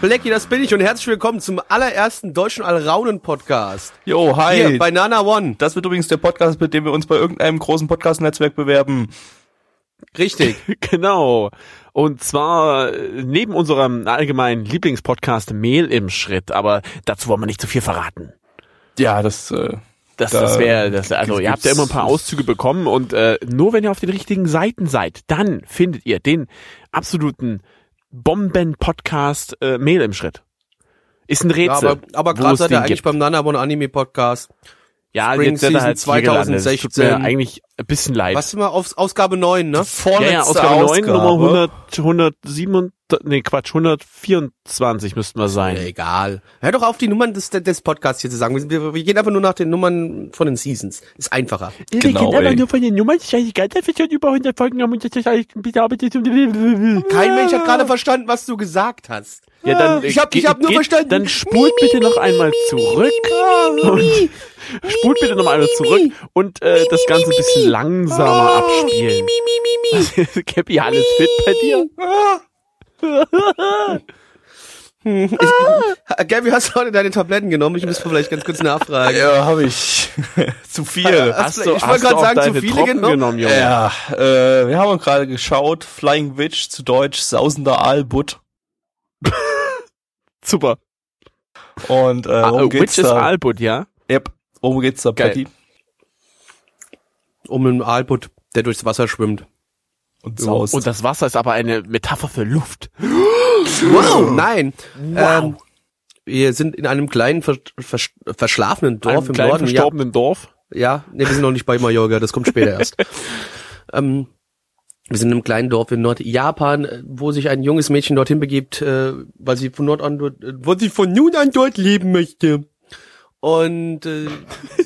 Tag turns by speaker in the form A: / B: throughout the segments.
A: Blacky, das bin ich und herzlich willkommen zum allerersten deutschen Allraunen-Podcast.
B: Jo, hi.
A: Hier, bei Nana One.
B: das wird übrigens der Podcast, mit dem wir uns bei irgendeinem großen Podcast-Netzwerk bewerben.
A: Richtig.
C: Genau. Und zwar äh, neben unserem allgemeinen Lieblingspodcast Mehl im Schritt, aber dazu wollen wir nicht zu viel verraten.
B: Ja, das, äh,
C: Das,
B: Da-
C: das wäre, das, also ihr habt ja immer ein paar Auszüge bekommen und äh, nur wenn ihr auf den richtigen Seiten seid, dann findet ihr den absoluten Bomben-Podcast äh, Mehl im Schritt. Ist ein
A: Ja,
C: Rätsel.
A: aber aber
C: wo
A: gerade
C: es
A: seid
C: den
A: ihr eigentlich
C: gibt.
A: beim Nana One Anime-Podcast.
C: ja,
A: Spring
C: jetzt wird er
A: Season
C: halt hier gelandet. Das Tut
A: 2016.
C: mir eigentlich ein bisschen leid.
A: Was sind wir auf Ausgabe 9, ne?
B: vorletzte
C: Ja, ja, Ausgabe 9, Nummer 100, 107, nee, Quatsch, 124 müssten wir sein.
A: Egal. Hör doch auf, die Nummern des, des Podcasts hier zu sagen. Wir- Wir, wir gehen einfach nur nach den Nummern von den Seasons. Ist einfacher.
B: Genau,
C: wir kennen
B: ey.
C: aber nur von den Nummern, das ist eigentlich geil, dass wir schon über 100 Folgen haben und das ist eigentlich bitte arbeitet
A: Kein Mensch hat gerade verstanden, was du gesagt hast.
C: Ja, dann,
A: Ich hab-
C: äh,
A: ich hab nur verstanden.
C: Dann spult bitte noch einmal zurück. Und spult bitte noch einmal zurück und äh, das Ganze ein bisschen langsamer abspielen. Cappy, alles fit bei dir?
A: Ha, Gabby, hast du heute deine Tabletten genommen? Ich muss vielleicht ganz kurz nachfragen.
B: Ja, habe ich. Zu viel.
A: Hast du- ich wollte gerade
C: auch
A: sagen, zu
C: deine
A: viele
C: Tropfen
A: genommen?
C: genommen Junge.
B: ja, äh, wir haben gerade geschaut, Flying Witch, zu Deutsch, sausender Aalbutt.
C: Super.
B: Und, äh, worum
C: Ah, äh,
B: geht's
C: Witch is
B: da?
C: Albut, ja?
B: Yep, worum geht's da,
C: Geil.
B: Patty?
A: Um einen Aalbutt, der durchs Wasser schwimmt.
B: Und
C: Saust.
B: saust.
C: Und das Wasser ist aber eine Metapher für Luft.
A: Wow, nein.
C: Wow.
A: Ähm, wir sind in einem kleinen ver vers verschlafenen Dorf
C: Einem
A: im
C: kleinen
A: Norden. Ja,
C: verstorbenen Dorf.
A: ja, nee, wir sind noch nicht bei Mallorca, das kommt später erst. ähm, wir sind in einem kleinen Dorf in Nordjapan, äh, wo sich ein junges Mädchen dorthin begibt, äh, weil sie von dort an dort, äh, weil sie von nun an dort leben möchte. Und äh,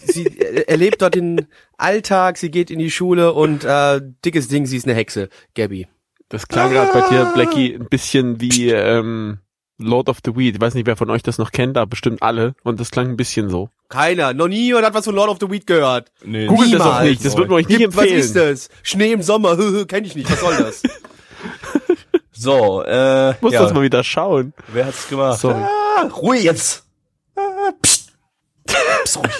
A: sie äh, erlebt dort den Alltag, sie geht in die Schule und äh, dickes Ding, sie ist eine Hexe, Gabby.
C: Das klang gerade bei dir, Blackie, ein bisschen wie ähm, Lord of the Weed. Ich weiß nicht, wer von euch das noch kennt, aber bestimmt alle. Und das klang ein bisschen so.
A: Keiner, noch nie jemand hat was von Lord of the Weed gehört.
B: nee,
C: Googelt das auch
A: Niemals.
C: nicht, das würden wir euch nicht
A: Gibt, was
C: empfehlen.
A: ist das? Schnee im Sommer, kenne ich nicht, was soll das?
B: So, äh,
C: Muss
B: ja,
C: das mal wieder schauen.
B: wer hat's gemacht?
C: Sorry.
B: Ah, Ruhe jetzt! Ah, pst. Pst, ruhig.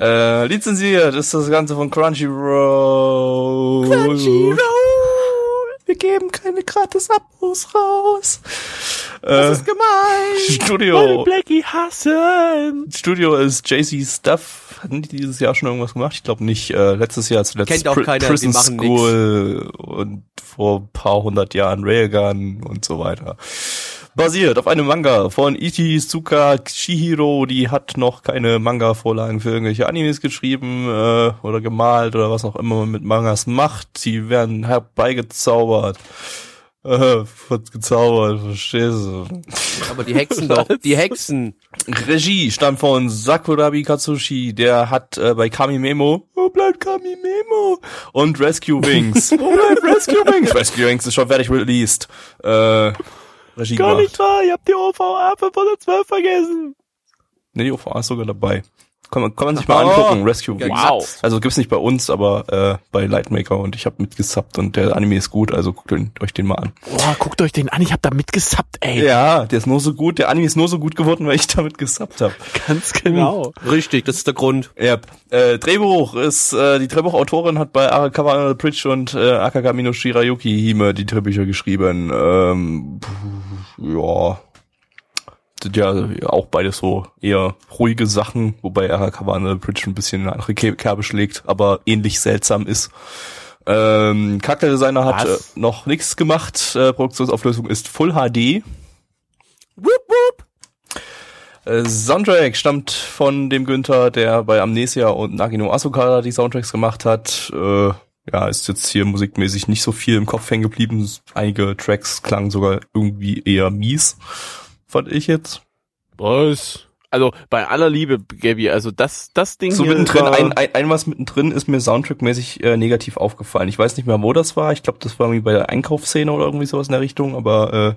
B: Äh, lizenziert ist das Ganze von Crunchyroll. Crunchyroll. Wir geben keine gratis Abos raus. Das ist gemein.
C: Wollte
B: Studio.
C: Blackie hassen.
B: Studio ist JC Stuff. Hatten die dieses Jahr schon irgendwas gemacht? Ich glaube nicht. Äh, letztes Jahr zuletzt
A: Kennt auch
B: Pri-
A: keiner, die
B: Prison
A: machen nix.
B: School und vor ein paar hundert Jahren Railgun und so weiter. Basiert auf einem Manga von Ichi Tsuka Chihiro. Die hat noch keine Manga-Vorlagen für irgendwelche Animes geschrieben äh, oder gemalt oder was auch immer man mit Mangas macht. Die werden herbeigezaubert. Äh, wird gezaubert, verstehst du?
A: Aber die Hexen doch, die Hexen.
B: Regie stammt von Sakurabi Katsushi, der hat äh, bei Kami Memo, wo bleibt Kami Memo? Und Rescue Wings. wo bleibt Rescue Wings? Rescue Wings ist schon fertig released. Äh, Regie
C: Gar
B: gemacht.
C: nicht wahr, ihr habt die OVA 512 vergessen.
B: Nee, die OVA ist sogar dabei. Kann man, kann man sich mal angucken, Rescue Wings.
C: Ah. wow.
B: Also gibt's nicht bei uns, aber äh, bei Lightmaker und ich habe mitgesubbt und der Anime ist gut, also guckt den, euch den mal an.
C: Boah, guckt euch den an, ich hab da mitgesappt, ey.
B: Ja, der ist nur so gut, der Anime ist nur so gut geworden, weil ich damit gesubbt habe.
C: Ganz genau.
A: Richtig, das ist der Grund.
B: Ja, äh, Drehbuch ist, äh, die Drehbuchautorin hat bei Arakawa Arnold Pritch und äh, Akagamino Shirayuki Hime die Drehbücher geschrieben. Ähm, pff, ja. sind ja auch beides so eher ruhige Sachen, wobei Arakawa an der Bridge ein bisschen eine andere Ke- Kerbe schlägt, aber ähnlich seltsam ist. Ähm, Charakter Designer hat äh,
C: Was?
B: noch nichts gemacht. Äh, Produktionsauflösung ist Full HD.
C: Wup, wup.
B: Äh, Soundtrack stammt von dem Günther, der bei Amnesia und Nagino Asukara die Soundtracks gemacht hat. Äh, ja, ist jetzt hier musikmäßig nicht so viel im Kopf hängen geblieben. Einige Tracks klangen sogar irgendwie eher mies, fand ich jetzt.
C: Was? Also bei aller Liebe, Gabi, also das, das Ding
B: So
C: hier
B: mittendrin,
C: war-
B: ein, ein, ein was mittendrin ist mir soundtrackmäßig äh, negativ aufgefallen. Ich weiß nicht mehr, wo das war. Ich glaube, das war irgendwie bei der Einkaufsszene oder irgendwie sowas in der Richtung, aber äh,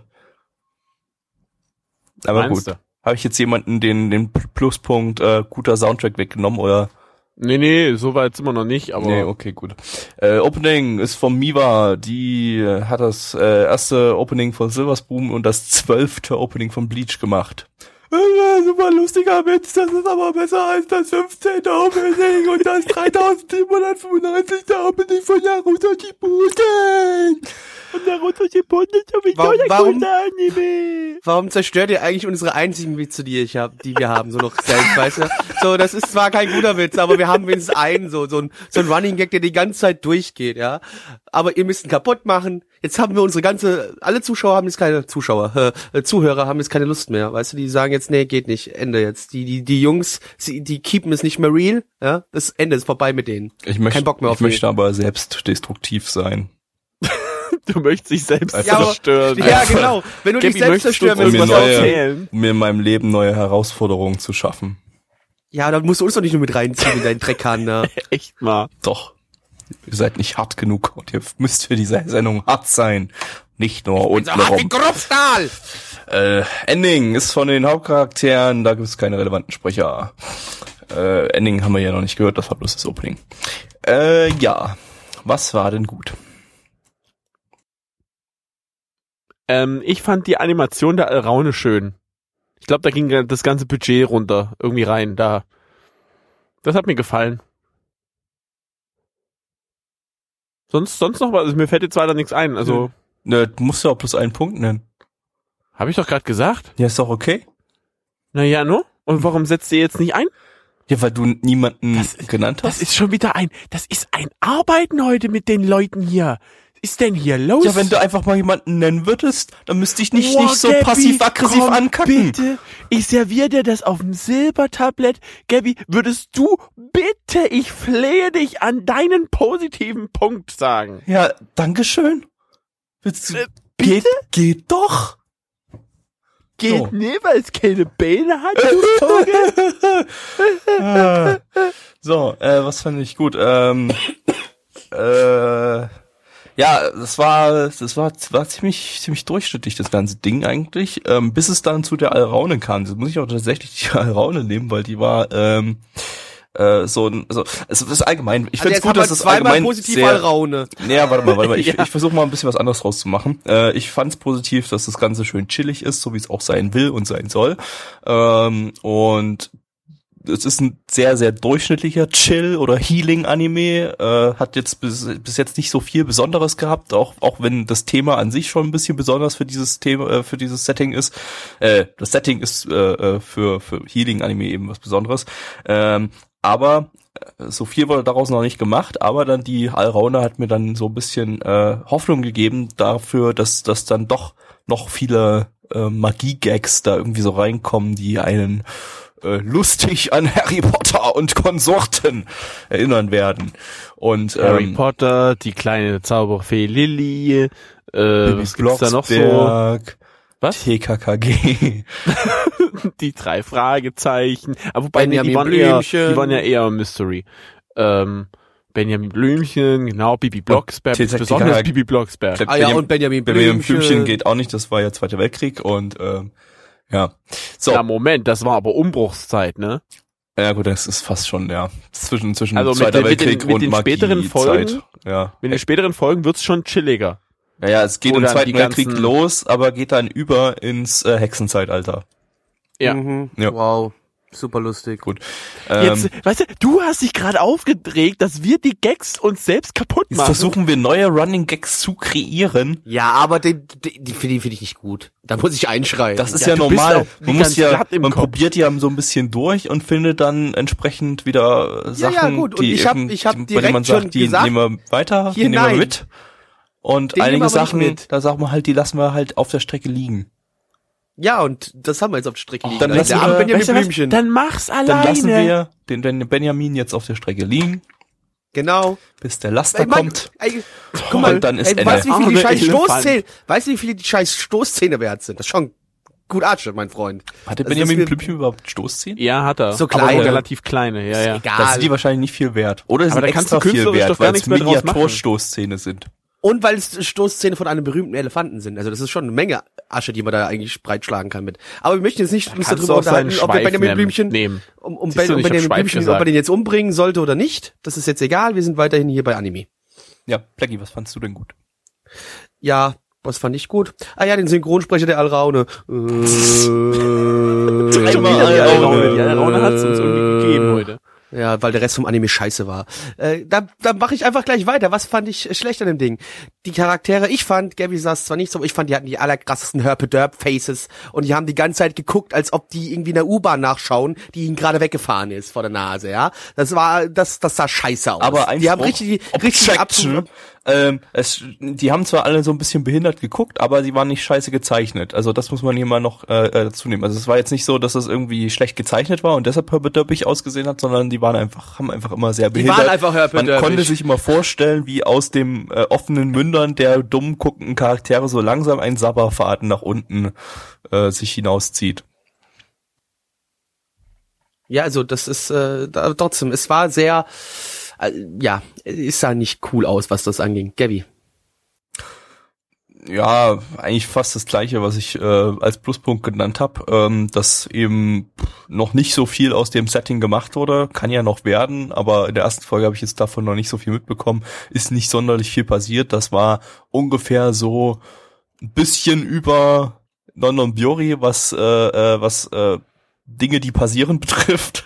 B: aber
C: Meinst
B: gut.
C: du?
B: Habe ich jetzt jemanden den, den Pluspunkt äh, guter Soundtrack weggenommen oder
C: Nee, nee, so weit sind wir noch nicht, aber
B: Nee, okay, gut. Äh, Opening ist von Miwa, die äh, hat das äh, erste Opening von Silverspoon und das zwölfte Opening von Bleach gemacht. Äh, Super lustiger Witz, das ist aber besser als das 15. Opening und das 3795. Opening von Naruto Shippuden. Und Naruto Shippuden ist sowieso
A: Warum-
B: der
A: warum-
B: coolste Anime.
A: Warum zerstört ihr eigentlich unsere einzigen Witze, die ich hab, die wir haben, so noch selbst, weißt du? So, das ist zwar kein guter Witz, aber wir haben wenigstens einen, so, so ein, so ein Running Gag, der die ganze Zeit durchgeht, ja. Aber ihr müsst ihn kaputt machen. Jetzt haben wir unsere ganze, alle Zuschauer haben jetzt keine Zuschauer, äh, äh, Zuhörer haben jetzt keine Lust mehr, weißt du? Die sagen jetzt, nee, geht nicht, Ende jetzt. Die, die, die Jungs, sie, die keepen es nicht mehr real, ja. Das Ende ist vorbei mit denen.
B: Ich möchte,
A: Kein Bock mehr auf
B: ich möchte aber selbst destruktiv sein.
C: du möchtest dich selbst
B: Ja,
A: aber-
C: zerstören. Also,
A: Ja, genau. Wenn du dich
C: Gabi,
A: selbst
C: möchtest du
A: zerstören
C: uns
A: willst,
B: um
A: was
B: die neue-
A: erzählen?
B: Um mir in meinem Leben neue Herausforderungen zu schaffen.
A: Ja, dann musst du uns doch nicht nur mit reinziehen in deinen ne? Dreckhahn da.
C: Echt mal.
B: Doch. Ihr seid nicht hart genug und ihr müsst für diese Sendung hart sein. Nicht nur unten rum.
A: Kruppstahl!
B: Äh, Ending ist von den Hauptcharakteren, da gibt es keine relevanten Sprecher. Äh, Ending haben wir ja noch nicht gehört, das war bloß das Opening. Äh, ja. Was war denn gut?
C: Ähm, ich fand die Animation der Alraune schön. Ich glaube, da ging das ganze Budget runter, irgendwie rein, da. Das hat mir gefallen. Sonst, sonst noch was, also mir fällt jetzt weiter nichts ein, also.
B: Ne, du musst ja auch bloß einen Punkt nennen.
C: Habe ich doch gerade gesagt.
B: Ja, ist doch okay.
C: Naja, no? Und warum setzt ihr jetzt nicht ein?
B: Ja, weil du niemanden genannt hast.
C: Das ist schon wieder ein, das ist ein Arbeiten heute mit den Leuten hier. Was Ist denn hier los?
B: ja, wenn du einfach mal jemanden nennen würdest, dann müsste ich nicht,
C: Boah,
B: nicht so
C: Gabi,
B: passiv-aggressiv
C: komm
B: ankacken.
C: Bitte, ich serviere dir das auf dem Silbertablett. Gabby, würdest du bitte, ich flehe dich an deinen positiven Punkt sagen?
B: Ja, Dankeschön. Willst du,
C: Äh,
B: geht, geht doch.
C: Geht
B: So. Äh,
C: nee, weil es keine Beine hat, du Vogel.
B: Ah. so, äh, was fand ich gut? Ähm, äh, ja, das war, das war, war ziemlich, ziemlich durchschnittlich, das ganze Ding eigentlich, ähm, bis es dann zu der Alraune kam. Das muss ich auch tatsächlich die Alraune nehmen, weil die war, ähm, äh, so ein, also, es ist allgemein, ich
A: Also jetzt
B: finde es gut,
A: haben wir
B: dass es
A: zweimal
B: allgemein
A: positiv
B: sehr,
A: Alraune.
B: Naja, warte mal, warte mal. Ich,
C: Ja.
B: ich versuche mal ein bisschen was anderes rauszumachen. Äh, ich fand's positiv, dass das Ganze schön chillig ist, so wie es auch sein will und sein soll. Ähm, und es ist ein sehr, sehr durchschnittlicher Chill- oder Healing-Anime. Äh, hat jetzt bis, bis jetzt nicht so viel Besonderes gehabt, auch, auch wenn das Thema an sich schon ein bisschen besonders für dieses Thema, äh, für dieses Setting ist. Äh, das Setting ist äh, äh, für, für Healing-Anime eben was Besonderes. Ähm, aber äh, so viel wurde daraus noch nicht gemacht, aber dann die Alraune hat mir dann so ein bisschen äh, Hoffnung gegeben dafür, dass, dass dann doch noch viele äh, Magie-Gags da irgendwie so reinkommen, die einen äh, lustig an Harry Potter und Konsorten erinnern werden. Und
C: Äh,
B: ähm,
C: Potter, die kleine Zauberfee Lilly, äh,
B: Bibi Blocksberg,
C: Was?
B: TKKG.
C: Die drei Fragezeichen. Aber wobei, nee, die,
A: Benjamin
C: waren eher,
A: Blümchen.
C: die waren ja eher Mystery. Ähm, Benjamin Blümchen, genau, Bibi Blocksberg,
B: Tita-
C: besonders
B: Tita-
C: Bibi Blocksberg.
A: Ah ja, und Benjamin
B: Benjamin
A: Blümchen.
B: Blümchen geht auch nicht, das war ja Zweiter Weltkrieg und ähm, ja. So,
C: Na Moment, das war aber Umbruchszeit, ne?
B: Ja gut, das ist fast schon, ja. Zwischen, zwischen
C: Also mit
B: Zweiter
C: den- mit den-
B: Weltkrieg
C: mit
B: und
C: den späteren Folgen?
B: Magiezeit. Ja.
C: In den späteren Folgen wird's schon chilliger.
B: ja, ja, es geht
C: Wo
B: im
C: dann
B: Zweiten
C: die ganzen-
B: Weltkrieg los, aber geht dann über ins äh, Hexenzeitalter.
C: Ja.
A: Mhm.
B: Ja.
A: Wow. Super lustig.
B: Gut.
C: Jetzt,
B: Ähm,
C: weißt du, du hast dich gerade aufgedreht, dass wir die Gags uns selbst kaputt
B: Jetzt
C: machen.
B: versuchen wir neue Running Gags zu kreieren.
A: Ja, aber die, die, die finde ich, find ich nicht gut. Da muss ich einschreien.
B: Das ist
C: Ja,
B: ja,
C: du bist
B: normal.
C: auch wie
B: Man muss
C: ganz
B: ja,
C: glatt im
B: man
C: Kopf.
B: probiert ja so ein bisschen durch und findet dann entsprechend wieder äh, Sachen,
A: gut. Und
B: die
A: ich hab-
B: irgend-
A: ich hab
B: die- bei
A: direkt
B: denen man
A: schon
B: sagt, die
A: gesagt,
B: nehmen wir weiter,
A: hier
B: die nehmen
A: nein.
B: wir mit. Und
A: Den nehmen wir aber
B: einige
A: nicht
B: Sachen,
A: mit.
B: da sagen wir halt, die lassen wir halt auf der Strecke liegen.
A: ja, und das haben wir jetzt auf der Strecke liegen.
B: Dann
A: Da-
B: lassen
A: der
B: wir-
A: arme Benjamin
C: weißt du was?
A: Blümchen.
C: Dann mach's alleine.
B: Dann lassen
A: ne?
B: wir den Ben- Benjamin jetzt auf der Strecke liegen,
A: genau.
B: bis der Laster
A: Ey, Mann,
B: kommt.
A: ey, guck mal,
B: Und dann ist
A: ey,
B: Ende.
A: weißt du, wie viele
C: Arme
A: die scheiß
C: Elefant.
A: Stoßzähne, weißt du, wie viele die scheiß Stoßzähne wert sind? Das ist schon gut Arsch, mein Freund.
B: Hat der
A: Also, dass
B: Benjamin
A: wir-
B: Blümchen überhaupt Stoßziehen?
C: Ja, hat er.
A: So
C: Aber
A: kleine.
C: relativ kleine, ja, ja.
A: Egal.
B: Das sind die wahrscheinlich nicht viel wert. Oder sie
C: Aber
B: sind
C: da kannst du
B: extra viel
C: künstlerisch
B: wert,
C: doch gar
B: weil es
C: nichts mehr draus machen.
B: Miniaturstoßzähne sind.
A: Und weil es Stoßzähne von einem berühmten Elefanten sind. Also das ist schon eine Menge Asche, die man da eigentlich breitschlagen kann mit. Aber wir möchten jetzt nicht uns
C: kannst
A: darüber
C: du auch seinen
A: unterhalten, ob wir
C: Schweif
A: Benjamin
C: nehmen-
A: Blümchen,
C: nehmen.
A: um, um,
C: Siehst
A: ben,
C: du,
A: um
C: ich hab
A: Benjamin
C: Schweif
A: Blümchen, ob
C: gesagt.
A: er den jetzt umbringen sollte oder nicht. Das ist jetzt egal. Wir sind weiterhin hier bei Anime.
B: Ja, Blackie, was fandst du denn gut?
A: Ja, was fand ich gut? Ah ja, den Synchronsprecher der Alraune. Äh,
B: Immer
C: Ja,
B: Alraune.
C: ja, Raune, ja, Raune hat's uns irgendwie gegeben heute.
A: Ja, weil der Rest vom Anime scheiße war. Äh, da da mache ich einfach gleich weiter. Was fand ich äh, schlecht an dem Ding? Die Charaktere, ich fand, Gabby saß zwar nicht so, aber ich fand, die hatten die allerkrassesten Herpe-Derp-Faces und die haben die ganze Zeit geguckt, als ob die irgendwie in der U-Bahn nachschauen, die ihnen gerade weggefahren ist vor der Nase, ja? Das war, das, das sah scheiße aus.
B: Aber ein
A: Die haben
B: Spruch.
A: richtig, die- richtig
B: Objection. Ähm, es, die haben zwar alle so ein bisschen behindert geguckt, aber sie waren nicht scheiße gezeichnet. Also das muss man hier mal noch äh, äh, dazu nehmen. Also es war jetzt nicht so, dass das irgendwie schlecht gezeichnet war und deshalb herbederbig ausgesehen hat, sondern die waren einfach, haben einfach immer sehr behindert.
A: waren einfach herbederbig.
B: Man konnte sich immer vorstellen, wie aus dem äh, offenen Mündern der dumm guckenden Charaktere so langsam ein Sabberfaden nach unten äh, sich hinauszieht.
A: Ja, also das ist äh, da, trotzdem, es war sehr, äh, ja, es sah nicht cool aus, was das anging. Gabby.
B: ja, eigentlich fast das gleiche, was ich äh, als Pluspunkt genannt habe, ähm, dass eben noch nicht so viel aus dem Setting gemacht wurde, kann ja noch werden, aber in der ersten Folge habe ich jetzt davon noch nicht so viel mitbekommen, ist nicht sonderlich viel passiert, das war ungefähr so ein bisschen über London Biori, was, äh, äh, was äh, Dinge, die passieren, betrifft.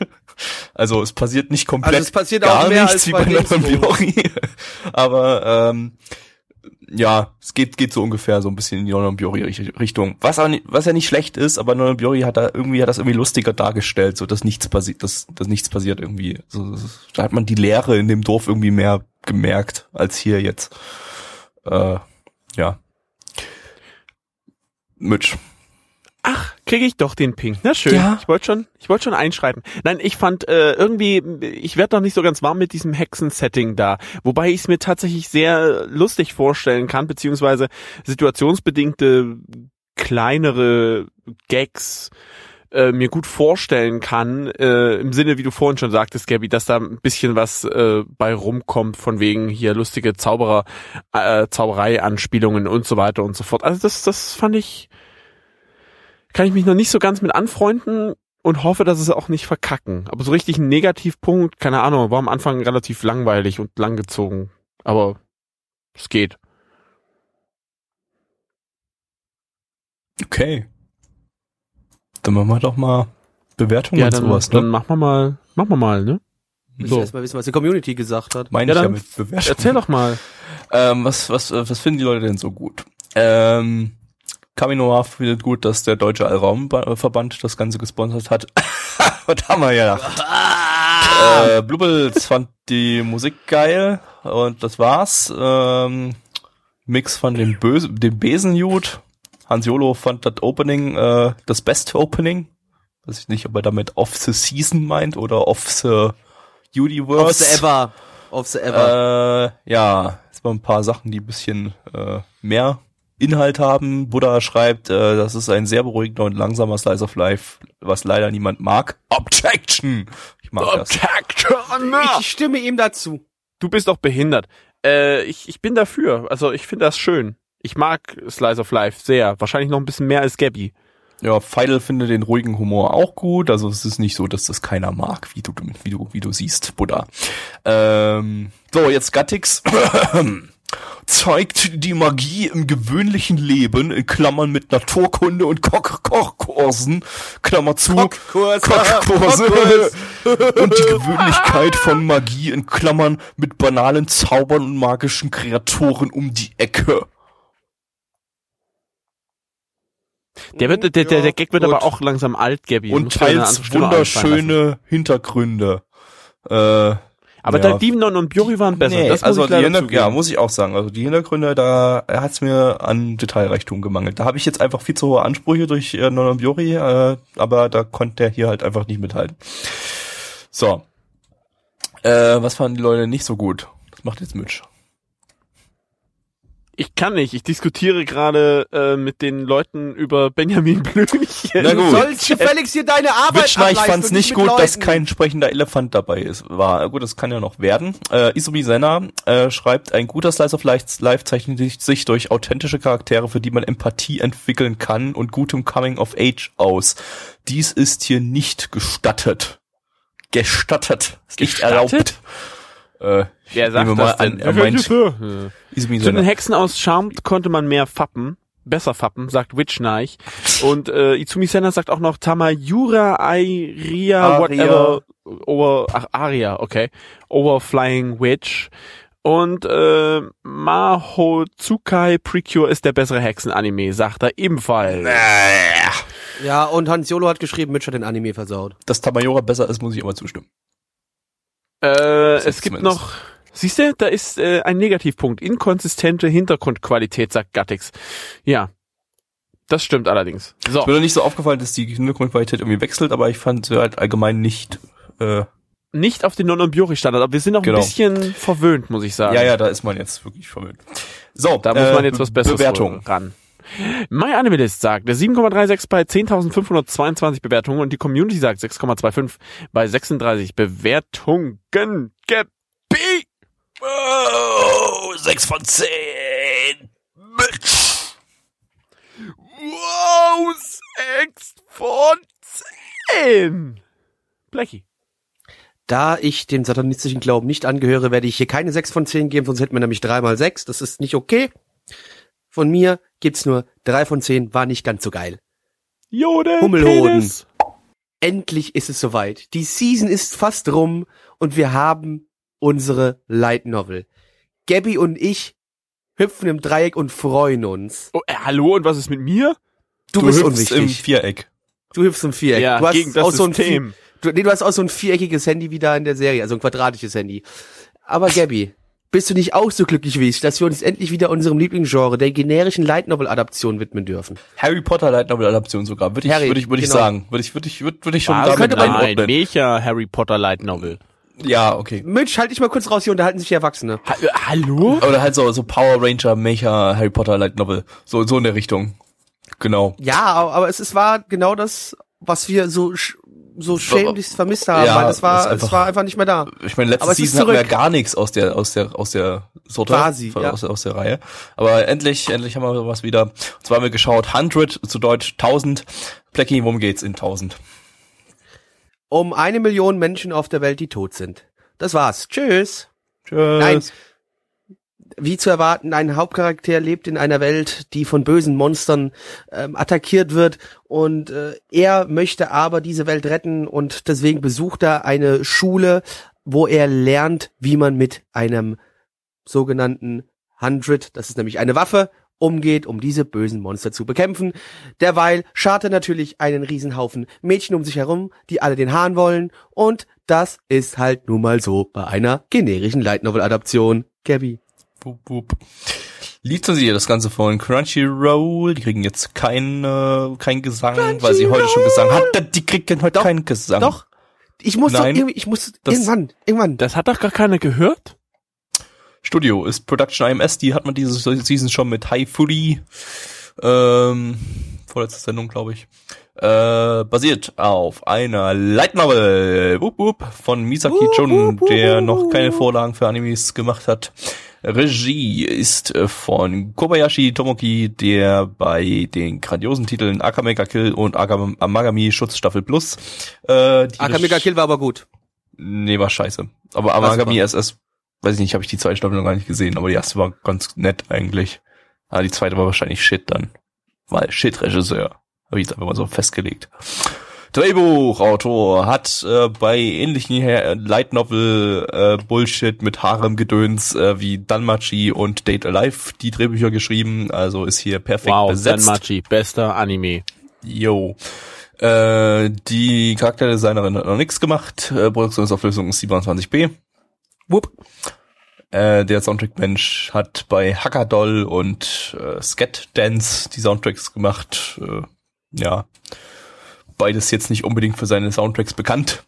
B: Also es passiert nicht komplett
A: Also es passiert
B: gar
A: auch mehr
B: nichts
A: als
B: wie
A: bei
B: bei London
A: Dingsbums.
B: Biori, aber ähm, ja, es geht, geht so ungefähr so ein bisschen in die Nononbiori-Richtung. Was, auch nicht- was ja nicht schlecht ist, aber Nononbiori hat da irgendwie, hat das irgendwie lustiger dargestellt, so dass nichts passiert, dass, dass nichts passiert irgendwie. So, das ist- da hat man die Leere in dem Dorf irgendwie mehr gemerkt als hier jetzt. Äh, ja. Mitch.
C: Ach, kriege ich doch den Ping. Na schön.
B: Ja.
C: Ich wollte schon, ich wollte schon einschreiten. Nein, ich fand äh, irgendwie, ich werde doch nicht so ganz warm mit diesem Hexen-Setting da. Wobei ich es mir tatsächlich sehr lustig vorstellen kann, beziehungsweise situationsbedingte kleinere Gags äh, mir gut vorstellen kann, äh, im Sinne, wie du vorhin schon sagtest, Gabby, dass da ein bisschen was äh, bei rumkommt, von wegen hier lustige Zauberer, äh, Zauberei-Anspielungen und so weiter und so fort. Also das, das fand ich, kann ich mich noch nicht so ganz mit anfreunden und hoffe, dass es auch nicht verkacken. Aber so richtig ein Negativpunkt, keine Ahnung, war am Anfang relativ langweilig und langgezogen. Aber es geht.
B: Okay. Dann machen wir doch mal Bewertungen
C: Ja,
B: und
C: dann,
B: sowas,
C: dann
B: ne?
C: machen wir mal, machen wir mal, ne?
A: Ich will
C: So,
A: erstmal wissen, was die Community gesagt hat.
B: Meine
C: Ja,
B: ich ja
C: dann
B: mit Bewertungen.
C: erzähl doch mal.
B: Ähm, was, was, äh, was finden die Leute denn so gut? Ähm, Kaminoa findet gut, dass der Deutsche Allraumverband das Ganze gesponsert hat. Was haben wir ja? Äh, Blubbels fand die Musik geil und das war's. Ähm, Mix fand den, Böse, den Besen gut. Hans Jolo fand das Opening äh, das beste Opening. Weiß ich nicht, ob er damit Off the Season meint oder Off the Universe.
A: Of the Ever. Of the Ever.
B: Äh, ja, jetzt mal ein paar Sachen, die ein bisschen äh, mehr Inhalt haben. Buddha schreibt, äh, das ist ein sehr beruhigender und langsamer Slice of Life, was leider niemand mag. Objection! Ich mag das.
A: ich stimme ihm dazu.
C: Du bist doch behindert. Äh, ich, ich bin dafür. Also ich finde das schön. Ich mag Slice of Life sehr. Wahrscheinlich noch ein bisschen mehr als Gabby.
B: Ja, Feidel findet den ruhigen Humor auch gut. Also es ist nicht so, dass das keiner mag, wie du, wie du, wie du siehst, Buddha. Ähm, so, jetzt Gattix. zeigt die Magie im gewöhnlichen Leben, in Klammern mit Naturkunde und Koch Kochkursen, Klammer zu,
A: Kochkurs,
B: Kochkurse und die Gewöhnlichkeit von Magie in Klammern mit banalen Zaubern und magischen Kreaturen um die Ecke.
C: Der, wird, der, der,
A: Ja,
C: der Gag wird
A: gut.
C: aber auch langsam alt, Gabby.
B: und
C: Musst du eine andere
B: teils
C: Stimme einfallen lassen.
B: wunderschöne Hintergründe. Äh,
C: Aber
B: Ja.
C: da Divnon und Bjori waren besser.
B: Nee,
C: das muss
B: also
C: ich leider
B: die Hinter-
C: zugeben.
B: ja, muss ich auch sagen. Also die Hintergründe, da hat's mir an Detailreichtum gemangelt. Da habe ich jetzt einfach viel zu hohe Ansprüche durch äh, Nolan Biori, äh, aber da konnte der hier halt einfach nicht mithalten. So. Äh, was fanden die Leute nicht so gut? Das macht jetzt Mitch.
C: Ich kann nicht. Ich diskutiere gerade äh, mit den Leuten über Benjamin Blümchen.
B: Na gut.
A: Sollst du Felix hier deine Arbeit
B: Witschner, ich
A: ableisten
B: fand's
A: und
B: nicht
A: mit
B: gut, dass
A: Leuten-
B: kein sprechender Elefant dabei ist. War gut, das kann ja noch werden. Äh, Isumi Senna äh, schreibt, ein guter Slice of Life Life zeichnet sich- sich durch authentische Charaktere, für die man Empathie entwickeln kann und gutem Coming of Age aus. Dies ist hier nicht gestattet. Gestattet. Ist nicht erlaubt.
C: Gestattet?
B: Äh,
C: Wer sagt
B: nehmen wir
C: das
B: mal
C: denn?
B: an, er meint-
C: Ja.
B: Isumi
C: Zu den
B: Senna.
C: Hexen aus Charmed konnte man mehr fappen. Besser fappen, sagt Witchneich. Und äh, Izumi Senna sagt auch noch Tamayura Airia,
B: Aria.
C: whatever. Over, ach, Aria, okay. Overflying Witch. Und äh, Maho Tsukai Precure ist der bessere Hexen-Anime, sagt er ebenfalls.
B: Äh.
A: Ja, und Hans Jolo hat geschrieben, Mitch hat den Anime versaut.
B: Dass Tamayora besser ist, muss ich immer zustimmen.
C: Äh, es
B: jetzt
C: gibt
B: zumindest.
C: noch. Siehst du, da ist äh, ein Negativpunkt. Inkonsistente Hintergrundqualität, sagt Gattix. Ja. Das stimmt allerdings. So.
B: Mir doch nicht so aufgefallen, dass die Hintergrundqualität irgendwie wechselt, aber ich fand sie halt allgemein nicht äh,
C: Nicht auf den Non-Biori-Standard, aber wir sind auch
B: Genau.
C: ein bisschen verwöhnt, muss ich sagen.
B: Ja, ja, da ist man jetzt wirklich verwöhnt. So,
C: Da muss man jetzt
B: Be-
C: was Besseres
B: Bewertung.
C: ran. My Animalist sagt 7,36 bei 10.522 Bewertungen und die Community sagt 6,25 bei 36 Bewertungen. Gebi!
B: Oh, 6 von 10. Mitch.
C: Wow, 6 von 10! Blackie.
A: Da ich dem satanistischen Glauben nicht angehöre, werde ich hier keine 6 von 10 geben, sonst hätten wir nämlich 3 mal 6. Das ist nicht okay. Von mir gibt's nur 3 von 10, war nicht ganz so geil.
C: Jode,
A: Hummelhoden.
C: Penis.
A: Endlich ist es soweit. Die Season ist fast rum und wir haben unsere Light Novel. Gabby und ich hüpfen im Dreieck und freuen uns.
C: Oh, äh, hallo, und was ist mit mir?
A: Du,
B: Du
A: bist
B: hüpfst im
A: unwichtig.
B: Viereck.
A: du hüpfst im Viereck.
C: Ja,
A: du hast
C: gegen das
A: auch so ein
C: System.
A: Du, nee, du hast auch so ein viereckiges Handy wie da in der Serie, also ein quadratisches Handy. Aber Gabby, bist du nicht auch so glücklich wie ich, dass wir uns endlich wieder unserem Lieblingsgenre, der generischen Light Novel Adaption widmen dürfen?
B: Harry Potter Light Novel Adaption sogar, würde ich,
A: Harry,
B: würde ich, würde ich
A: genau.
B: sagen. Würde ich, würde ich, würde, würde ich schon
C: Was?
B: damit
A: könnte man-
C: Nein,
B: einordnen.
C: welcher Harry Potter Light Novel?
B: Ja, okay.
A: Mensch, halt dich mal kurz raus, hier unterhalten sich die Erwachsene.
C: Ha äh, hallo?
B: Oder halt so, so Power Ranger Mecha Harry Potter Light Novel. So, so in der Richtung. Genau.
A: Ja, aber es, es war genau das, was wir so sch- so schämlichst vermisst haben,
B: Ja,
A: weil es
B: das
A: war,
B: ist einfach-
A: es war einfach nicht mehr da.
B: Ich meine,
A: Aber
B: letzte
A: es ist
B: Season hatten wir ja
A: zurück.
B: gar nichts aus der, aus der, aus der Sorte.
A: Quasi,
B: von,
A: ja.
B: aus, der- aus der Reihe. Aber endlich, endlich haben wir was wieder. Und zwar haben wir geschaut, 100, zu Deutsch 1000. Blackie, worum geht's in 1000?
A: Um eine Million Menschen auf der Welt, die tot sind. Das war's. Tschüss.
B: Tschüss.
A: Nein. Äh, wie zu erwarten, ein Hauptcharakter lebt in einer Welt, die von bösen Monstern ähm, attackiert wird und äh, er möchte aber diese Welt retten und deswegen besucht er eine Schule, wo er lernt, wie man mit einem sogenannten Hundred, das ist nämlich eine Waffe, umgeht, um diese bösen Monster zu bekämpfen. Derweil schart er natürlich einen Riesenhaufen Mädchen um sich herum, die alle den Hahn wollen und das ist halt nun mal so bei einer generischen Light Novel Adaption. Gabby.
B: Wup, wup. Liebten Sie das Ganze von Crunchyroll? Die kriegen jetzt kein, äh, kein Gesang, weil sie heute schon Gesang hatten. Die kriegen heute
A: Doch,
B: keinen Gesang.
A: Doch. Ich muss
B: Ähm, Nein.
A: doch irgendwie, ich muss
B: Das-
A: irgendwann, irgendwann.
C: Das hat doch gar keiner gehört?
B: Studio ist Production IMS, die hat man diese Season schon mit High Fully, ähm, vorletzte Sendung, glaube ich. Äh, basiert auf einer Light Novel wup, wup, von Misaki Chun, der noch keine Vorlagen für Animes gemacht hat. Regie ist äh, von Kobayashi Tomoki, der bei den grandiosen Titeln Akamega Kill und Akam- Amagami Schutzstaffel Plus äh, die
A: Akamega
B: Regie-
A: Kill war aber gut.
B: Nee, war scheiße. Aber
A: War
B: Amagami SS weiß ich nicht, habe ich die zweite Staffel noch gar nicht gesehen, aber die erste war ganz nett eigentlich. Aber die zweite war wahrscheinlich Shit dann. Weil Shit-Regisseur. Habe ich jetzt einfach mal so festgelegt. Drehbuchautor hat äh, bei ähnlichen Her- Light Novel äh, Bullshit mit Harem-Gedöns äh, wie Danmachi und Date Alive die Drehbücher geschrieben. Also ist hier perfekt
C: Wow,
B: besetzt.
C: Danmachi, bester Anime.
B: Yo. Äh, die Charakterdesignerin hat noch nichts gemacht. Äh, Produktionsauflösung ist 27b. Whoop. Äh, der Soundtrack-Mensch hat bei Hackadoll und äh, Scat Dance die Soundtracks gemacht. Äh, ja. Beides jetzt nicht unbedingt für seine Soundtracks bekannt.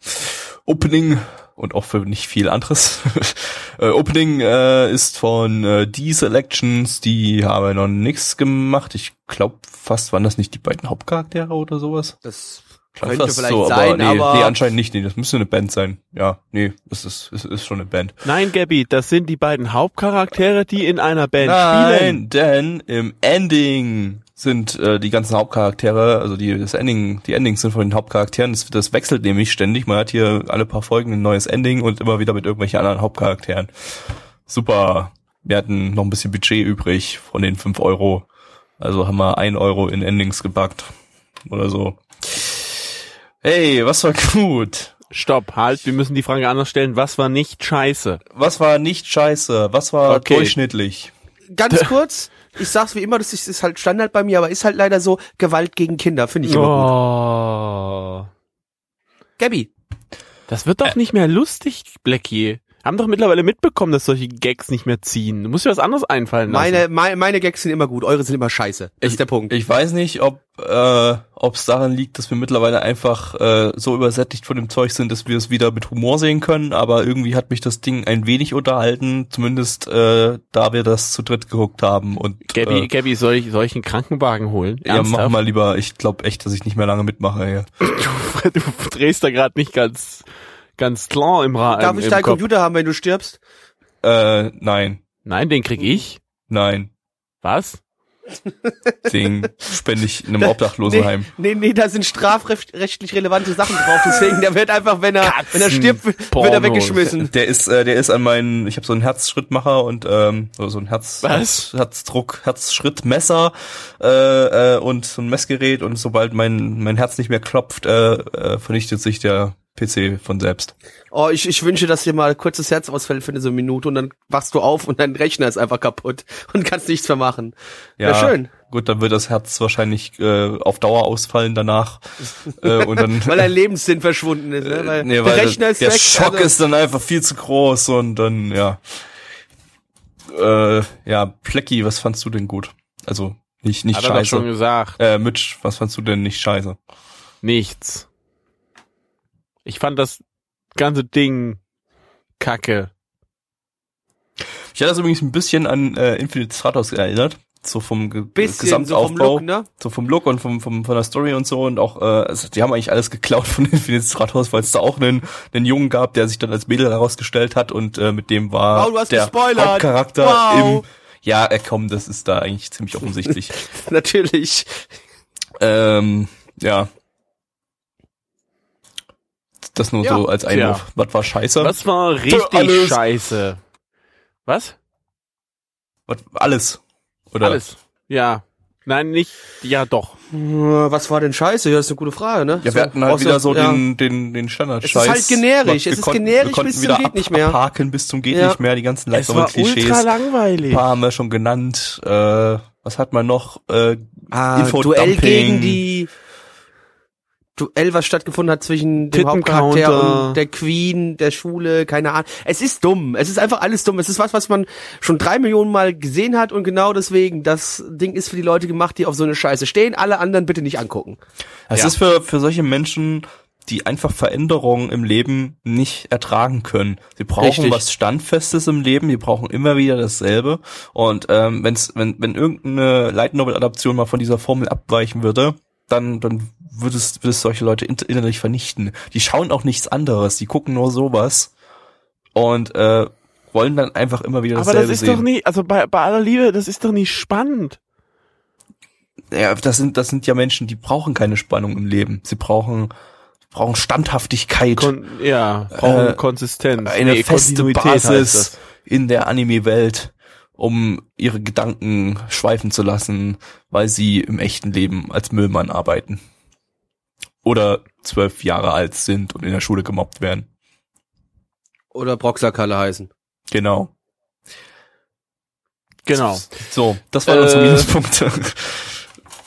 B: Opening und auch für nicht viel anderes. äh, Opening äh, ist von äh, D-Selections, die haben noch nichts gemacht. Ich glaube fast, waren das nicht die beiden Hauptcharaktere oder sowas?
A: Das
B: Ich glaub
A: könnte
B: fast
A: vielleicht sein,
B: nee,
A: aber-
B: nee, anscheinend nicht. Nee, das müsste eine Band sein. Ja, nee, es ist, es ist schon eine Band.
C: Nein, Gabby, das sind die beiden Hauptcharaktere, die in einer Band spielen.
B: Nein, denn im Ending sind äh, die ganzen Hauptcharaktere, also die das Ending, die Endings sind von den Hauptcharakteren. Das, das wechselt nämlich ständig. Man hat hier alle paar Folgen ein neues Ending und immer wieder mit irgendwelchen anderen Hauptcharakteren. Super. Wir hatten noch ein bisschen Budget übrig von den 5 Euro. Also haben wir 1 Euro in Endings gepackt. Oder so. Hey, was war gut?
C: Stopp, halt, wir müssen die Frage anders stellen. Was war nicht scheiße?
B: Was war nicht scheiße? Was war
C: Okay.
B: durchschnittlich?
A: ganz kurz, ich sag's wie immer, das ist, ist halt Standard bei mir, aber ist halt leider so Gewalt gegen Kinder, finde ich immer gut.
C: Oh.
A: Gabby,
C: Das wird
A: Äh.
C: doch nicht mehr lustig, Blackie. Haben doch mittlerweile mitbekommen, dass solche Gags nicht mehr ziehen. Du musst dir was anderes einfallen lassen.
A: meine, meine, meine Gags sind immer gut, eure sind immer scheiße. Das ist der Punkt.
B: Ich weiß nicht, ob äh, ob's daran liegt, dass wir mittlerweile einfach äh, so übersättigt von dem Zeug sind, dass wir es wieder mit Humor sehen können, aber irgendwie hat mich das Ding ein wenig unterhalten, zumindest äh, da wir das zu dritt geguckt haben und
C: Gabby,
B: äh,
C: Gabby, soll ich, soll ich einen Krankenwagen holen?
B: ja, mach mal lieber, ich glaube echt, dass ich nicht mehr lange mitmache. Ey.
C: Du, du drehst da gerade nicht ganz, ganz klar im Rahmen.
A: Darf ich
C: im
A: deinen
C: Kopf.
A: Computer haben, wenn du stirbst?
B: Äh, nein,
C: Nein, den krieg ich.
B: nein,
C: Was?
B: den spende ich in einem Obdachlosenheim.
A: Nee, nee, nee, da sind strafrechtlich relevante Sachen drauf, deswegen, der wird einfach, wenn er, wenn er stirbt, wird
C: Pornos.
A: er weggeschmissen.
B: Der ist, äh, der ist an meinen, ich habe so einen Herzschrittmacher und ähm, oder so ein Herz,
C: Was?
B: Herz Herzdruck, Herzschrittmesser äh, äh, und so ein Messgerät und sobald mein mein Herz nicht mehr klopft, äh, äh, vernichtet sich der PC von selbst.
A: Oh, ich, ich wünsche, dass dir mal kurzes Herz ausfällt für eine so eine Minute und dann wachst du auf und dein Rechner ist einfach kaputt und kannst nichts mehr machen. Ja, schön.
B: Gut, dann wird das Herz wahrscheinlich äh, auf Dauer ausfallen danach äh, und dann
A: Weil dein Lebenssinn verschwunden ist, ne? Weil,
B: Äh, Nee,
A: der
B: weil
A: Rechner
B: der-
A: ist
B: der
A: weg.
B: Schock
A: also-
B: ist dann einfach viel zu groß und dann ja. Äh, ja, Plecki, was fandst du denn gut? Also nicht nicht
C: Hat er doch
B: scheiße.
C: schon gesagt.
B: Äh, Mitch, was fandst du denn nicht scheiße?
C: Nichts. Ich fand das ganze Ding kacke.
B: Ich hatte das übrigens ein bisschen an äh, Infinite Stratos erinnert. So vom Ge
A: bisschen so
B: Gesamtaufbau,
A: vom Look, ne?
B: so vom Look und vom, vom, von der Story und so und auch, äh, also die haben eigentlich alles geklaut von Infinite Stratos, weil es da auch einen, einen Jungen gab, der sich dann als Mädel herausgestellt hat und äh, mit dem war
A: Wow, du hast
B: der
A: gespoilert.
B: Hauptcharakter
A: Wow.
B: im ja, äh, komm, das ist da eigentlich ziemlich offensichtlich.
A: Natürlich.
B: ähm, ja. Das nur
A: Ja.
B: so als Einwurf. Was war scheiße?
C: Was war richtig
B: alles.
C: scheiße? Was?
B: Was, alles. Oder?
C: Alles. Ja. Nein, nicht. Ja, doch.
A: Äh, Was war denn scheiße? Ja, das ist eine gute Frage, ne?
B: Ja, wir hatten halt
A: außer-
B: wieder so
A: ja.
B: den, den, den
A: Es
B: Standard-Scheiß.
A: ist halt generisch,
B: Wir
A: es ist
B: konnten-
A: generisch
B: wir konnten
A: bis zum
B: wieder
A: geht
B: ab,
A: nicht mehr.
B: Abhaken bis zum geht
A: Ja.
B: nicht mehr, die ganzen
C: Es
B: leitsamen
C: war ultra
B: Klischees. Ein
C: langweilig.
B: paar haben wir schon genannt. Äh, was hat man noch? Äh,
A: Ah, Duell
B: Infodumping.
A: gegen die Duell, was stattgefunden hat zwischen dem
C: Tittencounter.
A: Hauptcharakter und der Queen, der Schule, keine Ahnung. Es ist dumm. Es ist einfach alles dumm. Es ist was, was man schon drei Millionen Mal gesehen hat und genau deswegen, das Ding ist für die Leute gemacht, die auf so eine Scheiße stehen. Alle anderen bitte nicht angucken.
B: Es
C: Ja.
B: ist für, für solche Menschen, die einfach Veränderungen im Leben nicht ertragen können. Sie brauchen
C: Richtig.
B: was Standfestes im Leben, die brauchen immer wieder dasselbe. Und ähm, wenn's, wenn, wenn irgendeine Light Novel-Adaption mal von dieser Formel abweichen würde, dann, dann würde es, würde es solche Leute in- innerlich vernichten. Die schauen auch nichts anderes, die gucken nur sowas und äh, wollen dann einfach immer wieder
C: Aber
B: dasselbe
C: das ist
B: sehen.
C: doch nicht, also bei, bei aller Liebe, das ist doch nicht spannend.
B: ja, das sind, das sind ja Menschen, die brauchen keine Spannung im Leben. Sie brauchen brauchen Standhaftigkeit,
C: Kon ja, brauchen
B: Äh,
C: Konsistenz.
B: eine
C: Nee,
B: feste
C: Kontinuität heißt das.
B: Basis in der Anime-Welt, um ihre Gedanken schweifen zu lassen, weil sie im echten Leben als Müllmann arbeiten. Oder zwölf Jahre alt sind und in der Schule gemobbt werden.
A: Oder Broxakalle heißen.
B: Genau.
C: Genau.
B: So, das waren unsere
C: Äh,
B: Minuspunkte.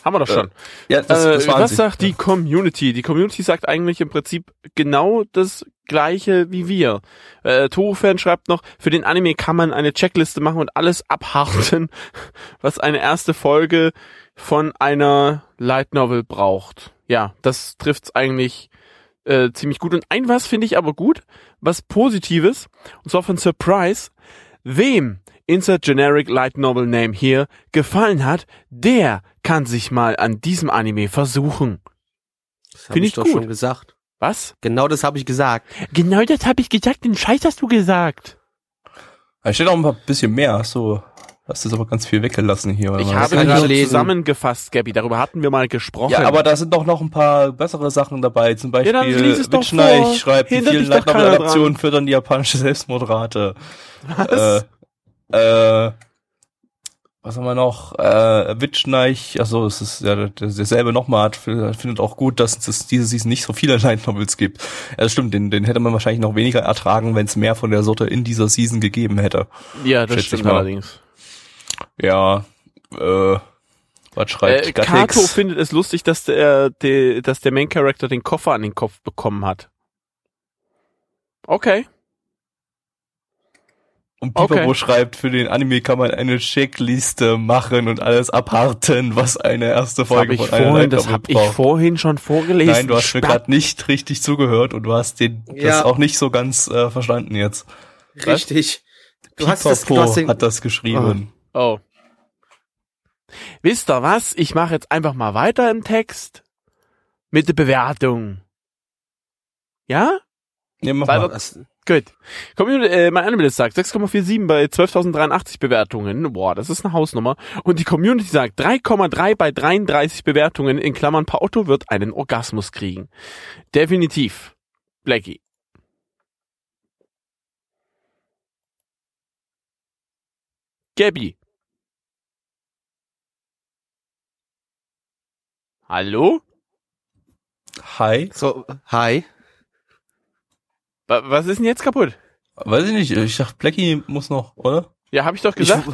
C: Haben wir doch schon.
B: ja,
C: äh, was
B: sie.
C: sagt die Community? Die Community sagt eigentlich im Prinzip genau das Gleiche wie wir. Äh, Toru-Fan schreibt noch, für den Anime kann man eine Checkliste machen und alles abharten, was eine erste Folge von einer Light Novel braucht. Ja, das trifft's eigentlich äh, ziemlich gut. Und ein was finde ich aber gut, was Positives, und zwar von Surprise. Wem Insert Generic Light Novel Name hier gefallen hat, der kann sich mal an diesem Anime versuchen.
A: Das hab
C: Find ich
A: doch
C: gut.
A: schon gesagt.
C: Was?
A: Genau das habe ich gesagt.
C: Genau das habe ich gesagt, den Scheiß hast du gesagt.
B: Da steht auch ein paar- bisschen mehr. Hast du hast das aber ganz viel weggelassen hier. oder
C: Ich
B: was?
C: habe
A: kann ich
C: gerade
A: lesen.
C: zusammengefasst, Gabby, darüber hatten wir mal gesprochen.
B: ja, aber da sind doch noch ein paar bessere Sachen dabei. Zum Beispiel
C: dann lies es doch vor.
B: Witschneich schreibt, die
C: Hindert
B: vielen
C: dich doch keiner
B: Leitnovel-Adaptionen fördern die japanische Selbstmordrate.
C: Was?
B: Äh, äh, was haben wir noch? Äh, Witschneich, achso, es ist ja der- derselbe nochmal, hat- findet auch gut, dass es diese Season nicht so viele Light Novels gibt. Ja, das stimmt, den, den hätte man wahrscheinlich noch weniger ertragen, wenn es mehr von der Sorte in dieser Season gegeben hätte.
C: ja, das
B: schätze ich
C: stimmt
B: mal.
C: allerdings.
B: Ja, äh, was schreibt
C: Äh,
B: Halt, Gattix?
C: Kato findet es lustig, dass der, der, dass der Main Character den Koffer an den Kopf bekommen hat. Okay.
B: Und Pipapo
C: Okay.
B: schreibt, für den Anime kann man eine Checkliste machen und alles abharten, was eine erste
C: Das habe
B: Folge
C: ich
B: von einer
C: vorhin,
B: Light
C: das
B: Novel
C: habe ich
B: braucht.
C: vorhin schon vorgelesen.
B: Nein, du hast mir
C: Spack.
B: gerade nicht richtig zugehört und du hast den, das
A: Ja.
B: auch nicht so ganz äh, verstanden jetzt.
A: Richtig. Du hast das, du
B: Pipapo
A: hast den,
B: hat das geschrieben.
C: Oh. Wisst ihr was? Ich mache jetzt einfach mal weiter im Text mit der Bewertung. Ja?
A: Ah.
B: Nee, mach
C: Weil
B: mal.
A: das,
C: Gut. Community, äh, mein Animalist sagt 6,47 bei 12.083 Bewertungen. Boah, das ist eine Hausnummer. Und die Community sagt 3,3 bei 33 Bewertungen. In Klammern, Paotto wird einen Orgasmus kriegen. Definitiv. Blackie. Gabby. Hallo?
B: Hi.
A: so, hi.
C: Wa- Was ist denn jetzt kaputt?
B: Weiß ich nicht, ich dachte, Blackie muss noch, oder?
C: Ja, habe ich doch
A: Ich,
C: gesagt.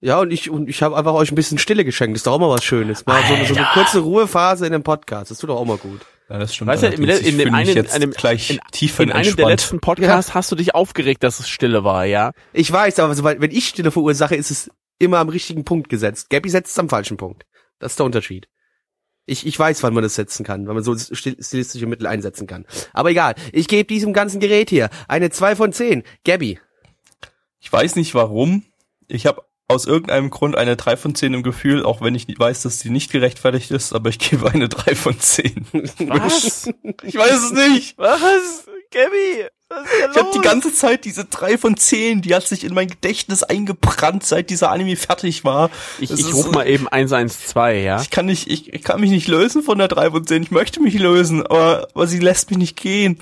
A: ja, und ich, und ich habe einfach euch ein bisschen Stille geschenkt. Ist doch auch mal was Schönes. Mal so, eine- so eine
C: Alter.
A: kurze Ruhephase in dem Podcast. Das tut doch auch mal gut.
B: Ja, das stimmt.
C: Weißt du, im
B: allerdings.
C: Le-
B: ich
C: in dem
B: fühle mich
C: einen-
B: jetzt
C: einem-
B: gleich
C: in-
B: tiefer
C: In einem der
B: entspannt.
C: letzten Podcasts hast du dich aufgeregt, dass es stille war, ja?
A: Ich weiß, aber sobald, wenn ich Stille verursache, ist es immer am richtigen Punkt gesetzt. Gabby setzt es am falschen Punkt. Das ist der Unterschied. Ich, ich weiß, wann man das setzen kann, wann man so stil- stilistische Mittel einsetzen kann. Aber egal, ich gebe diesem ganzen Gerät hier eine 2 von 10. Gabby,
B: Ich weiß nicht warum. Ich habe aus irgendeinem Grund eine 3 von 10 im Gefühl, auch wenn ich nie- weiß, dass die nicht gerechtfertigt ist, aber ich gebe eine 3 von 10.
C: Was?
B: Ich weiß es nicht.
C: Was? Gabby? Was ist hier
B: Ich habe die ganze Zeit diese 3 von 10, die hat sich in mein Gedächtnis eingebrannt, seit dieser Anime fertig war.
C: Ich,
B: Es
C: ich
B: ist-
C: ruf mal eben 112, ja?
B: Ich kann nicht, ich, ich kann mich nicht lösen von der 3 von 10. Ich möchte mich lösen, aber, aber sie lässt mich nicht gehen.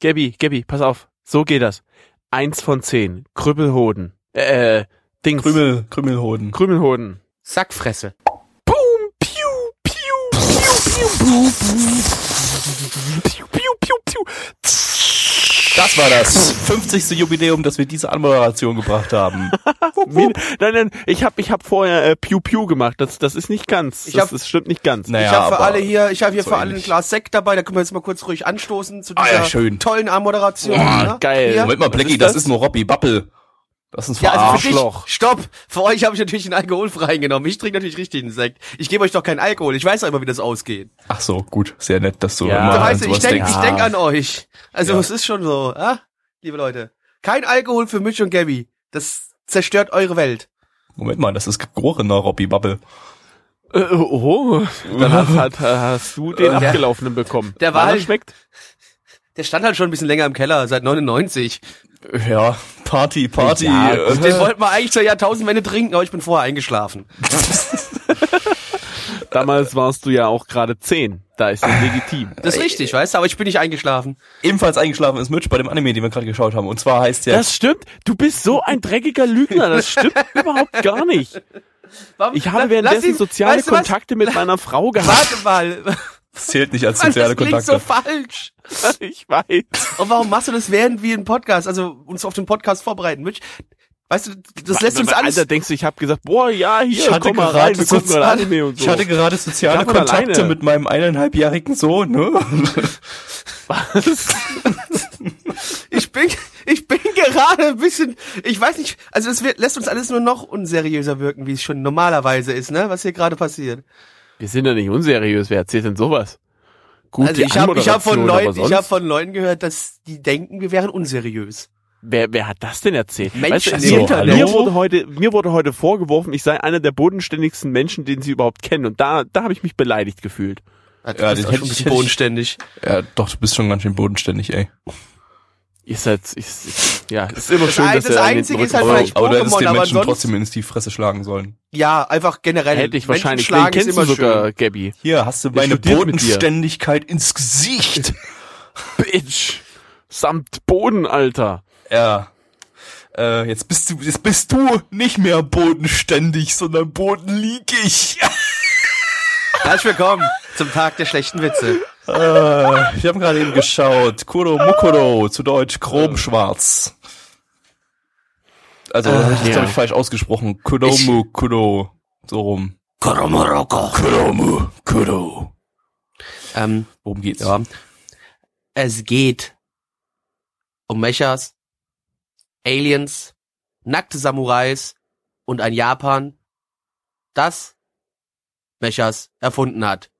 C: Gabby, Gabby, pass auf. So geht das. Eins von zehn. Krüppelhoden. Äh, äh, Dings.
B: Krümel, Krümelhoden.
C: Krümelhoden.
A: Sackfresse.
C: Boom, piu, piu, piu, piu, piu, piu, piu, piu.
B: Das war das 50. Jubiläum, dass wir diese Anmoderation gebracht haben.
C: Wie- Nein, nein, ich hab, ich hab vorher äh, piu, piu gemacht. Das, das ist nicht ganz.
A: Ich
C: Das,
A: hab-
C: das stimmt nicht ganz.
B: Naja,
A: ich habe für
B: aber-
A: alle hier, ich habe hier
B: so
A: für alle ein
B: ähnlich.
A: Glas Sekt dabei, da können wir jetzt mal kurz ruhig anstoßen zu
B: Ah,
A: dieser
B: ja, schön.
A: tollen Moderation. ne?
C: geil.
A: Hier.
B: Moment mal,
C: Was
B: Blackie,
C: ist
B: das?
C: das?
B: ist nur Robby Bappel. Das ist ein
A: Ja, also für dich,
C: Arschloch.
A: stopp! Für euch habe ich natürlich den alkoholfreien genommen. Ich trinke natürlich richtigen Sekt. Ich gebe euch doch keinen Alkohol. Ich weiß doch immer, wie das ausgeht.
B: Ach so, gut, sehr nett, dass du
C: Ja.
B: immer
A: Da
C: Ah,
B: an
A: weißt du, ich
B: sowas
A: denke
B: denkst.
A: ich denk an euch. Also
B: Ja.
A: es ist schon so, ah, liebe Leute. Kein Alkohol für mich und Gabby. Das zerstört eure Welt.
B: Moment mal, das ist gegorener Robby Bappel.
C: Äh, oh, dann hast, hat, hast du den
A: Äh, der-
C: abgelaufenen bekommen.
A: der war
C: Wann er
A: halt-
C: schmeckt.
A: Der stand halt schon ein bisschen länger im Keller, seit 99.
B: Ja, Party, Party.
C: Ja,
B: äh,
A: Den wollten wir eigentlich zur Jahrtausendwende trinken, aber ich bin vorher eingeschlafen.
C: Damals warst du ja auch gerade zehn. Da ist das legitim.
A: Das ist richtig, weißt du, aber ich bin nicht eingeschlafen.
B: Ebenfalls eingeschlafen ist Mitch bei dem Anime, den wir gerade geschaut haben. Und zwar heißt der
C: Das stimmt. Du bist so ein dreckiger Lügner. Das stimmt überhaupt gar nicht.
A: Warum-
C: Ich
A: Lass-
C: habe
A: lass
C: währenddessen
A: ihn-
C: soziale
A: weißt du was?
C: Kontakte mit meiner Frau gehabt.
A: Warte mal,
B: das zählt nicht als
A: Mann,
B: soziale
A: das klingt
B: Kontakte.
A: so falsch.
C: Ich weiß.
A: Und Oh, warum machst du das während wir einen Podcast, also uns auf den Podcast vorbereiten, Mitch? Weißt du, das lässt uns alles.
C: Alter, denkst du, ich habe gesagt, boah, ja, hier,
B: Ich hatte
C: komm mal
B: gerade
C: rein, wir gucken mal
B: sozial-
C: Anime und so.
B: Ich hatte gerade soziale
C: Davon
B: Kontakte
C: alleine.
B: mit meinem eineinhalbjährigen Sohn. Ne?
A: Ich bin, ich bin gerade ein bisschen, ich weiß nicht, also es wird, lässt uns alles nur noch unseriöser wirken, wie es schon normalerweise ist, ne? Was hier gerade passiert.
C: Wir sind ja nicht unseriös, wer erzählt denn sowas? Gut,
A: Also
C: die
A: ich habe, ich habe von
C: Anmoderation, aber
A: Leuten, ich
C: sonst-
A: habe von Leuten gehört, dass die denken, wir wären unseriös.
C: Wer, wer hat das denn erzählt?
A: Menschen
C: du,
A: im
C: so,
A: Internet.
C: Mir
B: Hallo?
C: wurde, heute, mir wurde heute vorgeworfen, ich sei einer der bodenständigsten Menschen, den sie überhaupt kennen. Und da, da habe ich mich beleidigt gefühlt.
A: Also,
B: Ja,
A: das
B: den
A: ist auch
B: hätte
A: schon ein
B: ich-
A: bisschen
B: hätte ich-
A: bodenständig.
B: ja, doch, du bist schon ganz schön bodenständig, ey.
C: Ihr seid, ich, ich, ja, es ist immer schön,
A: ein-
C: dass
A: das
C: ihr einen
A: Einzige ist
C: hinten
A: halt
C: rückt.
B: Aber,
A: vielleicht
B: aber du hättest
A: Pokémon,
B: den
A: aber
B: Menschen
A: sonst-
B: trotzdem ins die Fresse schlagen sollen.
A: Ja, einfach generell.
C: hätte ich
A: Menschen
C: wahrscheinlich. Wen
A: Schlagen ist
C: kennst du
A: immer
C: sogar,
A: schön.
C: Gabby?
B: Hier, hast du meine
C: studiert mit dir.
B: Bodenständigkeit ins Gesicht.
C: Bitch. Samt Boden, Alter.
B: ja. Äh, jetzt bist du, jetzt bist du nicht mehr bodenständig, sondern bodenliegig.
A: Herzlich willkommen zum Tag der schlechten Witze.
B: äh, ich habe gerade eben geschaut. Kuro Mokoro, zu Deutsch Chromschwarz. Also, das ist
C: ja.
B: glaube ich falsch ausgesprochen. Kuromu, Kuro. So rum.
A: Koromoroko.
B: Kuromu, Kuro.
A: Ähm,
B: Worum geht's?
A: Ja. Es geht um Mechas, Aliens, nackte Samurais und ein Japan, das Mechas erfunden hat.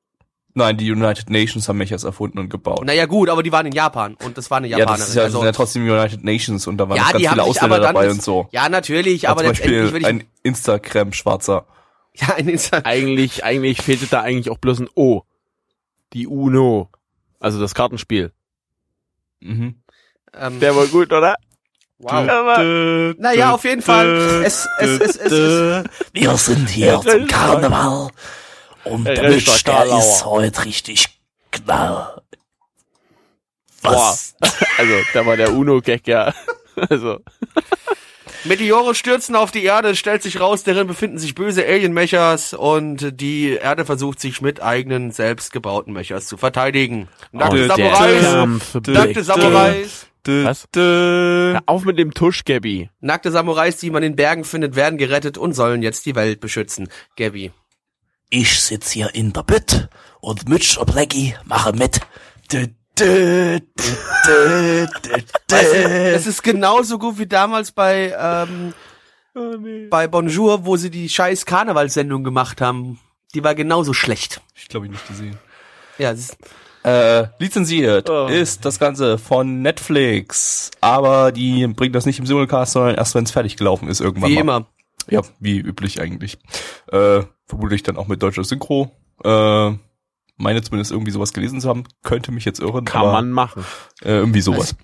B: Nein, die United Nations haben mich erst erfunden und gebaut.
A: Naja gut, aber die waren in Japan und das war eine
B: Oh. ja,
A: Japanerin.
B: das ist ja, das
A: also,
B: sind ja trotzdem die United Nations und da waren
A: Ja,
B: auch ganz
A: die haben
B: viele
A: sich aber
B: Ausländer
A: dann
B: dabei
A: das-
B: und so.
A: ja, natürlich,
B: Ja,
A: aber
B: zum
A: letztendlich will
B: Beispiel
A: ich...
B: ein Instagram-Schwarzer.
A: ja, ein Insta
C: Eigentlich, eigentlich fehlte da eigentlich auch bloß ein O. Die Uno. Also das Kartenspiel.
B: Mhm.
A: ähm,
C: Der war gut, oder? Aber-
B: Dö, dö,
A: Naja, auf jeden Fall.
B: dö,
A: Es, es, es, es, es,
B: dö.
D: Wir sind hier zum Karneval und der
C: Ey,
D: Mensch, der
C: Stahlauer.
D: ist heute richtig knall.
C: Boah.
D: Was?
C: Also, da war der Uno-Gag, ja. Also,
A: Meteore stürzen auf die Erde, es stellt sich raus, darin befinden sich böse Alien-Mechas und die Erde versucht sich mit eigenen, selbstgebauten Mechas zu verteidigen. Nackte
C: Oh,
B: Und der
A: Samurais, nackte Samurais,
B: Dö,
C: Was?
B: dö.
C: Hör auf mit dem Tusch, Gabby.
A: nackte Samurais, die man in Bergen findet, werden gerettet und sollen jetzt die Welt beschützen. Gabby.
D: Ich sitz hier in der Bütt und Mitch und Blackie machen mit. Dö, dö, dö, dö, dö, dö.
A: Es ist genauso gut wie damals bei, ähm, bei Bonjour, wo sie die scheiß Karnevalssendung gemacht haben. Die war genauso schlecht.
B: Ich glaube, ich nicht gesehen.
A: Ja, es ist,
B: Äh, lizenziert
C: Oh.
B: ist das Ganze von Netflix, aber die bringen das nicht im Simulcast, sondern erst, wenn es fertig gelaufen ist irgendwann
A: wie
B: mal.
A: immer.
B: Ja, wie üblich eigentlich. Äh, vermutlich dann auch mit deutscher Synchro. Äh, meine zumindest irgendwie sowas gelesen zu haben. Könnte mich jetzt irren,
C: Kann
B: aber
C: man machen.
B: äh, irgendwie sowas.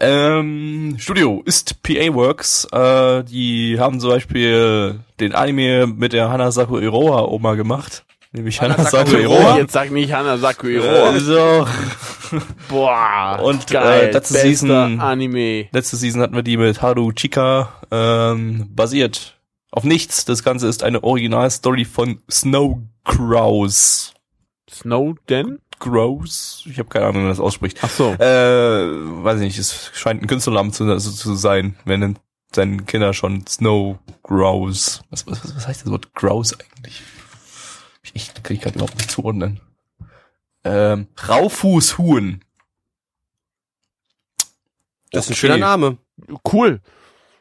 B: Ähm, Studio ist PA Works. Äh, die haben zum Beispiel den Anime mit der Hanasaku Iroha Oma gemacht. Nämlich
A: Hanasaku
B: Hanasaku
A: Iroha.
B: Iroha.
C: Jetzt sag nicht Hanasaku
B: Äh,
C: Iroha.
B: so.
C: Boah.
B: Und, äh, letzte
C: Bester
B: Season-
C: Anime.
B: Letzte Season hatten wir die mit Haru Chika. Ähm, basiert auf nichts. Das Ganze ist eine Originalstory von Snow Crows.
C: Snowden?
B: Gross? Ich habe keine Ahnung, wie man das ausspricht.
C: Ach so.
B: Äh, weiß nicht, es scheint ein Künstlername zu, also zu sein, wenn denn seine Kinder schon Snow Grouse. Was, was, was heißt das Wort Grouse eigentlich? Ich, ich krieg grad überhaupt nicht zuordnen. Ähm, Raufußhuhn.
A: Das ist ein schöner
B: Okay.
A: Name.
C: Cool.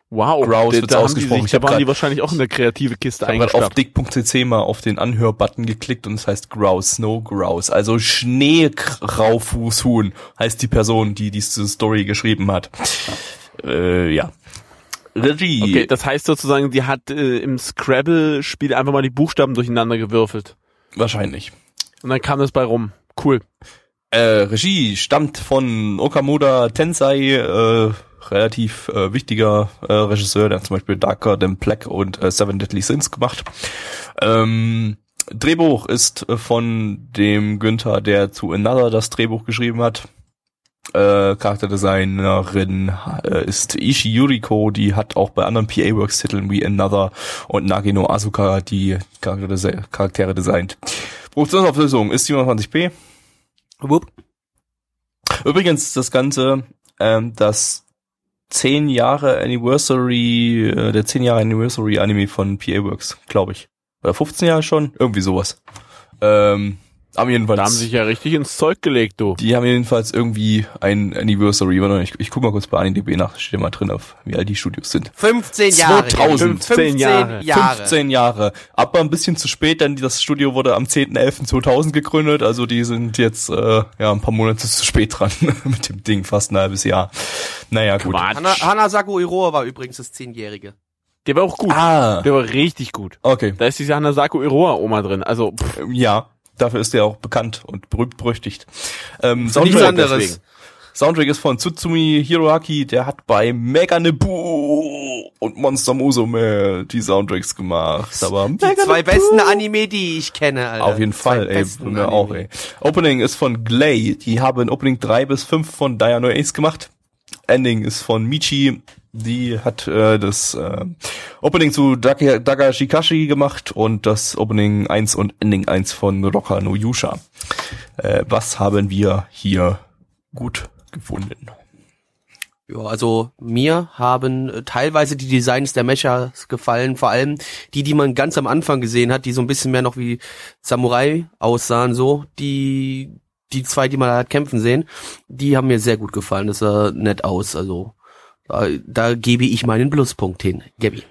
C: Wow.
B: Grouse wird's
C: Da- da haben die
B: ausgesprochen.
C: Sich,
B: Ich
C: da
B: hab
C: waren
B: grad-
C: die wahrscheinlich auch in der kreative Kiste
B: Ich habe gerade auf
C: eingeschnappt.
B: dick.cc mal auf den Anhörbutton geklickt und es heißt Grouse, Snow Grouse. Also Schneeraufußhuhn heißt die Person, die diese Story geschrieben hat. Äh, ja. Regie.
C: Okay, das heißt sozusagen, die hat äh, im Scrabble-Spiel einfach mal die Buchstaben durcheinander gewürfelt.
B: Wahrscheinlich.
C: Und dann kam das bei rum. Cool.
B: Äh, Regie stammt von Okamoda Tensei, äh, relativ äh, wichtiger äh, Regisseur, der hat zum Beispiel Darker Than Black und äh, Seven Deadly Sins gemacht. Ähm, Drehbuch ist äh, von dem Günther, der zu Another das Drehbuch geschrieben hat. Äh, Charakterdesignerin äh, ist Ishi Yuriko, die hat auch bei anderen PA Works Titeln wie Another und Nagino Asuka die Charakterdese Charaktere designt. Produktionsauflösung ist 720p.
A: Wupp.
B: Übrigens, das Ganze, ähm, das 10 Jahre Anniversary, äh, der 10 Jahre Anniversary Anime von PA Works, glaube ich. Oder 15 Jahre schon? Irgendwie sowas. Ähm, haben jedenfalls,
C: Da haben sich ja richtig ins Zeug gelegt, du.
B: die haben jedenfalls irgendwie ein Anniversary. Warte mal, ich, ich guck mal kurz bei AniDB nach, steht ja mal drin, auf, wie alt die Studios sind.
E: 15 Jahre.
B: 2000.
E: 15 Jahre.
C: Jahre.
B: 15 Jahre. Aber ein bisschen zu spät, denn das Studio wurde am 10.11.2000 gegründet, also die sind jetzt äh, ja ein paar Monate zu spät dran mit dem Ding, fast ein halbes Jahr. Naja, gut.
C: Quatsch.
A: Hana, Hanasaku Iroha war übrigens das Zehnjährige.
C: Der war auch gut.
B: Ah,
C: Der war richtig gut.
B: okay.
C: Da ist diese Hanasaku Iroha Oma drin. Also, pff,
B: Ja, dafür ist er auch bekannt und berühmt berüchtigt. Ähm, Soundtrack,
A: Nichts anderes.
B: deswegen. Soundtrack ist von Tsutsumi Hiroaki, der hat bei Mega Nebu und Monster Musume die Soundtracks gemacht. Aber
A: Die zwei besten Anime, die ich kenne, Alter.
B: Auf jeden
A: Die
B: Fall,
A: zwei
B: ey,
A: besten
B: bei mir auch,
A: Anime.
B: ey. Opening ist von Glay, die haben Opening 3 bis 5 von Diano Ace gemacht. Ending ist von Michi, die hat äh, das äh, Opening zu Daka, Daka Shikashi gemacht und das Opening 1 und Ending 1 von Rocker no Yusha. Äh, was haben wir hier gut gefunden?
A: Ja, also mir haben äh, teilweise die Designs der Mechas gefallen, vor allem die, die man ganz am Anfang gesehen hat, die so ein bisschen mehr noch wie Samurai aussahen, so die die zwei, die man hat kämpfen sehen, die haben mir sehr gut gefallen. Das sah nett aus, also da, da gebe ich meinen Pluspunkt hin, Gabi.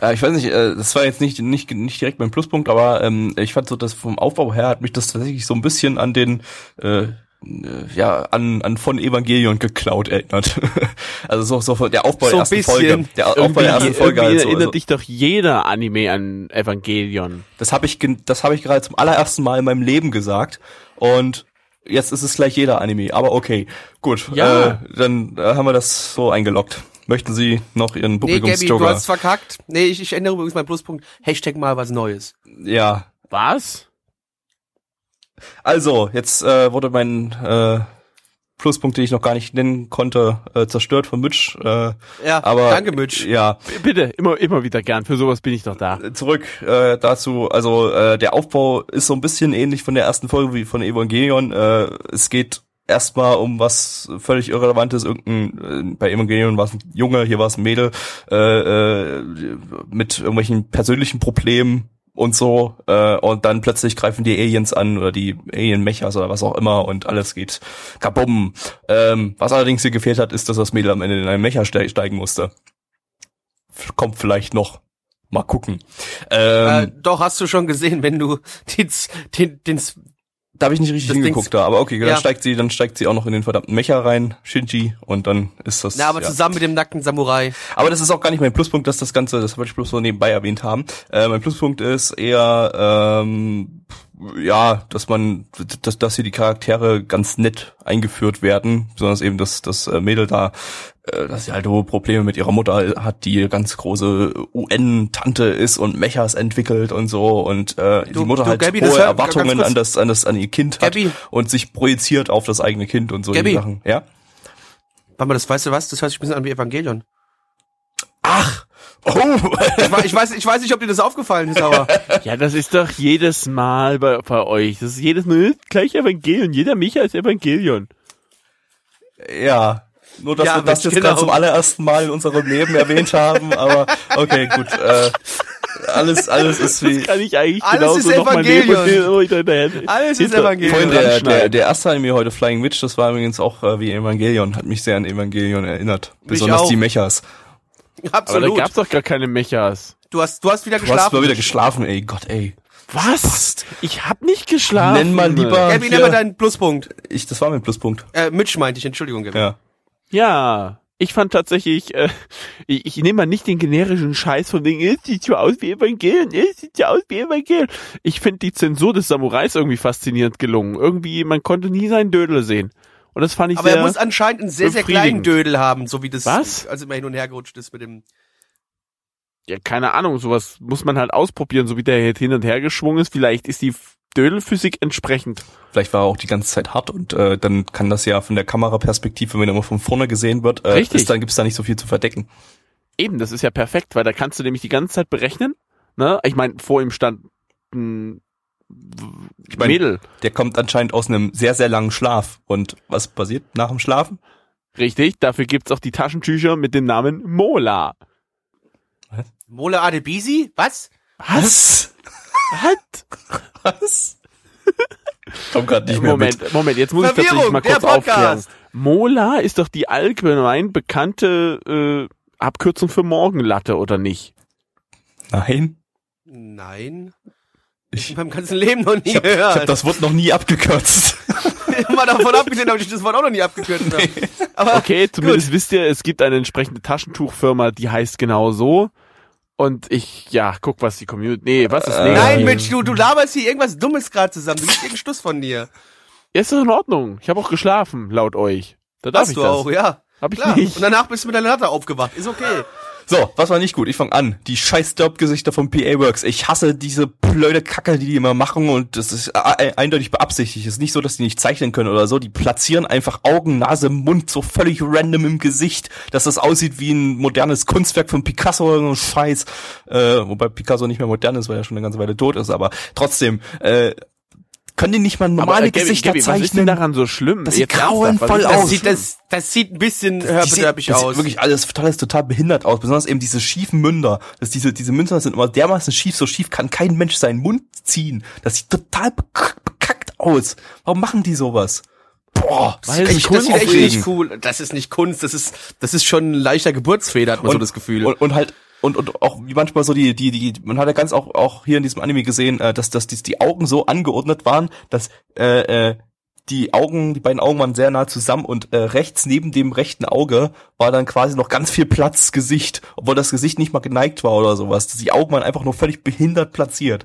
B: Ja, ich weiß nicht, äh, das war jetzt nicht, nicht, nicht direkt mein Pluspunkt, aber ähm, ich fand so, dass vom Aufbau her hat mich das tatsächlich so ein bisschen an den, äh, äh, ja, an, an von Evangelion geklaut erinnert. also so, so von- der Aufbau
A: So
B: der
A: ein
B: ersten
A: bisschen.
B: Folge. Der Aufbau
C: irgendwie,
B: der ersten
C: irgendwie
B: Folge halt so.
C: erinnert
B: Also,
C: dich doch jeder Anime an Evangelion.
B: das habe ich, gen- das hab ich gerade zum allerersten Mal in meinem Leben gesagt und jetzt ist es gleich jeder Anime, aber okay, gut.
C: Ja.
B: Äh, dann äh, haben wir das so eingeloggt. Möchten Sie noch
A: Nee, Gabi, du
B: Ihren Publikumsjoker?
A: hast verkackt. Nee, ich, ich ändere übrigens meinen Pluspunkt. Hashtag mal was Neues.
B: ja,
C: Was?
B: Also, jetzt äh, wurde mein äh, Pluspunkt, den ich noch gar nicht nennen konnte, äh, zerstört von Mitch. Äh,
A: Ja,
B: aber
A: danke, Mitch.
B: Ja,
C: B- Bitte, immer, immer wieder gern. Für sowas bin ich doch da.
B: zurück äh, dazu. Also äh, der Aufbau ist so ein bisschen ähnlich von der ersten Folge wie von Evangelion. Äh, es geht erstmal um was völlig irrelevantes. Irgendein äh, bei Evangelion war es ein Junge, hier war es ein Mädel äh, äh, mit irgendwelchen persönlichen Problemen und so äh, und dann plötzlich greifen die Aliens an oder die Alien Mechas oder was auch immer und alles geht kabum. Ähm, was allerdings hier gefehlt hat, ist, dass das Mädel am Ende in einen Mecha ste steigen musste. F- Kommt vielleicht noch. Mal gucken. Ähm,
A: äh, doch, hast du schon gesehen, wenn du den, den, den
B: da habe ich nicht richtig
A: Äh, das
B: hingeguckt
A: Dings-
B: da, aber okay, dann
A: Ja.
B: steigt sie, dann steigt sie auch noch in den verdammten Mecha rein, Shinji, und dann ist das.
A: Na, aber
B: ja.
A: zusammen mit dem nackten Samurai.
B: aber das ist auch gar nicht mein Pluspunkt, dass das Ganze, das wollte ich bloß so nebenbei erwähnt haben. Äh, mein Pluspunkt ist eher, ähm, ja, dass man, dass, dass hier die Charaktere ganz nett eingeführt werden, besonders eben das, das äh, Mädel da, äh, dass sie halt hohe Probleme mit ihrer Mutter hat, die ganz große UN-Tante ist und Mechas entwickelt und so und äh, die
A: Du-
B: Mutter
A: du,
B: halt
A: Gabi, das
B: hohe
A: war- ganz
B: Erwartungen
A: kurz.
B: an das, an das, an ihr Kind hat
A: Gabi.
B: und sich projiziert auf das eigene Kind und so die
A: Gabi.
B: Sachen. Ja.
A: Warte mal, das weißt du was? Das hört sich ein bisschen an wie Evangelion.
B: Oh,
A: Ich, wei- ich, weiß, ich weiß nicht, ob dir das aufgefallen ist, aber
C: Ja, das ist doch jedes Mal bei, bei euch. Das ist jedes Mal gleich Evangelion. Jeder Micha ist Evangelion.
B: Ja. Nur, dass
A: Ja,
B: wir das
A: mit
B: jetzt gerade
A: genau.
B: zum allerersten Mal in unserem Leben erwähnt haben, aber okay, gut. Äh, alles, alles ist wie.
C: Das kann ich eigentlich
A: Alles
C: genauso
A: ist
C: noch mal nehmen und
A: Evangelion.
C: hinter- hinterher-
A: Alles ist
C: hinter-
A: Evangelion.
B: Vorhin
C: hinten
B: der, der,
C: ranschneiden.
B: der erste Anime heute, Flying Witch, das war übrigens auch äh, wie Evangelion, hat mich sehr an Evangelion erinnert. Besonders
A: auch.
B: die Mechas.
C: Aber da
A: absolut.
C: gab's doch gar keine Mechas.
A: Du hast, du hast wieder
B: Du hast mal
A: geschlafen.
B: wieder geschlafen, ey, Gott, ey.
C: Was? Ich hab nicht geschlafen.
B: Nenn mal lieber-
A: Gabi, nimm
B: hier.
A: mal deinen Pluspunkt.
B: Ich, das war mein Pluspunkt.
A: Äh, Mitch meinte ich, Entschuldigung, Gabi.
B: Ja.
C: Ja. Ich fand tatsächlich, äh, ich, ich nehme mal nicht den generischen Scheiß von Dingen, es sieht ja aus wie Evangelion, es sieht ja aus wie Evangelion. Ich finde die Zensur des Samurais irgendwie faszinierend gelungen. Irgendwie, man konnte nie seinen Dödel sehen. Und das fand ich
A: Aber
C: sehr...
A: er muss anscheinend einen sehr, sehr kleinen
C: befriedigend.
A: also Dödel haben, so wie das,
C: Was?
A: als immer hin und her gerutscht ist mit dem,
C: ja, keine Ahnung, sowas muss man halt ausprobieren, so wie der jetzt hin und her geschwungen ist. Vielleicht ist die Dödelphysik entsprechend.
B: Vielleicht war er auch die ganze Zeit hart und äh, dann kann das ja von der Kameraperspektive, wenn er immer von vorne gesehen wird, äh,
C: Richtig.
B: ist, dann gibt's da nicht so viel zu verdecken.
C: Eben, das ist ja perfekt, weil da kannst du nämlich die ganze Zeit berechnen. Ne? Ich meine, vor ihm stand ein
B: Ich mein-
C: Mädel.
B: Der kommt anscheinend aus einem sehr, sehr langen Schlaf. Und was passiert nach dem Schlafen?
C: Richtig, dafür gibt's auch die Taschentücher mit dem Namen Mola.
E: Mola Adebisi? Was?
B: Was?
C: Was?
B: Was? Komm grad Halt! nicht mehr mit.
C: Äh, Moment, Moment, jetzt muss ich
E: Verwirrung,
C: tatsächlich mal
E: der
C: kurz aufklären.
E: Podcast.
C: Mola ist doch die allgemein bekannte äh, Abkürzung für Morgenlatte, oder nicht?
B: Nein.
A: Nein.
B: Ich,
A: In meinem ganzen Leben noch nie
B: ich habe
A: gehört.
B: hab das Wort noch nie abgekürzt.
A: Mal davon abgesehen, habe ich das Wort auch noch nie abgekürzt. habe. Aber
C: Okay, zumindest wisst ihr, es gibt eine entsprechende Taschentuchfirma, die heißt genau so. Und ich, ja, guck, was die Community. Nee, was ist
B: Äh,
C: nee,
A: nein, Mitch, du, du laberst hier irgendwas Dummes gerade zusammen. Du gibst irgendeinen Schluss von dir.
C: Ist doch in Ordnung. Ich habe auch geschlafen, laut euch. Da darf
A: Hast
C: ich
A: du
C: das.
A: auch, ja.
C: Hab ich
A: Klar.
C: nicht.
A: Und danach bist du mit deiner Latte aufgewacht. Ist okay.
B: So, was war nicht gut? Ich fange an. Die scheiß Derp-Gesichter von PA Works. Ich hasse diese blöde Kacke, die die immer machen und das ist e- eindeutig beabsichtigt. Es ist nicht so, dass die nicht zeichnen können oder so. Die platzieren einfach Augen, Nase, Mund so völlig random im Gesicht, dass das aussieht wie ein modernes Kunstwerk von Picasso oder so ein Scheiß. Äh, wobei Picasso nicht mehr modern ist, weil er schon eine ganze Weile tot ist, aber trotzdem, äh, können die nicht mal
C: Aber,
B: normale
C: äh, Gabi,
B: Gesichter
C: Gabi, Was ist denn
B: zeichnen?
C: daran so schlimm?
B: Das sieht
C: ernsthaft, was
B: grauenvoll
C: ist
B: aus.
A: Das sieht, das, das sieht ein bisschen
B: Die sehen-
A: herbederbig
B: das
A: aus.
B: Sieht wirklich alles alles total behindert aus, besonders eben diese schiefen Münder. Dass diese diese Münder sind immer dermaßen schief, so schief kann kein Mensch seinen Mund ziehen. Das sieht total bek- bekackt aus. Warum machen die sowas? Boah, das kann
C: Weil es
B: mich
A: das
C: Kunst
A: sieht echt
B: aufregen.
A: nicht cool. Das ist nicht Kunst. Das ist, das ist schon ein leichter Geburtsfehler, hat man so das Gefühl.
B: Und, und halt und und auch wie manchmal so die die die man hat ja ganz auch auch hier in diesem Anime gesehen, äh, dass dass die, die Augen so angeordnet waren, dass äh, äh, die Augen, die beiden Augen waren sehr nah zusammen und äh, rechts neben dem rechten Auge war dann quasi noch ganz viel Platz Gesicht, obwohl das Gesicht nicht mal geneigt war oder sowas. Die Augen waren einfach nur völlig behindert platziert.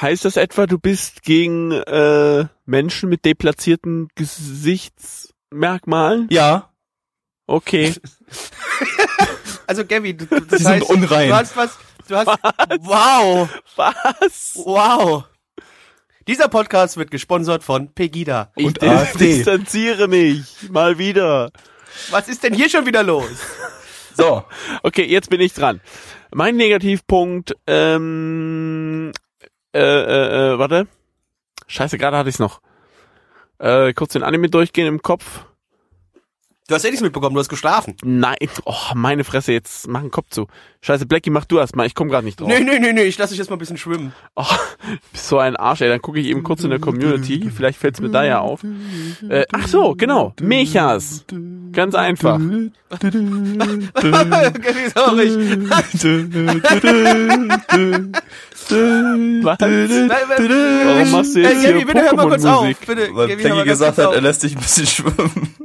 C: Heißt das etwa, du bist gegen äh, Menschen mit deplatzierten Gesichtsmerkmalen?
B: Ja,
C: Okay.
A: Also, Gabby, du, du- das
B: die
A: heißt,
B: sind unrein.
A: du hast was, du hast, wow,
C: Was?
A: wow. Dieser Podcast wird gesponsert von Pegida.
C: Ich
B: Und
C: dis-
B: AfD.
C: distanziere mich. Mal wieder.
A: Was ist denn hier schon wieder los?
B: So,
C: Okay, jetzt bin ich dran. Mein Negativpunkt, ähm, äh, äh, äh, warte. Scheiße, gerade hatte ich's noch. Äh, kurz den Anime durchgehen im Kopf.
A: Du hast eh nichts mitbekommen, du hast geschlafen.
C: Nein, oh, meine Fresse, jetzt mach den Kopf zu. Scheiße, Blackie, mach du erst mal, ich komm gerade nicht drauf.
A: Nee, nee, nee, nee, ich lass dich jetzt mal ein bisschen schwimmen.
C: Oh, bist so ein Arsch, ey. Dann gucke ich eben kurz in der Community. Vielleicht fällt's mir da ja auf. Äh, ach so, genau. Mechas. Ganz einfach.
A: Gabby, sorry.
C: Was?
A: Nein, nein.
C: Warum machst du jetzt
A: Äh, Gabby,
C: hier
A: bitte hör mal kurz auf.
C: Pokémon-Musik?
A: Bitte,
B: weil
A: Gabby, hör mal ganz
B: Peggy gesagt
A: kurz
B: hat, er
A: auf.
B: lässt sich ein bisschen schwimmen.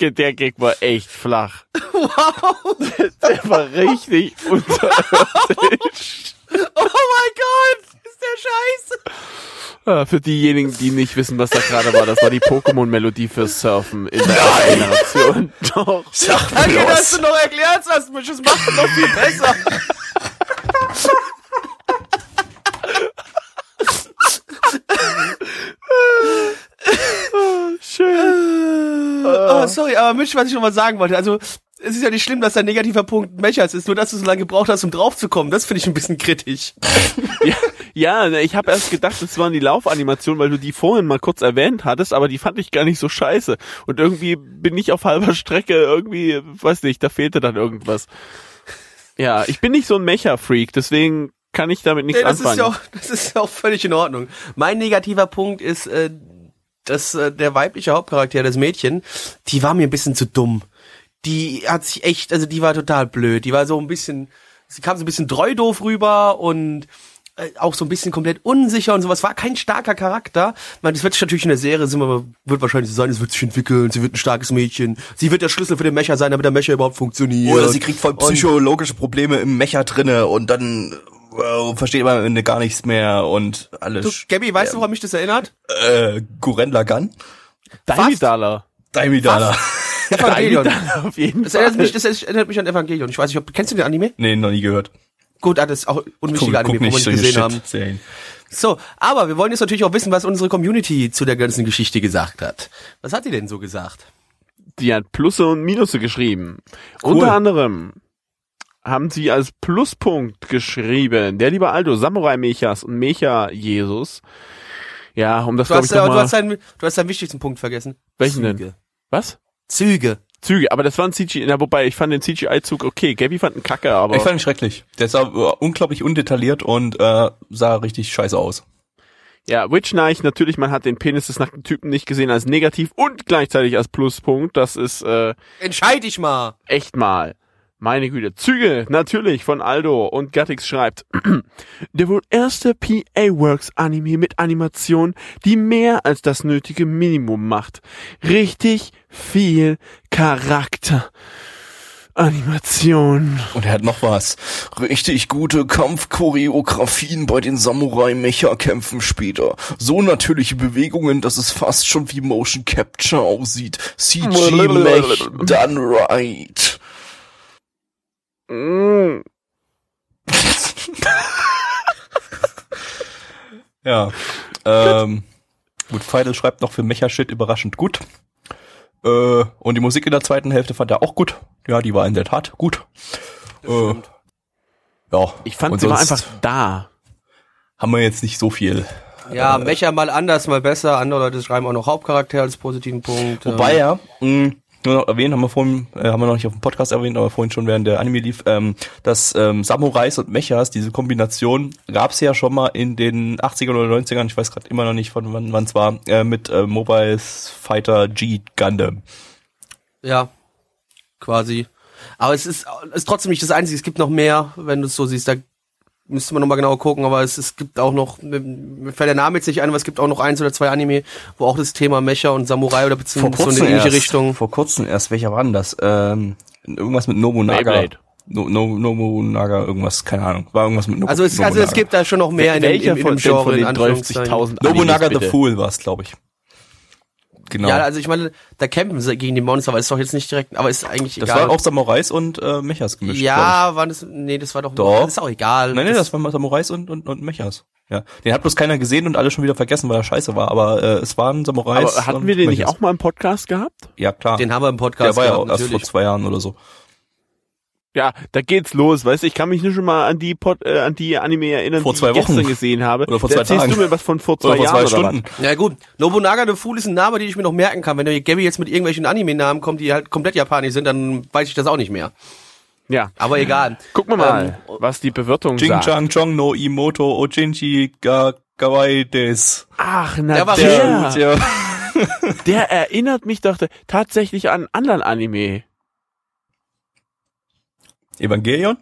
C: Der Gag war echt flach. Wow. Der war richtig unterirdisch.
A: Oh mein Gott, ist der scheiße.
C: Ah, Für diejenigen, die nicht wissen, was da gerade war, das war die Pokémon-Melodie fürs Surfen in der Generation. Doch.
A: Danke, dass du noch erklärt hast, Mensch, das macht noch viel besser.
C: Schön.
A: Oh, sorry, aber Mitch, was ich noch mal sagen wollte. Also, es ist ja nicht schlimm, dass dein negativer Punkt Mechas ist, nur dass du so lange gebraucht hast, um draufzukommen. Das finde ich ein bisschen kritisch.
C: Ja, ja ne, ich habe erst gedacht, das waren die Laufanimationen, weil du die vorhin mal kurz erwähnt hattest, aber die fand ich gar nicht so scheiße. Und irgendwie bin ich auf halber Strecke, irgendwie, weiß nicht, da fehlte dann irgendwas. Ja, ich bin nicht so ein Mecha-Freak, deswegen kann ich damit nichts
A: Nee, das
C: anfangen.
A: ist ja auch, das ist ja auch völlig in Ordnung. Mein negativer Punkt ist, äh, dass äh, der weibliche Hauptcharakter, das Mädchen, die war mir ein bisschen zu dumm. Die hat sich echt, also die war total blöd. Die war so ein bisschen, sie kam so ein bisschen dreudoof rüber und äh, auch so ein bisschen komplett unsicher und sowas. War kein starker Charakter. Ich meine, das wird sich natürlich in der Serie, sind wir, wird wahrscheinlich so sein, es wird sich entwickeln, sie wird ein starkes Mädchen. Sie wird der Schlüssel für den Mecher sein, damit der Mecher überhaupt funktioniert.
B: Oder sie kriegt voll psychologische Probleme im Mecher drinne und dann äh, versteht man am Ende gar nichts mehr und
A: Du,
B: alles.
A: Gabby, weißt du, woran mich das erinnert?
B: äh, Guren Lagan?
C: Daimidala.
B: Daimidala.
A: Evangelion.
C: Dein- Auf jeden
A: Das erinnert,
C: Fall.
A: mich, das erinnert mich an Evangelion. Ich weiß nicht, ob, kennst du den Anime?
B: Nee, noch nie gehört.
A: Gut, ah, das ist auch unwichtiger Anime, wo wir nicht
B: solche
A: gesehen haben.
B: Shit-Serien.
A: So, aber wir wollen jetzt natürlich auch wissen, was unsere Community zu der ganzen Geschichte gesagt hat. Was hat die denn so gesagt?
C: Die hat Plusse und Minusse geschrieben. Unter anderem haben sie als Pluspunkt geschrieben, der liebe Aldo, Samurai Mechas und Mecha Jesus. Ja, um das
A: Du
C: glaube
A: hast, äh,
C: ich
A: du,
C: nochmal.
A: hast deinen, du hast deinen wichtigsten Punkt vergessen.
C: Welchen
A: Züge.
C: denn? Was?
A: Züge.
C: Züge, aber das war ein CGI, na, wobei ich fand den CGI-Zug okay. Gabby fand einen Kacke, aber.
B: Ich fand ihn schrecklich. Der sah äh, unglaublich undetailliert und äh, sah richtig scheiße aus.
C: Ja, Witch Knight, natürlich, man hat den Penis des nackten Typen nicht gesehen als negativ und gleichzeitig als Pluspunkt. Das ist äh,
A: Entscheid dich mal.
C: echt mal. Meine Güte. Züge, natürlich, von Aldo. Und Gattix schreibt, der wohl erste PA-Works-Anime mit Animation, die mehr als das nötige Minimum macht. Richtig viel Charakter. Animation.
B: Und er hat noch was.
D: Richtig gute Kampfchoreografien bei den Samurai-Mecha-Kämpfen später. So natürliche Bewegungen, dass es fast schon wie Motion Capture aussieht. CG-Mech done right.
C: Mm.
B: Ja. Ähm, gut, Feidel schreibt noch für Mecha-Shit überraschend gut. Äh, und die Musik in der zweiten Hälfte fand er auch gut. Ja, die war in der Tat gut. Äh, ja.
C: Ich fand
B: Und
C: sie war
B: sonst
C: einfach da.
B: Haben wir jetzt nicht so viel.
A: Ja,
C: Äh.
A: Mecha mal anders, mal besser. Andere Leute schreiben auch noch Hauptcharakter als positiven Punkt.
B: Äh, Wobei ja, mh, nur noch erwähnt, haben wir vorhin, äh, haben wir noch nicht auf dem Podcast erwähnt, aber vorhin schon während der Anime lief, ähm, dass ähm, Samurais und Mechas, diese Kombination, gab's ja schon mal in den 80ern oder 90ern, ich weiß gerade immer noch nicht, von wann wann's war, äh, mit äh, Mobile Fighter G Gundam.
A: Äh, ja, quasi. Aber es ist, ist trotzdem nicht das Einzige. Es gibt noch mehr, wenn du es so siehst. Da müsste man nochmal genauer gucken. Aber es, es gibt auch noch, mir- mir fällt der Name jetzt nicht ein, aber es gibt auch noch eins oder zwei Anime, wo auch das Thema Mecha und Samurai oder beziehungsweise so in eine ähnliche
B: erst,
A: Richtung.
B: Vor kurzem erst, welcher war denn das? Ähm, irgendwas mit Nobunaga.
C: Beyblade.
B: No, no, Nobunaga, irgendwas, keine Ahnung. War irgendwas mit Nobu-
A: Also es, also es
B: Nobunaga.
A: gibt da schon noch mehr in, dem-
C: Welcher
A: in, in,
C: von,
A: im
C: den-
A: Genre,
C: von
A: in
C: den
A: Anführungszeichen.
C: 30.000
B: Nobunaga
C: Animes,
B: the
C: bitte?
B: Fool war's, glaube ich. Genau.
A: Ja, also ich meine, da kämpfen sie gegen die Monster, aber ist doch jetzt nicht direkt, aber ist eigentlich
B: Das
A: egal.
B: war auch Samurais und äh, Mechas gemischt. glaub
A: ja, waren das, nee, das war doch,
B: Doch.
A: ist auch egal.
B: ich. Nein, nein,
A: das,
B: das waren Samurais und, und, und Mechas. Ja. Den hat bloß keiner gesehen und alle schon wieder vergessen, weil er scheiße war. Aber äh, es waren Samurais.
C: Aber hatten
B: und
C: wir den nicht
B: Mechas.
C: auch mal im Podcast gehabt?
B: Ja, klar.
A: den haben wir im
B: Der
A: Podcast
B: war ja auch
A: gehabt,
B: erst vor zwei Jahren oder so.
C: Ja, da geht's los, weißt du, ich kann mich nur schon mal an die Pod, äh, an die Anime erinnern,
B: Vor
C: die
B: zwei
C: ich gestern
B: Wochen.
C: gesehen habe.
B: Oder vor
C: da
B: zwei
C: erzählst
B: Tagen.
C: du mir was von vor
B: Oder
C: zwei
B: vor zwei
C: Jahren oder
B: Stunden.
A: Ja gut, Nobunaga the Fool ist ein Name, den ich mir noch merken kann. Wenn der Gabby jetzt mit irgendwelchen Anime-Namen kommt, die halt komplett japanisch sind, dann weiß ich das auch nicht mehr.
C: was? Ja.
A: Aber egal.
C: Gucken wir mal, was die Bewertung
B: Ähm, Jing
C: sagt.
B: Chang Chong no Imoto Ojinji Ga Kawaii des.
C: Ach, na
A: Der
C: der,
A: war
C: der,
B: Gut, ja.
C: erinnert mich doch tatsächlich an einen anderen Anime.
B: Evangelion?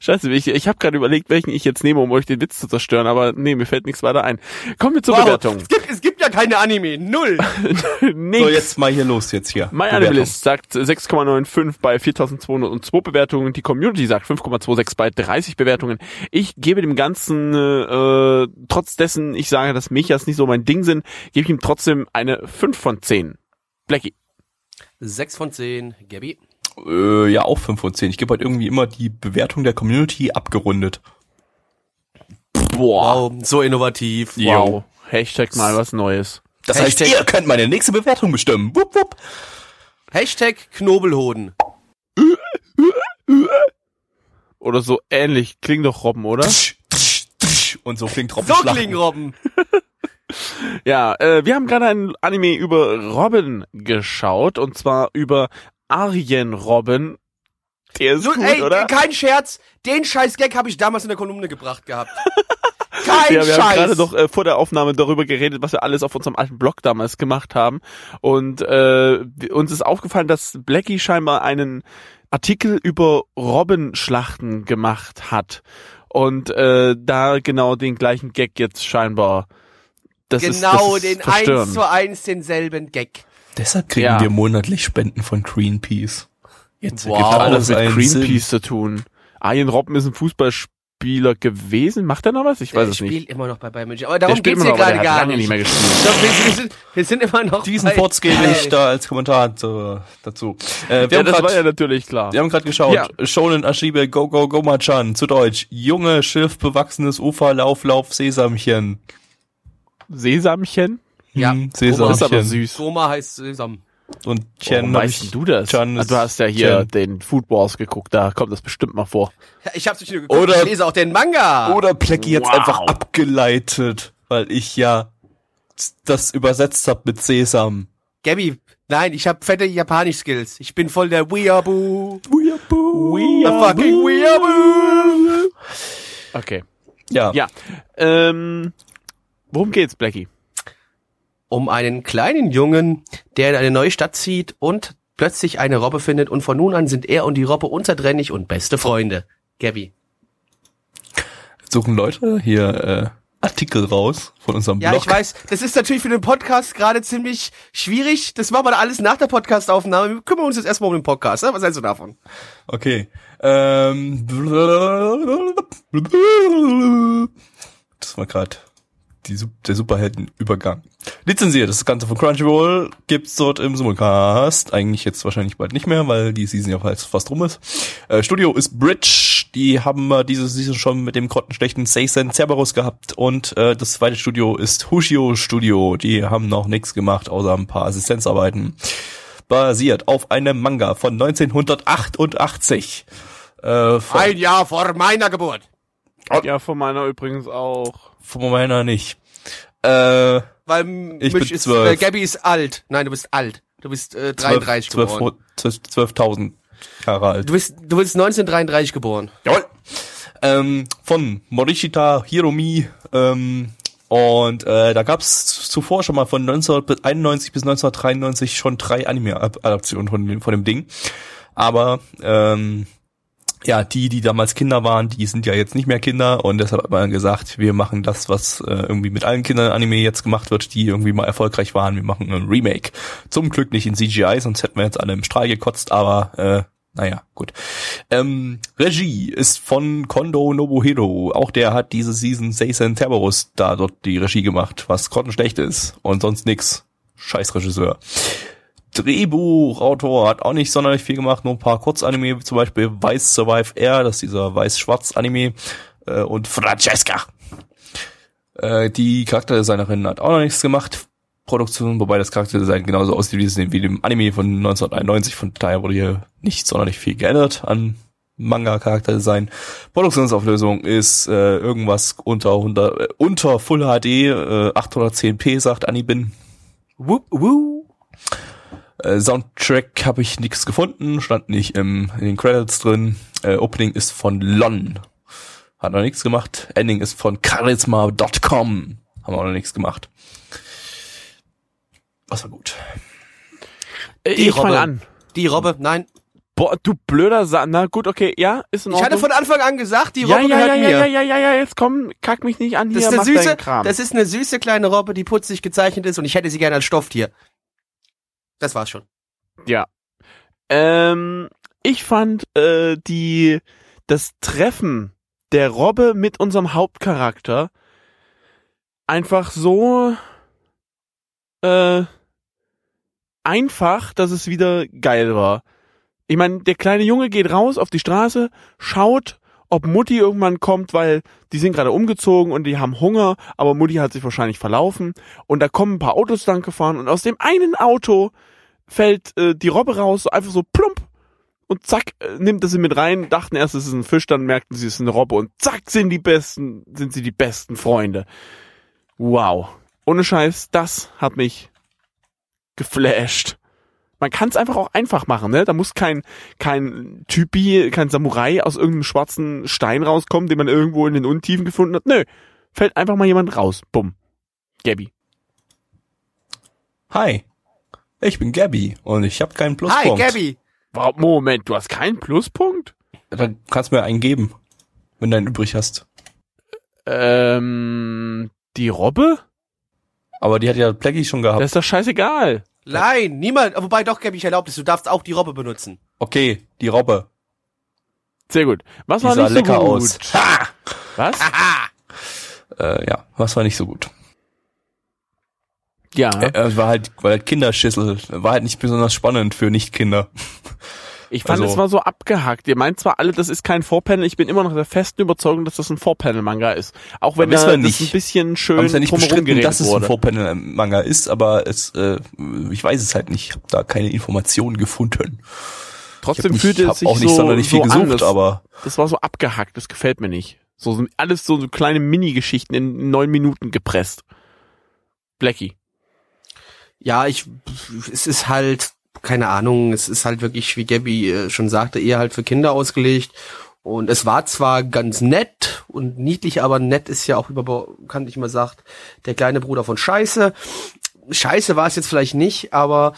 C: Scheiße, ich, ich habe gerade überlegt, welchen ich jetzt nehme, um euch den Witz zu zerstören, aber nee, mir fällt nichts weiter ein. Kommen wir zur
A: Wow,
C: Bewertung.
A: Es gibt, es gibt ja keine Anime, null.
C: Nix.
B: So, jetzt mal hier los, jetzt hier.
C: My
B: Bewertung.
C: Animalist sagt 6,95 bei 4.202 Bewertungen. Die Community sagt 5,26 bei 30 Bewertungen. Ich gebe dem Ganzen, äh, äh, trotz dessen ich sage, dass Mechas nicht so mein Ding sind, gebe ich ihm trotzdem eine 5 von 10. Blackie.
A: Sechs von zehn, Gabby.
B: Äh, ja, auch 5 von 10. Ich gebe halt irgendwie immer die Bewertung der Community abgerundet.
C: Boah.
A: Wow, so innovativ.
C: Wow. Hashtag mal was Neues.
B: Das
A: Hashtag-
B: heißt, ihr könnt meine nächste Bewertung bestimmen. Wupp, wupp.
A: Hashtag Knobelhoden.
C: Oder so ähnlich. Klingt doch Robben, oder?
B: Tsch, tsch, tsch. Und so klingt Robben
A: So
B: Schlachten.
A: klingen Robben.
C: Ja, äh, wir haben gerade ein Anime über Robben geschaut. Und zwar über Arjen Robben. Der ist
A: So,
C: gut,
A: ey,
C: oder?
A: kein Scherz, den scheiß Gag habe ich damals in der Kolumne gebracht gehabt. Kein
C: Ja, wir haben
A: Scheiß.
C: gerade noch äh, vor der Aufnahme darüber geredet, was wir alles auf unserem alten Blog damals gemacht haben. Und äh, wir- uns ist aufgefallen, dass Blackie scheinbar einen Artikel über Robbenschlachten gemacht hat. Und äh, da genau den gleichen Gag jetzt scheinbar. Das
A: genau
C: ist, das ist
A: den
C: verstörend.
A: eins zu eins denselben Gag.
B: Deshalb kriegen
C: Ja.
B: wir monatlich Spenden von Greenpeace. Jetzt
C: Wow,
B: ergibt
C: alles mit
B: einen
C: Greenpeace zu tun. Arjen Robben ist ein Fußballspieler, Spieler gewesen. Macht er noch was? Ich weiß es nicht.
A: spielt immer noch bei Bayern München. Aber darum
C: spielt
A: geht's
C: immer
A: hier
C: noch,
A: gerade
C: aber der hat
A: gar
C: lange
A: nicht.
C: nicht mehr gespielt.
A: Ich glaub, wir, sind, wir sind immer noch
B: Diesen
A: bei-
B: Fotz gebe ich
A: Äh,
B: da als Kommentar zu, dazu. Äh, wir
C: Ja,
B: haben
C: das
B: grad-
C: war ja natürlich klar.
B: Wir haben gerade geschaut.
C: Ja.
B: Shonen Ashibe Go Go Go Machan zu Deutsch. Junge Schilf bewachsenes Ufer Lauf Lauf Sesamchen.
C: Sesamchen?
A: Ja.
B: Hm,
C: Das ist aber
B: Sesamchen
C: süß.
A: Roma heißt zusammen.
B: und Chen.
C: Warum
B: hab
C: weißt
B: ich-
C: denn du das?
B: Chan
C: Ah,
B: ist-
C: du hast ja hier
B: Chan.
C: den Food Wars geguckt, da kommt das bestimmt mal vor.
A: Ich hab's nicht nur geguckt,
B: Oder-
A: ich lese auch den Manga.
B: Oder Plecki jetzt
C: Wow.
B: einfach abgeleitet, weil ich ja das übersetzt hab mit Sesam.
A: Gabby, nein, ich hab fette Japanisch-Skills. Ich bin voll der Weeaboo.
B: We
A: A fucking Weeaboo.
C: Okay.
B: Ja.
C: Ja. Ähm, worum geht's, Blackie?
A: Um einen kleinen Jungen, der in eine neue Stadt zieht und plötzlich eine Robbe findet und von nun an sind er und die Robbe unzertrennlich und beste Freunde. Gabby.
B: Suchen Leute hier äh, Artikel raus von unserem
A: Ja,
B: Blog.
A: ich weiß, das ist natürlich für den Podcast gerade ziemlich schwierig. Das machen wir alles nach der Podcastaufnahme. Wir kümmern uns jetzt erstmal um den Podcast. Ne? Was hältst du davon?
B: Okay. Ähm, das war gerade die, Sup- der Superheldenübergang. Lizenziert, das Ganze von Crunchyroll gibt's dort im Simulcast. Eigentlich jetzt wahrscheinlich bald nicht mehr, weil die Season ja fast, fast rum ist. Äh, Studio ist Bridge. Die haben wir diese Season schon mit dem grottenschlechten Seisen Cerberus gehabt. Und äh, das zweite Studio ist Hushio Studio. Die haben noch nichts gemacht, außer ein paar Assistenzarbeiten basiert auf einem Manga von 1988. Äh, von,
A: Ein Jahr vor meiner Geburt.
C: Ja, von meiner übrigens auch.
B: von meiner nicht. Äh,
A: Weil
B: Ich
A: Misch
B: bin
A: ist,
B: zwölf.
A: äh, Gabby ist alt. Nein, du bist alt. Du bist äh, 33
B: 12
A: geboren.
B: 12 12.000 Jahre alt.
A: Du bist du bist 1933 geboren.
B: Jawohl. Ähm, von Morishita Hiromi. Ähm, und äh, da gab's zuvor schon mal von 1991 bis 1993 schon drei Anime-Adaptionen von, dem- von dem Ding. Aber ähm, ja, die, die damals Kinder waren, die sind ja jetzt nicht mehr Kinder und deshalb hat man gesagt, wir machen das, was äh, irgendwie mit allen Kindern in Anime jetzt gemacht wird, die irgendwie mal erfolgreich waren. Wir machen ein Remake. Zum Glück nicht in CGI, sonst hätten wir jetzt alle im Strahl gekotzt, aber äh, naja, gut. Ähm, Regie ist von Kondo Nobuhiro. Auch der hat diese Season Seisen Cerberus da dort die Regie gemacht, was grottenschlecht ist und sonst nix. Scheiß Regisseur. Drehbuchautor hat auch nicht sonderlich viel gemacht, nur ein paar Kurzanime, zum Beispiel Weiß Survive Air, das ist dieser weiß-schwarz-Anime, äh, und Francesca. Äh, die Charakterdesignerin hat auch noch nichts gemacht. Produktion, wobei das Charakterdesign genauso aussieht wie es in- wie dem Anime von 1991, von daher wurde hier nicht sonderlich viel geändert an Manga-Charakterdesign. Produktionsauflösung ist äh, irgendwas unter 100, äh, unter Full HD, äh, 810p, sagt Anibin.
A: Whoop, woo.
B: Äh, Soundtrack habe ich nichts gefunden, stand nicht im, in den Credits drin. Äh, Opening ist von Lon. Hat noch nichts gemacht. Ending ist von charisma.com. Haben auch noch nichts gemacht. Was war gut.
C: Äh,
A: Die
C: ich fange
A: Robbe.
C: an.
A: Die Robbe, nein.
C: Boah, du blöder Sa Na gut, okay, ja, ist in
A: Ich
C: Ordnung.
A: hatte von Anfang an gesagt, die
C: ja,
A: Robbe
C: ja,
A: gehört
C: ja,
A: mir.
C: ja, ja, ja, ja, ja, jetzt komm, kack mich nicht an hier,
A: Das ist, eine
C: mach
A: süße,
C: deinen Kram.
A: das ist eine süße kleine Robbe, die putzig gezeichnet ist und ich hätte sie gerne als Stofftier. Das war's schon.
C: Ähm, ich fand äh, die das Treffen der Robbe mit unserem Hauptcharakter einfach so äh, einfach, dass es wieder geil war. Ich meine, der kleine Junge geht raus auf die Straße, schaut, ob Mutti irgendwann kommt, weil die sind gerade umgezogen und die haben Hunger, aber Mutti hat sich wahrscheinlich verlaufen und da kommen ein paar Autos lang gefahren und aus dem einen Auto fällt äh, die Robbe raus, so einfach so plump und zack, äh, nimmt er sie mit rein, dachten erst, es ist ein Fisch, dann merkten sie, es ist eine Robbe und zack, sind die besten, sind sie die besten Freunde. Wow. Ohne Scheiß, das hat mich geflasht. Man kann es einfach auch einfach machen, ne? Da muss kein, kein Typi, kein Samurai aus irgendeinem schwarzen Stein rauskommen, den man irgendwo in den Untiefen gefunden hat. Nö, fällt einfach mal jemand raus. Bumm. Gabby.
B: Hi. Ich bin Gabby und ich habe keinen
A: Hi,
B: Pluspunkt.
A: Gabby.
C: Wow, Moment, du hast keinen Pluspunkt?
B: Dann kannst du mir einen geben, wenn du einen übrig hast.
C: Ähm, die Robbe?
B: Aber die hat ja Plaggy schon gehabt.
C: Das ist doch scheißegal.
A: Nein, niemand. Wobei doch, Gabby, ich erlaube es. Du darfst auch die Robbe benutzen.
B: okay, die Robbe.
C: Sehr gut. Was war
B: Die sah
C: nicht so
B: lecker
C: gut?
B: aus. Ha!
C: Was?
B: Äh, ja, was war nicht so gut.
C: Ja,
B: Äh, äh, war halt, war halt Kinderschüssel. War halt nicht besonders spannend für Nicht-Kinder.
C: ich fand
B: also-
C: es war so abgehackt. Ihr meint zwar alle, das ist kein Vorpanel. Ich bin immer noch der festen Überzeugung, dass das ein Vorpanel-Manga ist. Auch wenn
B: Aber wissen
C: da
B: wir nicht.
C: das ein bisschen schön
B: Haben ja nicht
C: drumherum
B: bestritten,
C: geredet
B: dass es ein
C: wurde.
B: Vorpanel-Manga ist, aber es, äh, ich weiß es halt nicht. Ich habe da keine Informationen gefunden.
C: Trotzdem
B: ich
C: fühlte
B: hab
C: es sich
B: auch nicht
C: so,
B: sonderlich
C: so
B: viel gesucht,
C: an. Das,
B: aber
C: das war so abgehackt. Das gefällt mir nicht. So sind alles so, so kleine Mini-Geschichten in neun Minuten gepresst. Blackie.
A: Ja, ich, es ist halt, keine Ahnung, es ist halt wirklich, wie Gabby äh, schon sagte, eher halt für Kinder ausgelegt. Und es war zwar ganz nett und niedlich, aber nett ist ja auch über, kann ich mal sagt, der kleine Bruder von Scheiße. Scheiße war es jetzt vielleicht nicht, aber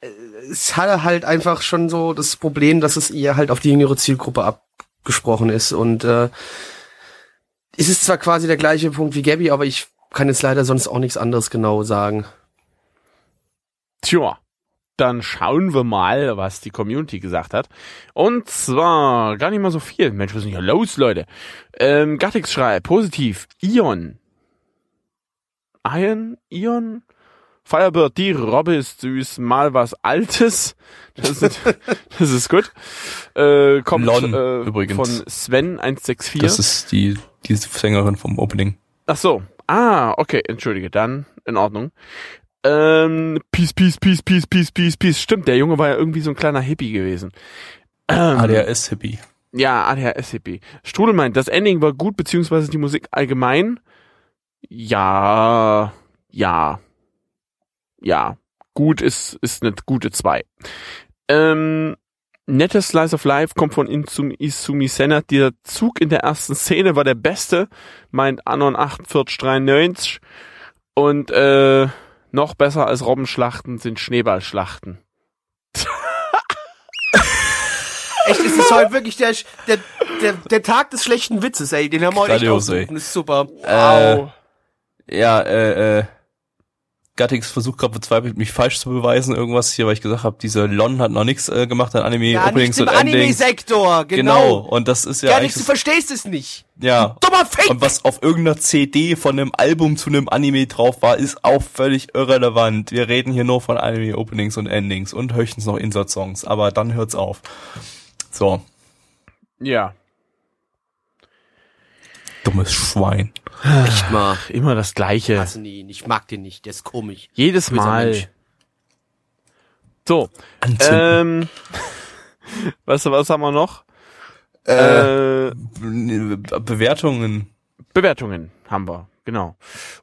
A: äh, es hatte halt einfach schon so das Problem, dass es eher halt auf die jüngere Zielgruppe abgesprochen ist. Und äh, es ist zwar quasi der gleiche Punkt wie Gabby, aber ich kann jetzt leider sonst auch nichts anderes genau sagen.
C: Tja, dann schauen wir mal, was die Community gesagt hat. Und zwar gar nicht mal so viel. Mensch, was ist denn hier los, Leute? Ähm, Gattix schreibt, positiv, Ion. Ion? Ion? Firebird, die Robbe ist süß, mal was Altes. Das ist, das ist gut. Äh, kommt
B: Lon,
C: äh,
B: übrigens.
C: von Sven164.
B: das ist die, die Sängerin vom Opening.
C: Ach so. Ah, okay, entschuldige, dann in Ordnung. Ähm, peace, peace, peace, peace, peace, peace, peace. Stimmt, der Junge war ja irgendwie so ein kleiner Hippie gewesen. Ähm,
B: ADHS-Hippie.
C: Ja, ADHS-Hippie. Strudel meint, das Ending war gut, beziehungsweise die Musik allgemein. Ja, ja, ja. Gut ist, ist eine gute zwei. Ähm, nettes Slice of Life kommt von Insumi, Isumi Senna. Der Zug in der ersten Szene war der beste, meint Anon 4893. Und äh, noch besser als Robbenschlachten sind Schneeballschlachten.
A: Echt, es ist heute wirklich der, der, der, der Tag des schlechten Witzes, ey. Den haben wir heute echt
B: Grandios, ey.
A: ausgerufen. Das ist super.
B: Äh, ja, äh, äh, Gattix versucht gerade verzweifelt, mich falsch zu beweisen, irgendwas hier, weil ich gesagt habe, diese Lon hat noch nichts äh, gemacht an Anime,
A: Ja,
B: Openings
A: nicht
B: und
A: im
B: Endings.
A: Anime-Sektor,
B: Genau,
A: genau.
B: und das ist ja
A: Gar
B: eigentlich,
A: nichts, du verstehst es nicht.
B: das- ja.
A: Dummer Fake!
B: Und was auf irgendeiner CD von einem Album zu einem Anime drauf war, ist auch völlig irrelevant. Wir reden hier nur von Anime-Openings und Endings und höchstens noch Insert-Songs, aber dann hört's auf. So,
C: ja.
B: dummes Schwein.
A: Echt mal.
C: Immer das Gleiche.
A: Hassen die ihn. Ich mag den nicht. Der ist komisch.
C: Jedes
A: Böser
C: Mal.
A: Mensch.
C: So,
B: Anzünden.
C: ähm, was, was haben wir noch?
D: Äh,
C: Äh,
B: Be- Bewertungen.
C: Bewertungen haben wir, genau.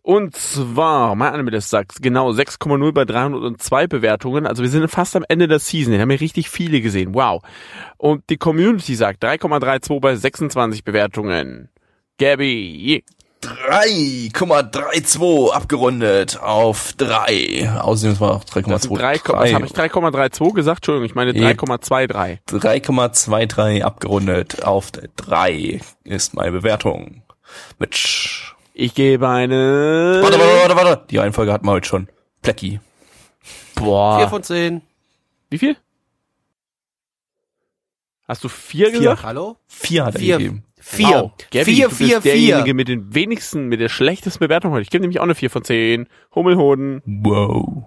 C: Und zwar, mein Anmeldes sagt, genau, 6,0 bei 302 Bewertungen. Also wir sind fast am Ende der Season. Wir haben hier richtig viele gesehen. Wow. Und die Community sagt 3,32 bei 26 Bewertungen. Gabby,
D: 3,32 abgerundet auf 3.
B: Außerdem war auch 3,2.
C: 3, was habe ich 3,32 gesagt? Entschuldigung, ich meine
B: Nee.
C: 3,23.
B: 3,23 abgerundet auf 3 ist meine Bewertung. Mitch.
C: Ich gebe eine...
B: Warte, warte, warte, warte. Die Reihenfolge hatten wir heute schon. Plecki. Ah.
C: Boah.
A: Vier von zehn.
C: Wie viel? Hast du vier, gesagt?
A: Hallo?
B: 4 hat
A: Vier.
B: er gegeben.
A: Vier.
C: Wow. Gabby,
A: vier,
C: du bist
A: vier,
C: derjenige
A: vier.
C: mit den wenigsten, mit der schlechtesten Bewertung heute. Ich gebe nämlich auch eine 4 von 10. Hummelhoden.
B: Wow.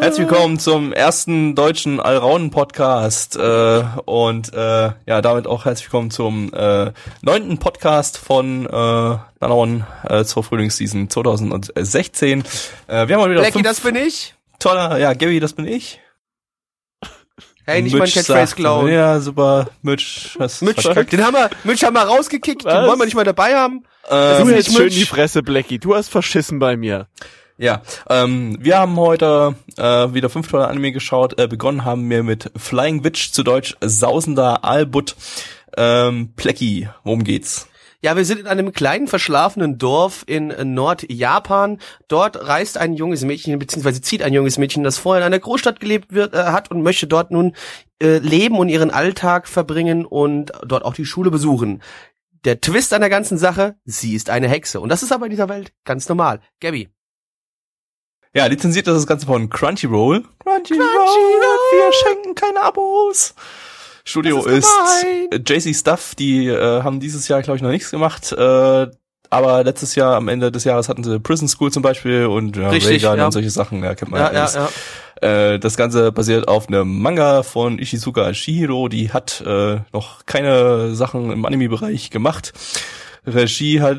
B: Herzlich willkommen zum ersten deutschen Allraunen-Podcast äh, und äh, ja, damit auch herzlich willkommen zum äh, neunten Podcast von äh, Nanaon äh, zur Frühlingsseason 2016. Äh, wir haben heute wieder
A: Blackie,
B: fünf
A: das bin ich.
B: toller, ja, Gabby, das bin ich.
A: Hey, nicht
B: Mitch
A: mein Catchphrase
B: sagt,
A: klauen.
B: Ja, super, Mitch. hast
A: Mitch,
B: verkackt.
A: den haben wir, Mitch haben wir rausgekickt. Den
C: Was?
A: wollen wir nicht mal dabei haben.
C: Du
B: Ähm,
A: nicht
C: hältst schön
A: Mensch.
C: die Fresse, Blackie. Du hast verschissen bei mir.
B: ja, ähm, wir haben heute äh, wieder fünf tolle Anime geschaut. Äh, begonnen haben wir mit Flying Witch, zu Deutsch Sausender Aalbutt. Ähm, Plecki, worum geht's?
A: Ja, wir sind in einem kleinen verschlafenen Dorf in äh, Nordjapan. Dort reist ein junges Mädchen beziehungsweise zieht ein junges Mädchen, das vorher in einer Großstadt gelebt wird, äh, hat und möchte dort nun äh, leben und ihren Alltag verbringen und dort auch die Schule besuchen. Der Twist an der ganzen Sache, sie ist eine Hexe und das ist aber in dieser Welt ganz normal. Gabby,
B: Ja, lizenziert ist das Ganze von Crunchyroll. Crunchyroll, wir schenken keine Abos. Studio ist, äh, JC Stuff, die äh, haben dieses Jahr, glaube ich, noch nichts gemacht. Äh, aber letztes Jahr, am Ende des Jahres, hatten sie Prison School zum Beispiel und ja,
A: Richtig,
B: Raygun
A: ja.
B: und solche Sachen, ja, kennt man
A: Ja, ja,
B: alles.
A: ja.
B: Äh, das Ganze basiert auf einem Manga von Ishizuka Shihiro. Die hat äh, noch keine Sachen im Anime-Bereich gemacht. Regie hat...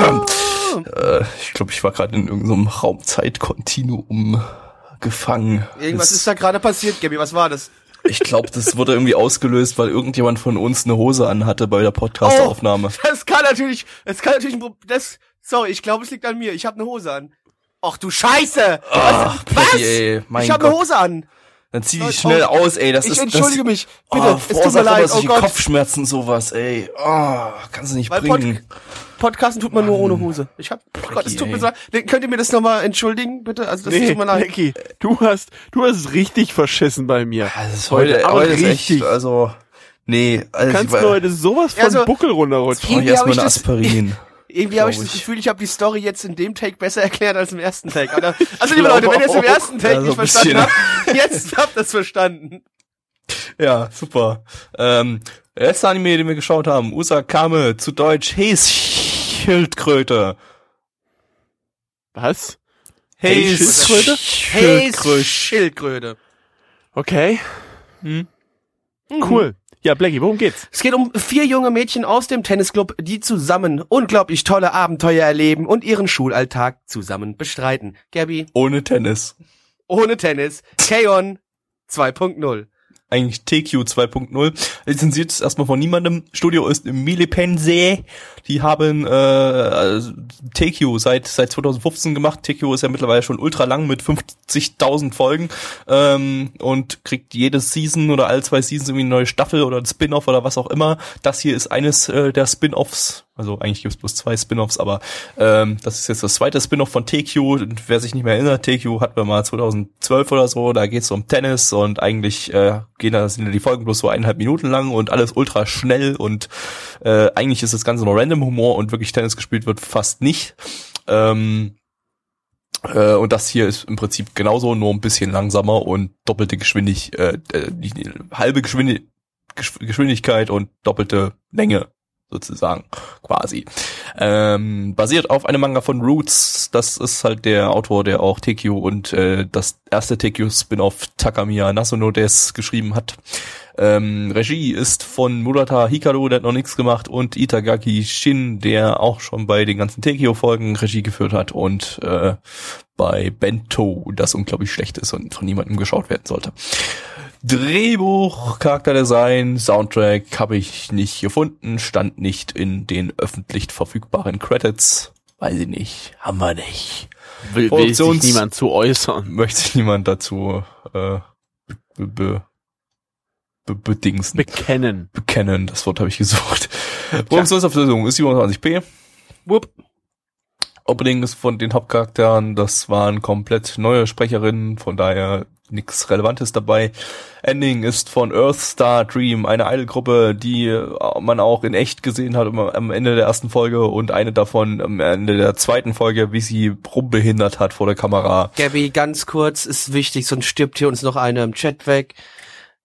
B: äh, ich glaube, ich war gerade in irgendeinem Raumzeitkontinuum gefangen.
E: Irgendwas
B: Das-
E: ist da gerade passiert, Gabi. Was war das?
B: ich glaube, das wurde irgendwie ausgelöst, weil irgendjemand von uns eine Hose anhatte bei der Podcast-Aufnahme.
E: Oh, Das kann natürlich, das kann natürlich ein Pro- das Sorry, ich glaube, es liegt an mir. Ich habe eine Hose an. Ach du Scheiße!
B: Ach, Ah, Patty, ey, mein
E: ich habe eine
B: Gott.
E: Hose an.
B: Dann zieh
E: Oh,
B: dich schnell
E: oh,
B: aus, ey. Das
E: Ich
B: ist,
E: entschuldige
B: das,
E: mich. Bitte,
B: oh,
E: es tut mir leid. Oh
B: solche
E: Gott.
B: Kopfschmerzen, sowas, ey. Oh, kannst du nicht
E: Mein
B: bringen.
E: Podcasten tut man nur ohne Hose. Ich hab, oh Gott, es tut mir so leid. Könnt ihr mir das nochmal entschuldigen, bitte? Also, das tut mir leid.
C: Niki, du hast, du hast richtig verschissen bei mir.
B: Ah, Das ist
C: Heute, aber richtig.
B: also, nee. Also,
C: Kannst
B: ich
C: du heute sowas von
E: Also,
C: Buckel runterrutschen?
B: brauche
E: Irgendwie
B: ich erstmal
E: hab ich
B: eine
E: das-
B: Aspirin.
E: Irgendwie habe ich
B: Glaub
E: das
B: ich.
E: Gefühl, ich habe die Story jetzt in dem Take besser erklärt als im ersten Take. Alter. Also, liebe Leute, wenn ihr es im
B: auch.
E: ersten Take
B: Ja, so
E: nicht
B: ein
E: verstanden
B: bisschen.
E: habt, jetzt habt ihr es verstanden.
B: Ja, super. Ähm, der letzte Anime, den wir geschaut haben, Usakame, zu Deutsch Häschildkröte.
C: Was?
B: Hey,
C: Schildkröte?
B: Schildkröte.
E: Schildkröte.
C: Okay.
B: Hm.
C: Mhm. Cool. Ja, Blackie, worum geht's?
A: Es geht um vier junge Mädchen aus dem Tennisclub, die zusammen unglaublich tolle Abenteuer erleben und ihren Schulalltag zusammen bestreiten.
E: Gabi,
B: Ohne Tennis.
E: ohne Tennis. K-On 2.0.
B: Eigentlich TQ 2.0. Lizenziert ist erstmal von niemandem. Studio ist im Milipense. Die haben äh, also TQ seit seit 2015 gemacht. TQ ist ja mittlerweile schon ultra lang mit 50.000 Folgen ähm, und kriegt jede Season oder alle zwei Seasons irgendwie eine neue Staffel oder ein Spin-off oder was auch immer. Das hier ist eines äh, der Spin-offs. Also eigentlich gibt's bloß zwei Spin-offs, aber ähm, das ist jetzt das zweite Spin-off von TQ. Und wer sich nicht mehr erinnert, TQ hatten wir mal 2012 oder so. Da geht's um Tennis und eigentlich äh, gehen da sind die Folgen bloß so eineinhalb Minuten lang und alles ultra schnell und äh, eigentlich ist das Ganze nur Random Humor und wirklich Tennis gespielt wird fast nicht. Ähm, äh, und das hier ist im Prinzip genauso, nur ein bisschen langsamer und doppelte Geschwindigkeit, äh, äh, nicht- halbe Geschwindi Gesch- Geschwindigkeit und doppelte Länge sozusagen, quasi. Ähm, basiert auf einem Manga von Roots, das ist halt der Autor, der auch TQ und äh, das erste TQ-Spin-off Takamiya Nasuno Des geschrieben hat. Ähm, Regie ist von Murata Hikaru, der hat noch nichts gemacht, und Itagaki Shin, der auch schon bei den ganzen Tekio-Folgen Regie geführt hat und äh, bei Bento, das unglaublich schlecht ist und von niemandem geschaut werden sollte. Drehbuch, Charakterdesign, Soundtrack habe ich nicht gefunden, stand nicht in den öffentlich verfügbaren Credits. Weiß ich nicht, haben wir nicht.
C: Will, will sich
B: Produktions-
C: niemand zu äußern.
B: Möchte sich niemand dazu äh, be, be, be, bedingsen
C: Bekennen.
B: bekennen. Das Wort habe ich gesucht. Produktionsauflösung ist 27p.
A: Wupp.
B: Opening ist von den Hauptcharakteren, das waren komplett neue Sprecherinnen, von daher nichts Relevantes dabei. Ending ist von Earthstar Dream, eine Idolgruppe, die äh, man auch in echt gesehen hat am- am Ende der ersten Folge und eine davon am Ende der zweiten Folge, wie sie rumbehindert hat vor der Kamera.
A: Gabby, ganz kurz, ist wichtig, sonst stirbt hier uns noch einer im Chat weg.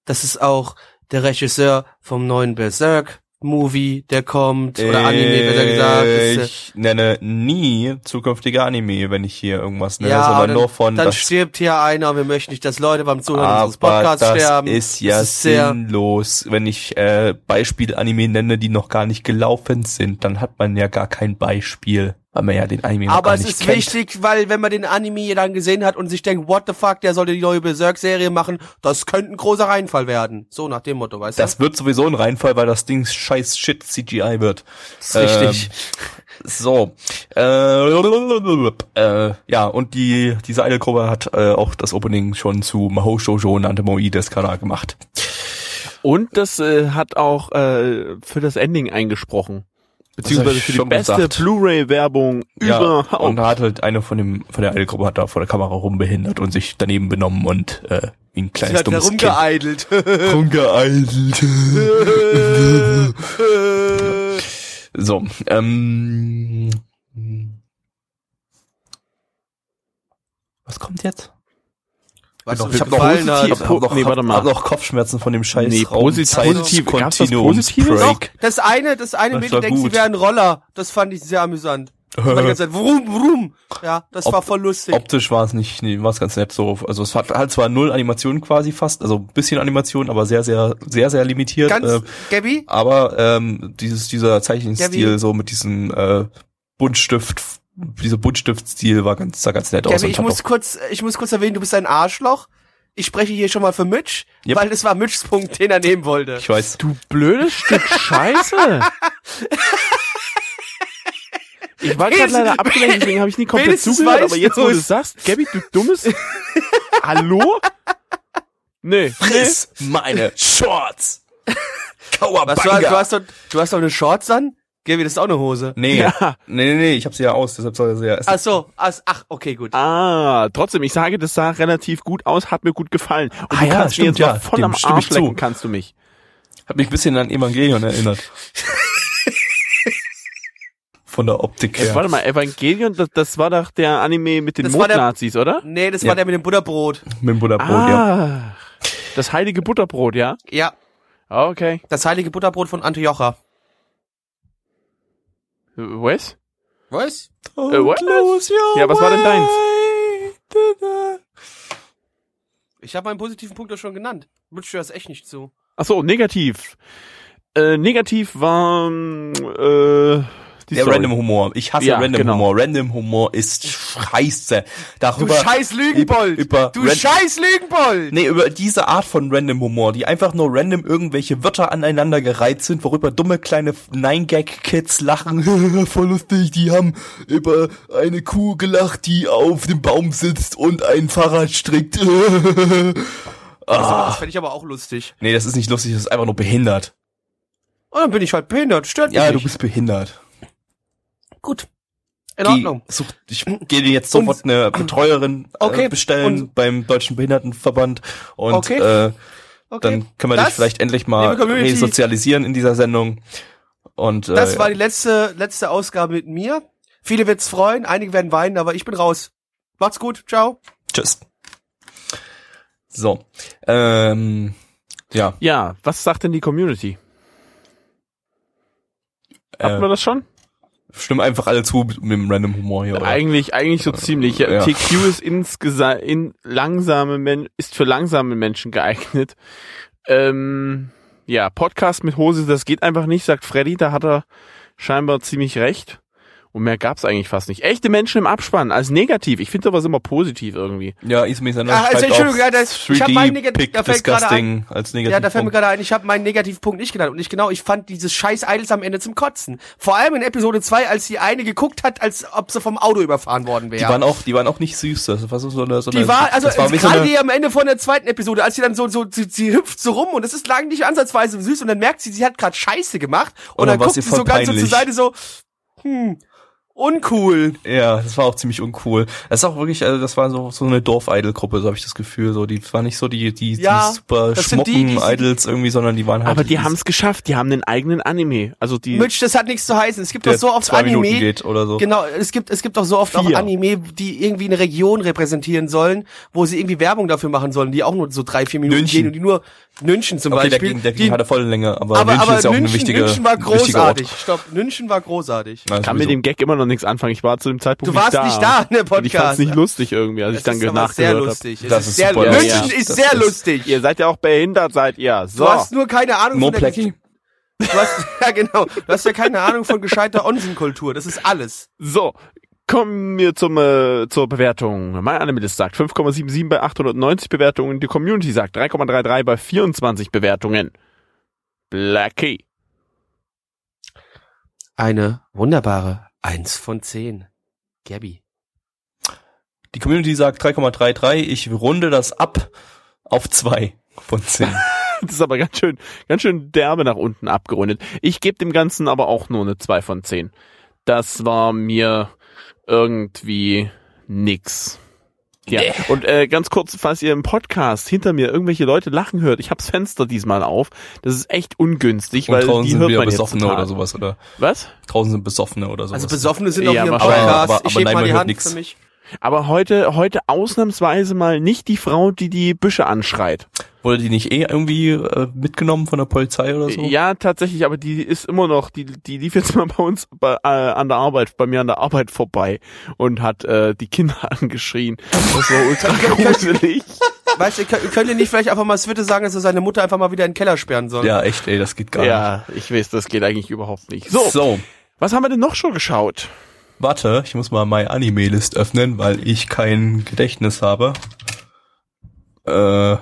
A: Das ist auch der Regisseur vom neuen Berserk-Movie, der kommt, oder Anime, besser gesagt. Ist,
B: Äh, Ich nenne nie zukünftige Anime, wenn ich hier irgendwas
A: äh,
B: nenne, sondern nur von
A: dann
B: das
A: stirbt hier einer, wir möchten nicht, dass Leute beim Zuhören unseres
B: Aber
A: Podcasts
B: das
A: sterben.
B: ist ja
A: Das sehr,
B: sinnlos. Wenn ich äh, Beispiel-Anime nenne, die noch gar nicht gelaufen sind, dann hat man ja gar kein Beispiel, weil man ja den Anime noch
A: aber
B: gar
A: es
B: nicht
A: ist
B: kennt.
A: wichtig, weil wenn man den Anime dann gesehen hat und sich denkt, what the fuck, der sollte die neue Berserk-Serie machen, das könnte ein großer Reinfall werden. So nach dem Motto, weißt
B: Das wird sowieso ein Reinfall, weil das Ding scheiß Shit CGI wird.
A: du?
B: Ähm,
A: Das ist richtig.
B: So. Äh, äh, ja, und die diese Idolgruppe hat äh, auch das Opening schon zu Mahou Shoujo und Antemoi Deskana gemacht.
C: Und das äh, hat auch äh, für das Ending eingesprochen.
B: hab
C: Beziehungsweise
B: ich
C: für die
B: schon
C: beste
B: gesagt.
C: Blu-ray-Werbung
B: Ja,
C: überhaupt.
B: und da hat halt eine von dem von der Eilgruppe hat da vor der Kamera rumbehindert und sich daneben benommen und äh, wie ein
E: Sie
B: kleines
E: hat da
B: dummes Kind
E: rumgeeidelt.
B: rumgeeilt.
E: Äh, äh.
B: so, ähm Was kommt jetzt?
A: Weißt
B: ich habe noch,
A: gefallen hat.
B: positiv, hab noch,
C: Nee, warte mal.
B: hab noch Kopfschmerzen von dem scheiß
C: Nee, posit- positiv. Gab's was Positives?
B: Break.
A: Das eine, das eine
B: Das
A: Mädel
B: war
A: denkt,
B: gut.
A: sie wäre ein Roller. Das fand ich sehr amüsant. Das war die ganze Zeit, Vroom, vroom. Ja, das
B: Ob-
A: war voll lustig.
B: Optisch war es nicht, nee, war es ganz nett so. Also es hat halt zwar null Animation quasi fast, also ein bisschen Animation, aber sehr, sehr, sehr, sehr limitiert.
A: Ganz,
B: äh,
A: Gabby,
B: aber ähm, dieses, dieser Zeichenstil
A: Gabby?
B: so mit diesem äh, Buntstift, dieser Buntstiftstil war ganz, sah ganz nett aus.
A: Gabby,
B: und
A: ich
B: hat
A: muss kurz, ich muss kurz erwähnen, du bist ein Arschloch. Ich spreche hier schon mal für Mitch,
B: Yep.
A: weil es war Mitchs Punkt, den er nehmen wollte.
B: auch, ich weiß.
C: Du blödes Stück Scheiße. Ich war gerade leider abgelenkt, deswegen habe ich nie komplett
A: Wenigstens
C: zugehört,
A: weißt
C: aber jetzt, wo du
A: du's.
C: es sagst, Gabby, du dummes... Hallo? Nee.
B: Friss meine
A: Was
B: Shorts!
A: du, hast- du
B: Kauerbanga!
A: hast doch, du hast doch eine Shorts an? Gabby, das ist auch eine Hose.
B: Nee,
C: Ja.
B: nee, nee, nee, ich hab sie ja aus, deshalb soll er sie ja essen.
A: Ach so, ach, ach, okay, gut.
C: Ah, trotzdem, ich sage, das sah relativ gut aus, hat mir gut gefallen. Und
B: Ah
C: du
B: ja,
C: kannst mir
B: stimmt,
C: jetzt mal
B: ja,
C: voll
B: dem
C: am
B: stimme
C: Arsch
B: ich zu.
C: lecken, kannst du mich.
B: Hat mich ein bisschen an Evangelion erinnert. Von der Optik
C: Ey,
B: her.
C: Warte mal, Evangelion, das, das war doch der Anime mit den
A: Das war der-
C: Mondnazis, oder?
A: Nee, das
B: Ja.
A: war der mit dem Butterbrot.
B: Mit dem Butterbrot, ja.
C: Ah, das heilige Butterbrot, ja? Ah,
A: Ja,
C: Okay.
A: das heilige Butterbrot von Antiocha.
C: Äh, Was?
A: Was?
C: Äh, what? Ja, was war denn deins?
A: Ich habe meinen positiven Punkt doch schon genannt. Mitch, du hörst echt nicht zu.
C: Ach so, negativ. Äh, negativ war ähm, äh, die
B: Der
C: Story.
B: Random Humor. Ich hasse
C: Ja,
B: Random
C: genau.
B: Humor. Random Humor ist scheiße.
A: Du
B: Darüber,
A: scheiß Lügenbold!
B: über-
A: du
B: Red-
A: scheiß Lügenbold!
B: nee, über diese Art von Random Humor, die einfach nur random irgendwelche Wörter aneinander gereiht sind, worüber dumme kleine Nine-Gag-Kids lachen. Voll lustig, die haben über eine Kuh gelacht, die auf dem Baum sitzt und ein Fahrrad strickt. Ah.
A: Das fände ich aber auch lustig.
B: nee, das ist nicht lustig, das ist einfach nur behindert.
A: Und dann bin ich halt behindert. Stört mich
B: Ja, du
A: nicht.
B: bist behindert.
A: Gut. In
B: Geh-
A: Ordnung.
B: Such, ich gehe dir jetzt sofort eine Betreuerin äh,
A: Okay,
B: bestellen
A: und-
B: beim Deutschen Behindertenverband und
A: Okay,
B: äh,
A: Okay.
B: dann können wir
A: das,
B: dich vielleicht endlich mal
A: liebe Community-
B: resozialisieren in dieser Sendung. Und äh,
A: Das war
B: ja.
A: die letzte, letzte Ausgabe mit mir. Viele wird's freuen, einige werden weinen, aber ich bin raus. Macht's gut, ciao.
B: tschüss. So, ähm, ja,
C: Ja, was sagt denn die Community? Hatten
B: äh,
C: wir das schon?
B: stimmen einfach alle zu mit, mit dem Random Humor hier. Oder?
C: Eigentlich, eigentlich so ziemlich. Ja,
B: ja.
C: TQ ist insgesamt in langsame Men ist für langsame Menschen geeignet. Ähm, ja, Podcast mit Hose, das geht einfach nicht, sagt Freddy. Da hat er scheinbar ziemlich recht. Und mehr gab's eigentlich fast nicht. Echte Menschen im Abspann als negativ. Ich finde sowas immer positiv irgendwie.
B: Ja, Ismail Sender
A: Ah, also
B: schreibt
A: Entschuldigung,
B: auch
A: ja, das- ich hab meinen Neg-
B: 3D Pick
A: da fällt gerade
B: Disgusting als negativ.
A: Ja, da fällt mir gerade ein, ich habe meinen Negativpunkt nicht genannt. Und ich genau, ich fand dieses scheiß Idols am Ende zum Kotzen. Vor allem in Episode 2, als die eine geguckt hat, als ob sie vom Auto überfahren worden
B: die
A: wäre.
B: waren auch, die waren auch nicht süß. Das war so, so eine, so
A: Die
B: eine-
A: war, also
B: das war wie so
A: gerade
B: eine,
A: die am Ende von der zweiten Episode, als sie dann so, so sie, sie hüpft so rum und es ist lang nicht ansatzweise süß und dann merkt sie, sie hat gerade Scheiße gemacht und
B: Oder
A: dann
B: war
A: guckt
B: sie
A: sie so
B: voll
A: ganz so zur
B: peinlich?
A: Seite so, hm, uncool.
B: Ja, das war auch ziemlich uncool. Das ist auch wirklich, also das war so, so eine Dorf-Idol-Gruppe, so habe ich das Gefühl. So, die waren nicht so die, die,
A: Ja,
B: die super
A: das sind die, die-
B: Schmocken-Idols irgendwie, sondern die waren halt.
C: Aber die
B: dieses-
C: haben's geschafft. Die haben einen eigenen Anime. Also die.
A: Mitch, das hat nichts zu heißen. Es gibt doch
B: der
A: so oft
B: zwei
A: Anime.
B: Minuten geht oder so.
A: Genau, es gibt, es gibt doch so oft auch
C: Vier.
A: Anime, die irgendwie eine Region repräsentieren sollen, wo sie irgendwie Werbung dafür machen sollen, die auch nur so drei, vier Minuten
B: München.
A: gehen und die nur München zum
B: Okay, der
A: Beispiel.
B: ging, der
A: die,
B: ging hatte volle Länge, aber,
A: aber,
B: München
A: aber
B: ist ja auch
A: München,
B: ein wichtiger,
A: München war
B: wichtiger Ort.
A: großartig. Stopp, München war großartig.
B: Ja,
C: kann mit
B: sowieso.
C: dem Gag immer noch nichts anfangen. Ich war zu dem Zeitpunkt
A: Du warst
C: nicht da.
A: nicht da, ne,
C: Und ich fand's
A: Podcast.
C: nicht lustig irgendwie, als ich
A: Es
C: dann
A: ist aber
C: nachgehört
A: sehr
C: habe.
A: lustig. Es
B: Das ist
A: ist sehr
B: super
A: lustig.
C: lustig.
A: München ist
B: Das
A: sehr
B: ist-
A: lustig.
C: Ihr seid ja auch behindert, seid ihr. So.
A: Du hast nur keine Ahnung von der
B: Moplek.
A: Geschichte. Du hast, ja genau, du hast ja keine Ahnung von gescheiter Onsenkultur. Das ist alles.
C: So, kommen wir zum, äh, zur Bewertung. Mein Animalist sagt 5,77 bei 890 Bewertungen. Die Community sagt 3,33 bei 24 Bewertungen. Blackie.
A: Eine wunderbare Eins von zehn. Gabby.
B: Die Community sagt 3,33, ich runde das ab auf zwei von zehn.
C: Das ist aber ganz schön, ganz schön derbe nach unten abgerundet. Ich gebe dem Ganzen aber auch nur eine 2 von 10. Das war mir irgendwie nix. Ja. Und äh, ganz kurz, falls ihr im Podcast hinter mir irgendwelche Leute lachen hört, ich hab's Fenster diesmal auf. Das ist echt ungünstig, weil
B: draußen
C: die hört man jetzt
B: Besoffene
C: total.
B: oder sowas, oder?
C: Was?
B: Draußen sind Besoffene oder sowas.
A: Also Besoffene sind auch
C: Ja,
A: hier im
C: wahrscheinlich.
A: Podcast.
B: Aber- aber-
A: ich
B: aber
A: heb
B: nein,
A: mal
B: man
A: die
B: hört
A: Hand
B: nix.
A: für mich.
C: Aber heute, heute ausnahmsweise mal nicht die Frau, die die Büsche anschreit.
B: Wurde die nicht eh irgendwie äh, mitgenommen von der Polizei oder so?
C: Ja, tatsächlich, aber die ist immer noch, die, die lief jetzt mal bei uns bei, äh, an der Arbeit, bei mir an der Arbeit vorbei und hat äh, die Kinder angeschrien. Das war ultra gruselig.
A: Weißt du, könnt könnt ihr nicht vielleicht einfach mal Switte sagen, dass er seine Mutter einfach mal wieder in den Keller sperren soll?
B: Ja, echt, ey, das geht gar nicht.
C: ja, ich weiß, das geht eigentlich überhaupt nicht. So,
B: so,
C: was haben wir denn noch schon geschaut?
B: warte, ich muss mal meine Anime-List öffnen, weil ich kein Gedächtnis habe. Äh,
C: Das,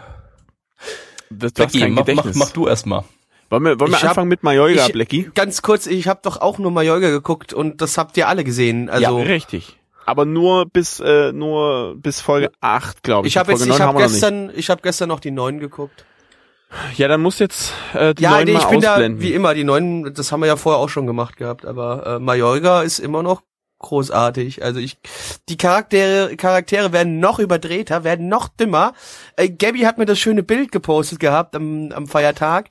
C: du hast
B: Becky,
C: kein
B: mach, mach,
C: Gedächtnis.
B: mach du erstmal.
C: Wollen wir, wollen wir
A: Ich hab-
C: anfangen mit Mallorca,
A: ich-
C: Blackie?
A: Ganz kurz, ich habe doch auch nur Mallorca geguckt und das habt ihr alle gesehen. Also
C: ja, richtig. Aber nur bis äh, nur bis Folge 8, glaube ich.
A: ich habe
C: Folge
A: jetzt,
C: neun
A: ich habe
C: haben wir noch
A: gestern, ich habe gestern noch die Neuen geguckt.
C: nicht. Ja, dann musst du jetzt äh, die
A: Ja,
C: neuen
A: nee, ich
C: mal
A: bin da
C: ausblenden.
A: wie immer die Neuen. Das haben wir ja vorher auch schon gemacht gehabt, aber äh, Mallorca ist immer noch großartig. Also ich, die Charaktere, Charaktere werden noch überdrehter, werden noch dümmer. Äh, Gabby hat mir das schöne Bild gepostet gehabt am, am Feiertag.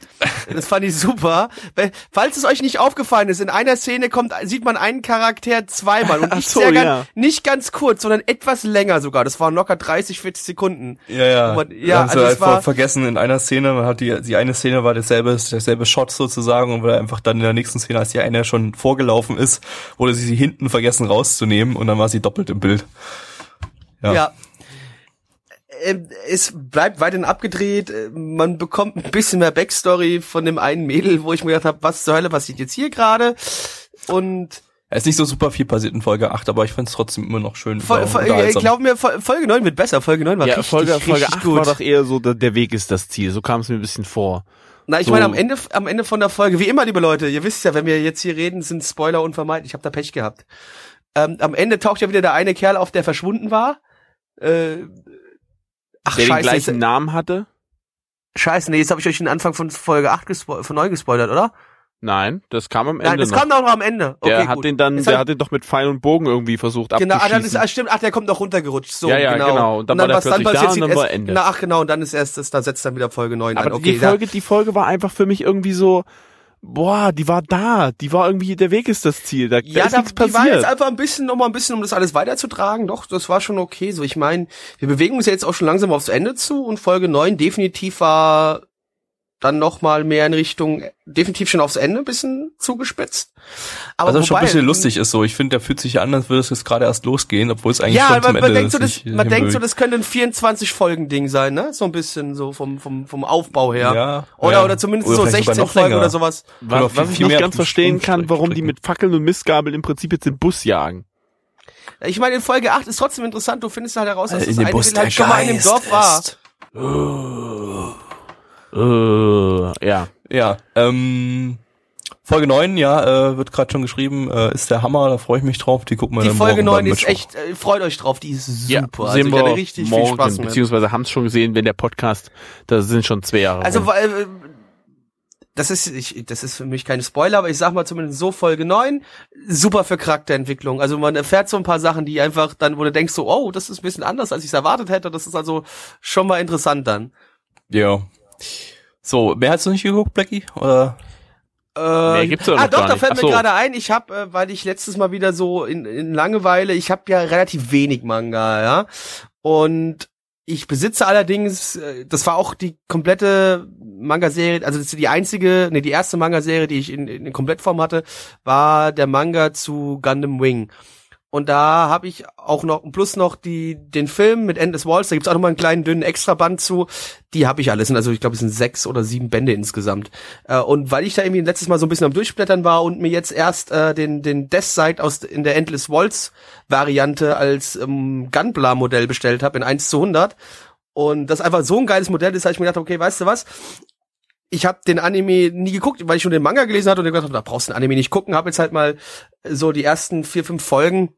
A: Das fand ich super. Weil- Falls es euch nicht aufgefallen ist, in einer Szene kommt, sieht man einen Charakter zweimal und
C: Ach
A: nicht,
C: so,
A: sehr
C: ja.
A: ganz, nicht ganz kurz, sondern etwas länger sogar. Das waren locker 30, 40 Sekunden.
B: Ja, ja.
A: Aber- ja,
B: ja also
A: also es
B: halt war
A: war-
B: vergessen in einer Szene, man hat die, die eine Szene war derselbe, derselbe Shot sozusagen und wurde einfach dann in der nächsten Szene, als die eine schon vorgelaufen ist, wurde sie, sie hinten vergessen rauszunehmen und dann war sie doppelt im Bild. Ja.
A: Ja. Ähm, Es bleibt weiterhin abgedreht. äh, Man bekommt ein bisschen mehr Backstory von dem einen Mädel, wo ich mir gedacht habe, was zur Hölle passiert jetzt hier gerade? Und
B: Es ist nicht so super viel passiert in Folge 8, aber ich fand es trotzdem immer noch schön.
A: Fol-
B: war
A: Fol- äh,
B: unterhaltsam.
A: glaub mir, Fol- Folge 9 wird besser. Folge 9 war
C: ja,
A: richtig,
C: Folge, Folge
A: richtig
C: 8
A: gut.
C: war doch eher so, der, der Weg ist das Ziel. So kam es mir ein bisschen vor.
A: Na, ich
C: so-
A: meine, am Ende, am Ende von der Folge, wie immer, liebe Leute, ihr wisst ja, wenn wir jetzt hier reden, sind Spoiler unvermeidlich. Ich habe da Pech gehabt. Ähm, am Ende taucht ja wieder der eine Kerl auf, der verschwunden war. Äh, ach,
C: der den
A: scheiße.
C: gleichen
A: jetzt-
C: Namen hatte?
A: Scheiße, nee, jetzt habe ich euch den Anfang von Folge 8 gespo von 9 gespoilert, oder?
C: Nein, das kam am Ende
A: Nein, das
C: noch.
A: kam doch noch am Ende. Okay,
C: der hat
A: gut.
C: den dann,
A: Jetzt
C: der
A: hab-
C: hat den doch mit Pfeil und Bogen irgendwie versucht
A: genau, ah, dann ist,
C: abzuschießen.
A: ah, stimmt, ach, der kommt noch runtergerutscht. So,
C: Ja, ja,
A: genau.
C: genau. Und dann war der
A: was
C: plötzlich da
A: passiert,
C: und
A: sieht
C: dann
A: erst-
C: war Ende.
A: Na, ach, genau, und dann ist erst, das, da setzt dann wieder Folge 9
C: Aber
A: an. Okay,
C: die Folge, die Folge war einfach für mich irgendwie so, boah, die war da, die war irgendwie, der Weg ist das Ziel, da,
A: da,
C: da
A: ja,
C: ist
A: da,
C: nichts
A: die war
C: passiert.
A: jetzt einfach ein bisschen, nochmal ein bisschen, um das alles weiterzutragen. Doch, das war schon okay. So, ich meine, wir bewegen uns ja jetzt auch schon langsam aufs Ende zu und Folge 9 definitiv war dann nochmal mehr in Richtung, definitiv schon aufs Ende ein bisschen zugespitzt. Aber
B: Also schon ein
A: wobei-
B: bisschen lustig ist so. Ich finde, der fühlt sich an, als würde es jetzt gerade erst losgehen, obwohl es eigentlich
A: Ja,
B: schon
A: man,
B: zum
A: man,
B: Ende
A: denkt, so,
B: ist,
A: das,
B: nicht
A: man denkt so,
B: hinbewegt.
A: das könnte ein 24-Folgen-Ding sein, ne? So ein bisschen so vom, vom, vom Aufbau her.
B: Ja,
A: oder,
B: ja.
A: oder zumindest
B: Oder
A: so
B: vielleicht sogar
A: 16
B: noch
A: Folgen
B: länger.
A: oder sowas.
B: Oder
C: Was,
B: viel-
C: was ich
B: viel
C: nicht
B: mehr
C: ganz verstehen kann, warum die
B: Umstrecken.
C: mit Fackeln und Mistgabeln im Prinzip jetzt den Bus jagen.
A: Ich meine, in Folge 8 ist trotzdem interessant, du findest halt
B: Äh,
A: heraus, dass
F: In
A: das
F: dem
A: eine
F: Bus
A: Mädel
F: der
A: halt schon mal in dem
F: Geist
A: Dorf war.
F: ist.
C: Äh, ja.
B: Ja, ähm, Folge 9, ja, äh, wird gerade schon geschrieben, äh, ist der Hammer, da freue ich mich drauf, die gucken wir
A: Die
B: dann
A: Folge
B: morgen beim
A: 9 ist
B: Mittwoch.
A: echt, äh, freut euch drauf, die ist super.
C: Ja,
A: also
C: sehen
A: ich
C: wir
A: hatte richtig
C: morgen,
A: viel Spaß mit.
C: beziehungsweise haben es schon gesehen, wenn der Podcast, da sind schon zwei Jahre.
A: Also,
C: rum.
A: weil, äh, das ist, ich, das ist für mich keine Spoiler, aber ich sag mal zumindest so Folge 9, super für Charakterentwicklung. Also man erfährt so ein paar Sachen, die einfach dann, wo du denkst so, oh, das ist ein bisschen anders, als ich es erwartet hätte. Das ist also schon mal interessant dann.
B: Ja. So, mehr hast du nicht geguckt, Blackie? Oder?
A: Äh,
C: Mehr gibt's doch
A: ah,
C: noch
A: doch,
C: gar
A: da
C: nicht.
A: fällt
C: Ach
A: mir
C: so.
A: gerade ein, ich habe, äh, weil ich letztes Mal wieder so in, in Langeweile, ich habe ja relativ wenig Manga, ja. Und ich besitze allerdings, äh, das war auch die komplette Manga-Serie, also das ist die einzige, nee, die erste Manga-Serie, die ich in, in Komplettform hatte, war der Manga zu Gundam Wing. Und da habe ich auch noch, plus noch die, den Film mit Endless Walls, da gibt's auch noch mal einen kleinen dünnen Extraband zu. Die habe ich alles. Also ich glaube, es sind sechs oder sieben Bände insgesamt. Äh, und weil ich da irgendwie letztes Mal so ein bisschen am Durchblättern war und mir jetzt erst äh, den, den Death Sight aus in der Endless Walls Variante als ähm, Gunpla-Modell bestellt habe in 1 zu 100. Und das einfach so ein geiles Modell ist, habe ich mir gedacht, okay, weißt du was? Ich habe den Anime nie geguckt, weil ich schon den Manga gelesen hatte und gedacht habe, da brauchst du den Anime nicht gucken. Habe jetzt halt mal so die ersten vier, fünf Folgen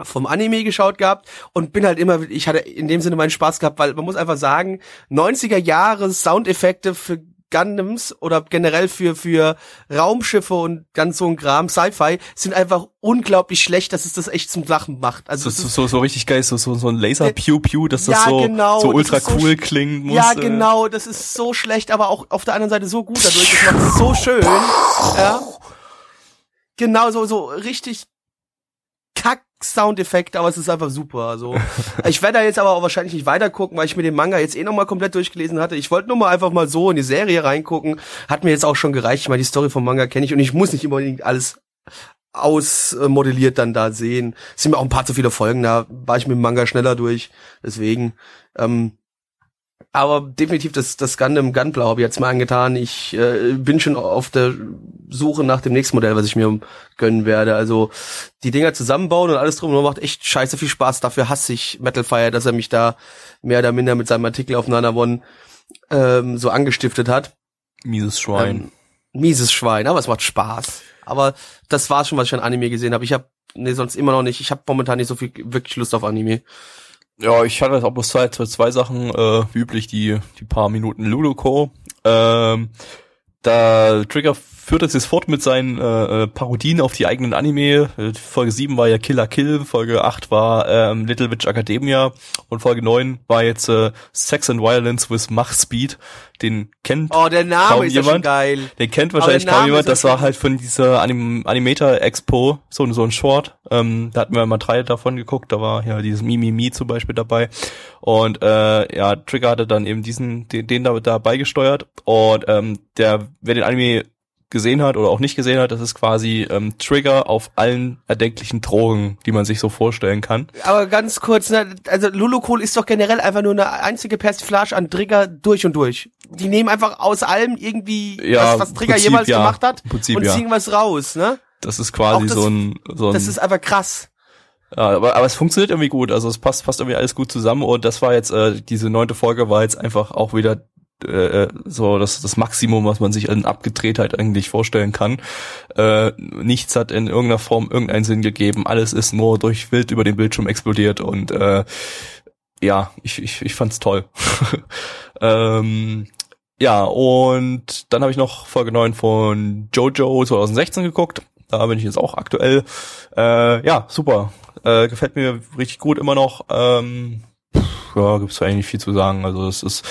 A: vom Anime geschaut gehabt und bin halt immer, ich hatte in dem Sinne meinen Spaß gehabt, weil man muss einfach sagen, 90er Jahre Soundeffekte für Gundams oder generell für, für Raumschiffe und ganz so ein Kram, Sci-Fi, sind einfach unglaublich schlecht, dass es das echt zum Lachen macht. Also
B: So,
A: es
B: so,
A: ist,
B: so, so richtig geil, so, so, so ein Laser-Pew-Pew, dass das
A: Ja,
B: so,
A: genau,
B: so
A: das
B: ultra
A: ist so
B: cool
A: sch-
B: klingen muss.
A: ja,
B: äh.
A: genau, das ist so schlecht, aber auch auf der anderen Seite so gut dadurch. Das macht es so schön. Ja. Genau, so, so richtig kack Soundeffekt, aber es ist einfach super. Also, ich werde da jetzt aber auch wahrscheinlich nicht weitergucken, weil ich mir den Manga jetzt eh nochmal komplett durchgelesen hatte. Ich wollte nur mal einfach mal so in die Serie reingucken. Hat mir jetzt auch schon gereicht. Ich meine, die Story vom Manga kenne ich und ich muss nicht unbedingt alles ausmodelliert dann da sehen. Es sind mir auch ein paar zu viele Folgen, da war ich mit dem Manga schneller durch. Deswegen, ähm, aber definitiv das, das Gundam Gunpla habe ich jetzt mal angetan. Ich äh, bin schon auf der Suche nach dem nächsten Modell, was ich mir gönnen werde. Also die Dinger zusammenbauen und alles drum und dran macht echt scheiße viel Spaß. Dafür hasse ich Metal Fire, dass er mich da mehr oder minder mit seinem Artikel auf Nana One ähm, so angestiftet hat.
B: Mieses Schwein.
A: Ähm, mieses Schwein, aber es macht Spaß. Aber das war's schon, was ich an Anime gesehen habe. Ich habe nee, sonst immer noch nicht. Ich habe momentan nicht so viel wirklich Lust auf Anime.
B: Ja, ich hatte jetzt auch bloß Zeit für zwei Sachen, äh, wie üblich die, die paar Minuten Ludoco. Ähm, da Trigger führt es jetzt fort mit seinen äh, äh, Parodien auf die eigenen Anime. Äh, Folge 7 war ja Killer Kill, Folge 8 war ähm, Little Witch Academia und Folge 9 war jetzt äh, Sex and Violence with Mach Speed. Den kennt
A: Oh, der Name
B: Kaum
A: ist ja schon
B: jemand?
A: geil.
B: Den kennt
A: Aber
B: wahrscheinlich
A: der
B: kaum
A: Name
B: jemand,
A: ist
B: das war halt von dieser Anim Animator Expo, so, ein- so ein Short. Ähm, da hatten wir mal drei davon geguckt, da war ja dieses Mimimi zum Beispiel dabei. Und äh, ja, Trigger hatte dann eben diesen, den, den da, da beigesteuert. Und ähm, der, wer den Anime gesehen hat oder auch nicht gesehen hat, das ist quasi ähm, Trigger auf allen erdenklichen Drogen, die man sich so vorstellen kann.
A: Aber ganz kurz, ne, also Lulukol ist doch generell einfach nur eine einzige Persiflage an Trigger durch und durch. Die nehmen einfach aus allem irgendwie,
B: Ja,
A: was, was Trigger
B: Prinzip
A: jemals
B: ja.
A: gemacht hat,
B: Prinzip
A: und
B: ja.
A: ziehen was raus, ne?
B: Das ist
A: Auch
B: quasi
A: das-
B: so ein, so ein
A: Das ist einfach krass.
B: Ja, aber, aber es funktioniert irgendwie gut. Also es passt, passt irgendwie alles gut zusammen. Und das war jetzt, äh, diese neunte Folge war jetzt einfach auch wieder äh, äh, so das, das Maximum, was man sich an Abgedrehtheit eigentlich vorstellen kann. Äh, nichts hat in irgendeiner Form irgendeinen Sinn gegeben. Alles ist nur durch Wild über den Bildschirm explodiert und äh, ja, ich, ich, ich fand's toll. ähm, ja, und dann habe ich noch Folge 9 von Jojo 2016 geguckt. Da bin ich jetzt auch aktuell. Äh, ja, super. Äh, gefällt mir richtig gut immer noch. Ähm, ja, gibt's eigentlich nicht viel zu sagen. Also es ist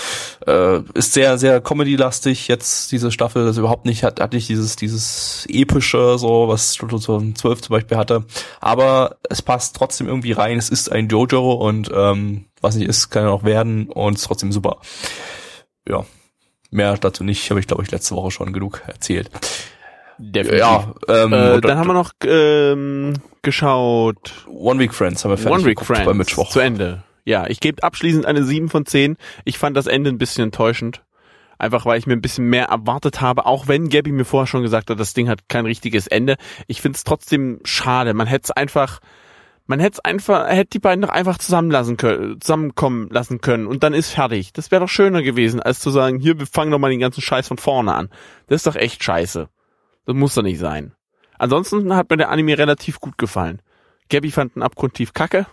B: äh, ist sehr sehr Comedy-lastig jetzt diese Staffel. Das überhaupt nicht hat hatte ich dieses dieses epische so was 2012 zum Beispiel hatte. Aber es passt trotzdem irgendwie rein. Es ist ein Jojo und ähm, was nicht ist kann er auch werden und ist trotzdem super. Ja, mehr dazu nicht. Habe ich glaube ich letzte Woche schon genug erzählt.
C: Definitiv.
B: Ja, ähm,
C: Äh,
B: und-
C: dann haben wir noch ähm, geschaut
B: One Week Friends haben wir fertig
C: One Week
B: geguckt
C: Friends
B: bei Mittwoch.
C: zu Ende. Ja, ich gebe abschließend eine 7 von 10. Ich fand das Ende ein bisschen enttäuschend. Einfach weil ich mir ein bisschen mehr erwartet habe, auch wenn Gabby mir vorher schon gesagt hat, das Ding hat kein richtiges Ende. Ich find's trotzdem schade. Man hätte es einfach, man hätte es einfach, hätte die beiden doch einfach zusammenlassen können, zusammenkommen lassen können und dann ist fertig. Das wäre doch schöner gewesen, als zu sagen, hier, wir fangen doch mal den ganzen Scheiß von vorne an. Das ist doch echt scheiße. Das muss doch nicht sein. Ansonsten hat mir der Anime relativ gut gefallen. Gabby fand den abgrundtief kacke.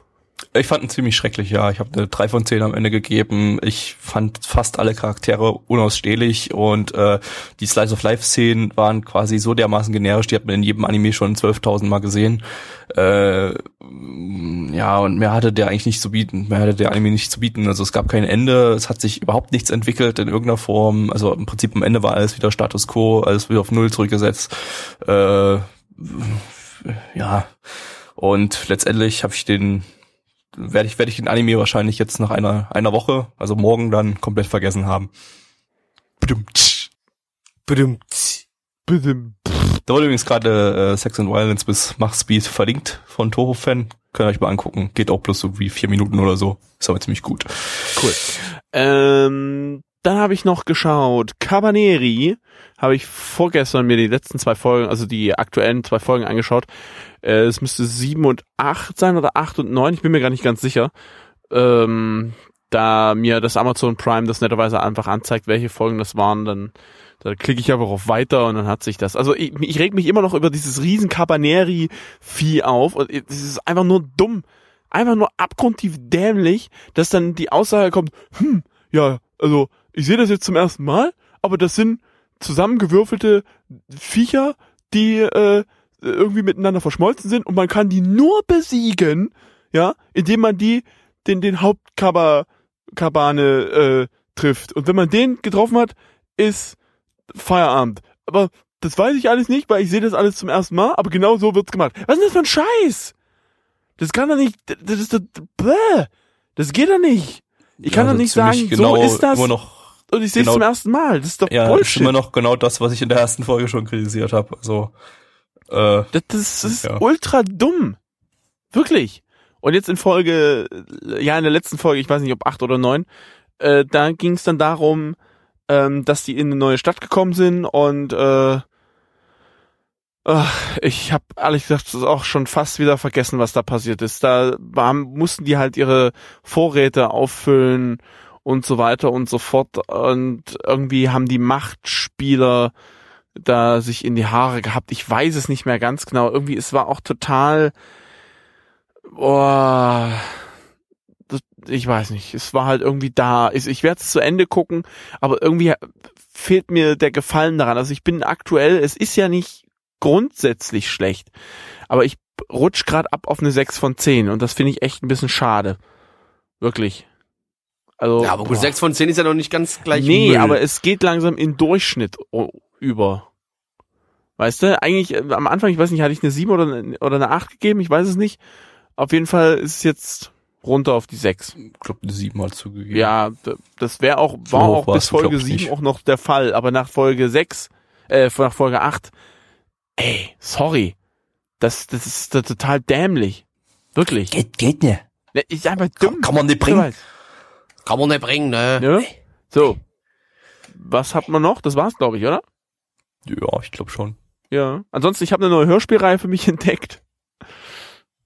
B: Ich fand ihn ziemlich schrecklich, ja. Ich habe eine 3 von 10 am Ende gegeben. Ich fand fast alle Charaktere unausstehlich und äh, die Slice of Life-Szenen waren quasi so dermaßen generisch, die hat man in jedem Anime schon 12.000 Mal gesehen. Äh, ja, und mehr hatte der eigentlich nicht zu bieten. Mehr hatte der Anime nicht zu bieten. Also es gab kein Ende, es hat sich überhaupt nichts entwickelt in irgendeiner Form. Also im Prinzip am Ende war alles wieder Status quo, alles wieder auf Null zurückgesetzt. Äh, ja. Und letztendlich habe ich den werde ich, werde ich den Anime wahrscheinlich jetzt nach einer, einer Woche, also morgen dann komplett vergessen haben. Badum, tsch.
A: Bedimmt.
B: Da wurde übrigens gerade äh, Sex and Violence bis Mach Speed verlinkt von Toho-Fan. Könnt ihr euch mal angucken. Geht auch bloß so wie vier Minuten oder so. Ist aber ziemlich gut.
C: Cool. Ähm, dann habe ich noch geschaut, Cabaneri habe ich vorgestern mir die letzten zwei Folgen, also die aktuellen zwei Folgen angeschaut. Äh, es müsste sieben und acht sein oder acht und neun, ich bin mir gar nicht ganz sicher. Ähm, da mir das Amazon Prime das netterweise einfach anzeigt, welche Folgen das waren, dann da klicke ich einfach auf weiter und dann hat sich das. Also ich, ich reg mich immer noch über dieses riesen Cabaneri-Vieh auf und es ist einfach nur dumm. Einfach nur abgrundtief dämlich, dass dann die Aussage kommt, hm, ja, also ich sehe das jetzt zum ersten Mal, aber das sind zusammengewürfelte Viecher, die äh, irgendwie miteinander verschmolzen sind und man kann die nur besiegen, ja, indem man die den den Hauptkabane äh, trifft. Und wenn man den getroffen hat, ist Feierabend. Aber das weiß ich alles nicht, weil ich sehe das alles zum ersten Mal, aber genau so wird's gemacht. Was ist denn das für ein Scheiß? Das kann doch nicht, das ist, das, bäh, das geht doch nicht. Ich kann
B: Ja,
C: doch
B: also
C: nicht
B: ziemlich
C: sagen,
B: genau
C: so ist das.
B: Immer noch,
C: und ich sehe es
B: genau-
C: zum ersten Mal. Das ist doch
B: ja, ist
C: Bullshit.
B: immer noch genau das, was ich in der ersten Folge schon kritisiert habe. Also, äh,
C: Das, das ist
B: Ja.
C: ultra dumm. Wirklich. Und jetzt in Folge, äh, ja, in der letzten Folge, ich weiß nicht, ob acht oder neun, äh, da ging es dann darum, ähm, dass die in eine neue Stadt gekommen sind und äh, ach, ich habe ehrlich gesagt das auch schon fast wieder vergessen, was da passiert ist. Da waren, mussten die halt ihre Vorräte auffüllen und so weiter und so fort und irgendwie haben die Machtspieler da sich in die Haare gehabt. Ich weiß es nicht mehr ganz genau. Irgendwie, es war auch total. Boah. Das, ich weiß nicht. Es war halt irgendwie da. Ich, ich werde es zu Ende gucken, aber irgendwie fehlt mir der Gefallen daran. Also ich bin aktuell, es ist ja nicht grundsätzlich schlecht, aber ich rutsch gerade ab auf eine 6 von 10 und das finde ich echt ein bisschen schade. Wirklich. Also,
A: Ja, aber gut,
C: boah.
A: 6 von 10 ist ja noch nicht ganz gleich
C: Nee,
A: Müll.
C: aber es geht langsam in Durchschnitt o- über. Weißt du, eigentlich äh, am Anfang, ich weiß nicht, hatte ich eine 7 oder eine, oder eine 8 gegeben, ich weiß es nicht. Auf jeden Fall ist es jetzt runter auf die 6.
B: ich glaube, eine 7 mal zugegeben.
C: Ja, d- das wäre auch war
B: hoch
C: auch bis
B: war's,
C: Folge
B: glaub ich
C: 7
B: nicht.
C: auch noch der Fall, aber nach Folge 6 äh nach Folge 8 ey, sorry. Das das ist t- total dämlich. Wirklich.
D: Geht, geht nicht.
C: Ne, Ist einfach dumm.
D: Kann man nicht
C: Ich
D: bringen.
C: weiß.
A: Kann man nicht bringen, ne?
C: Ne? So. Was hat man noch? Das war's, glaube ich, oder?
B: ja ich glaube schon.
C: Ja. Ansonsten, ich habe eine neue Hörspielreihe für mich entdeckt.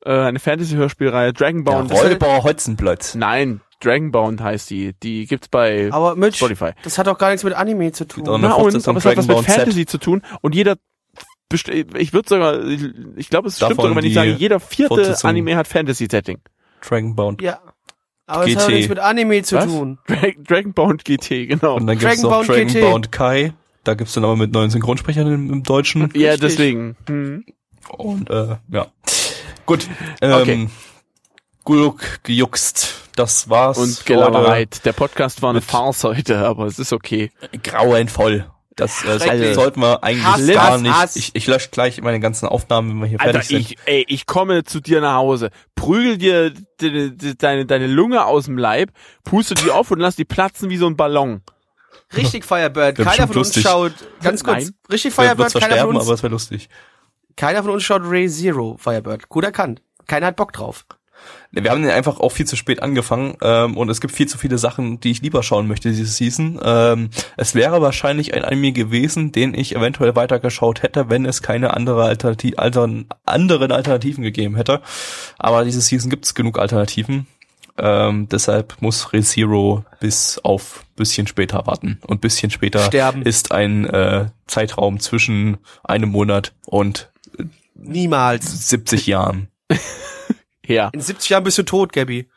C: Äh, eine Fantasy-Hörspielreihe. Dragonbound.
B: Räuber Hotzenplatz.
C: Nein, Dragonbound heißt die. Die gibt's bei
E: Aber Mitch,
C: Spotify.
E: das hat auch gar nichts mit Anime zu tun.
B: Sieht auch
C: Na
B: eine
C: und,
B: Fortsetzung
C: aber es hat was mit
B: Dragonbound Z.
C: Fantasy zu tun. Und jeder, best- ich würde sogar, ich glaube, es stimmt
B: Davon
C: sogar, wenn ich
B: die
C: sage, jeder vierte
B: Fortsetzung.
C: Anime hat Fantasy-Setting.
B: Dragonbound.
E: Ja. Aber das hat
B: GT.
E: auch nichts mit Anime zu
C: Was?
E: tun.
C: Dra Dragonbound GT, genau.
B: Und dann gibt's noch
E: Dragonbound GT.
B: Dragonbound Kai. Da gibt's dann aber mit neuen Synchronsprechern im, im Deutschen.
C: Ja,
E: richtig.
C: deswegen. Hm.
B: Und äh, ja. Gut. Ähm,
C: Okay.
B: Gluck gejuckst. Das war's.
C: Und
B: für heute.
C: Gelaberheit. Der Podcast war eine
B: Mit-
C: Farce heute, aber es ist okay.
B: Grauenvoll. Das äh,
C: Schrecklich.
B: so- sollten wir eigentlich
E: Hass,
B: gar
E: Hass,
B: nicht.
E: Hass.
B: Ich, ich lösche gleich meine ganzen Aufnahmen, wenn wir hier
C: Alter,
B: fertig sind.
C: ich, ey, ich komme zu dir nach Hause, prügel dir de, de, deine, deine Lunge aus dem Leib, puste die auf und lass die platzen wie so ein Ballon.
E: Richtig Firebird.
B: Wär
E: Keiner
B: bestimmt
E: von uns
B: lustig.
E: schaut, ganz kurz,
C: Nein.
E: richtig
B: Wer wird
E: Firebird,
B: zwar
E: keiner von,
B: sterben,
E: uns,
B: aber es wäre lustig.
E: keiner von uns schaut Ray Zero Firebird. Gut erkannt. Keiner hat Bock drauf.
B: Ne, Wir haben den einfach auch viel zu spät angefangen ähm, und es gibt viel zu viele Sachen, die ich lieber schauen möchte dieses Season. Ähm, es wäre wahrscheinlich ein Anime gewesen, den ich eventuell weitergeschaut hätte, wenn es keine andere Alternativ altern anderen Alternativen gegeben hätte. Aber dieses Season gibt es genug Alternativen. Ähm, deshalb muss ReZero bis auf bisschen später warten. Und bisschen später
E: Sterben.
B: ist ein äh, Zeitraum zwischen einem Monat und
E: Niemals.
B: 70 Jahren.
C: Ja.
E: In 70 Jahren bist du tot, Gabby.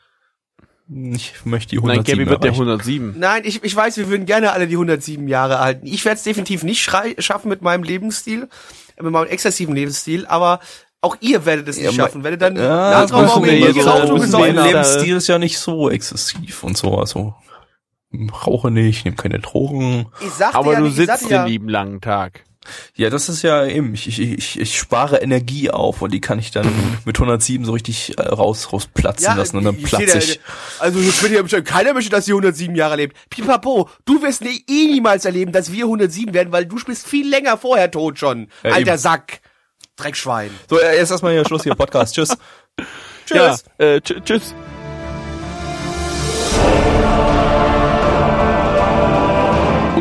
B: Ich möchte die 107
C: Nein, Gabby wird der
B: erreichen.
C: 107.
E: Nein, ich, ich weiß, wir würden gerne alle die 107 Jahre halten. Ich werde es definitiv nicht schrei schaffen mit meinem Lebensstil, äh, mit meinem exzessiven Lebensstil, aber auch ihr werdet es nicht
B: Ja,
E: schaffen. Werdet dann
B: Ja,
C: Nachtraum
B: das
C: auf
B: müssen
C: jeden
B: wir
C: Fall.
B: jetzt
C: Rauchen
B: auch
C: ist
B: müssen
C: auch
B: mein
C: einer.
B: Lebensstil ist ja nicht so exzessiv und so. Also hm, rauche nicht, nehme keine Drogen.
E: Ich sagte
C: Aber
E: ja,
C: du
E: ich
C: sitzt
E: sagte
C: den
E: ja,
C: lieben langen Tag.
B: Ja, das ist ja eben. Ich, ich, ich, ich spare Energie auf und die kann ich dann mit 107 so richtig äh, raus rausplatzen lassen und dann
E: ich sehe
B: platze ich.
E: da- Also das wird ja bestimmt, keiner möchte, dass sie 107 Jahre lebt. Pipapo, du wirst nie, eh niemals erleben, dass wir 107 werden, weil du bist viel länger vorher tot schon.
B: Ja,
E: Alter
B: eben.
E: Sack. Dreckschwein.
B: So, äh, jetzt erstmal hier Schluss hier Podcast. Tschüss.
E: Tschüss.
C: Ja, äh, tsch tschüss.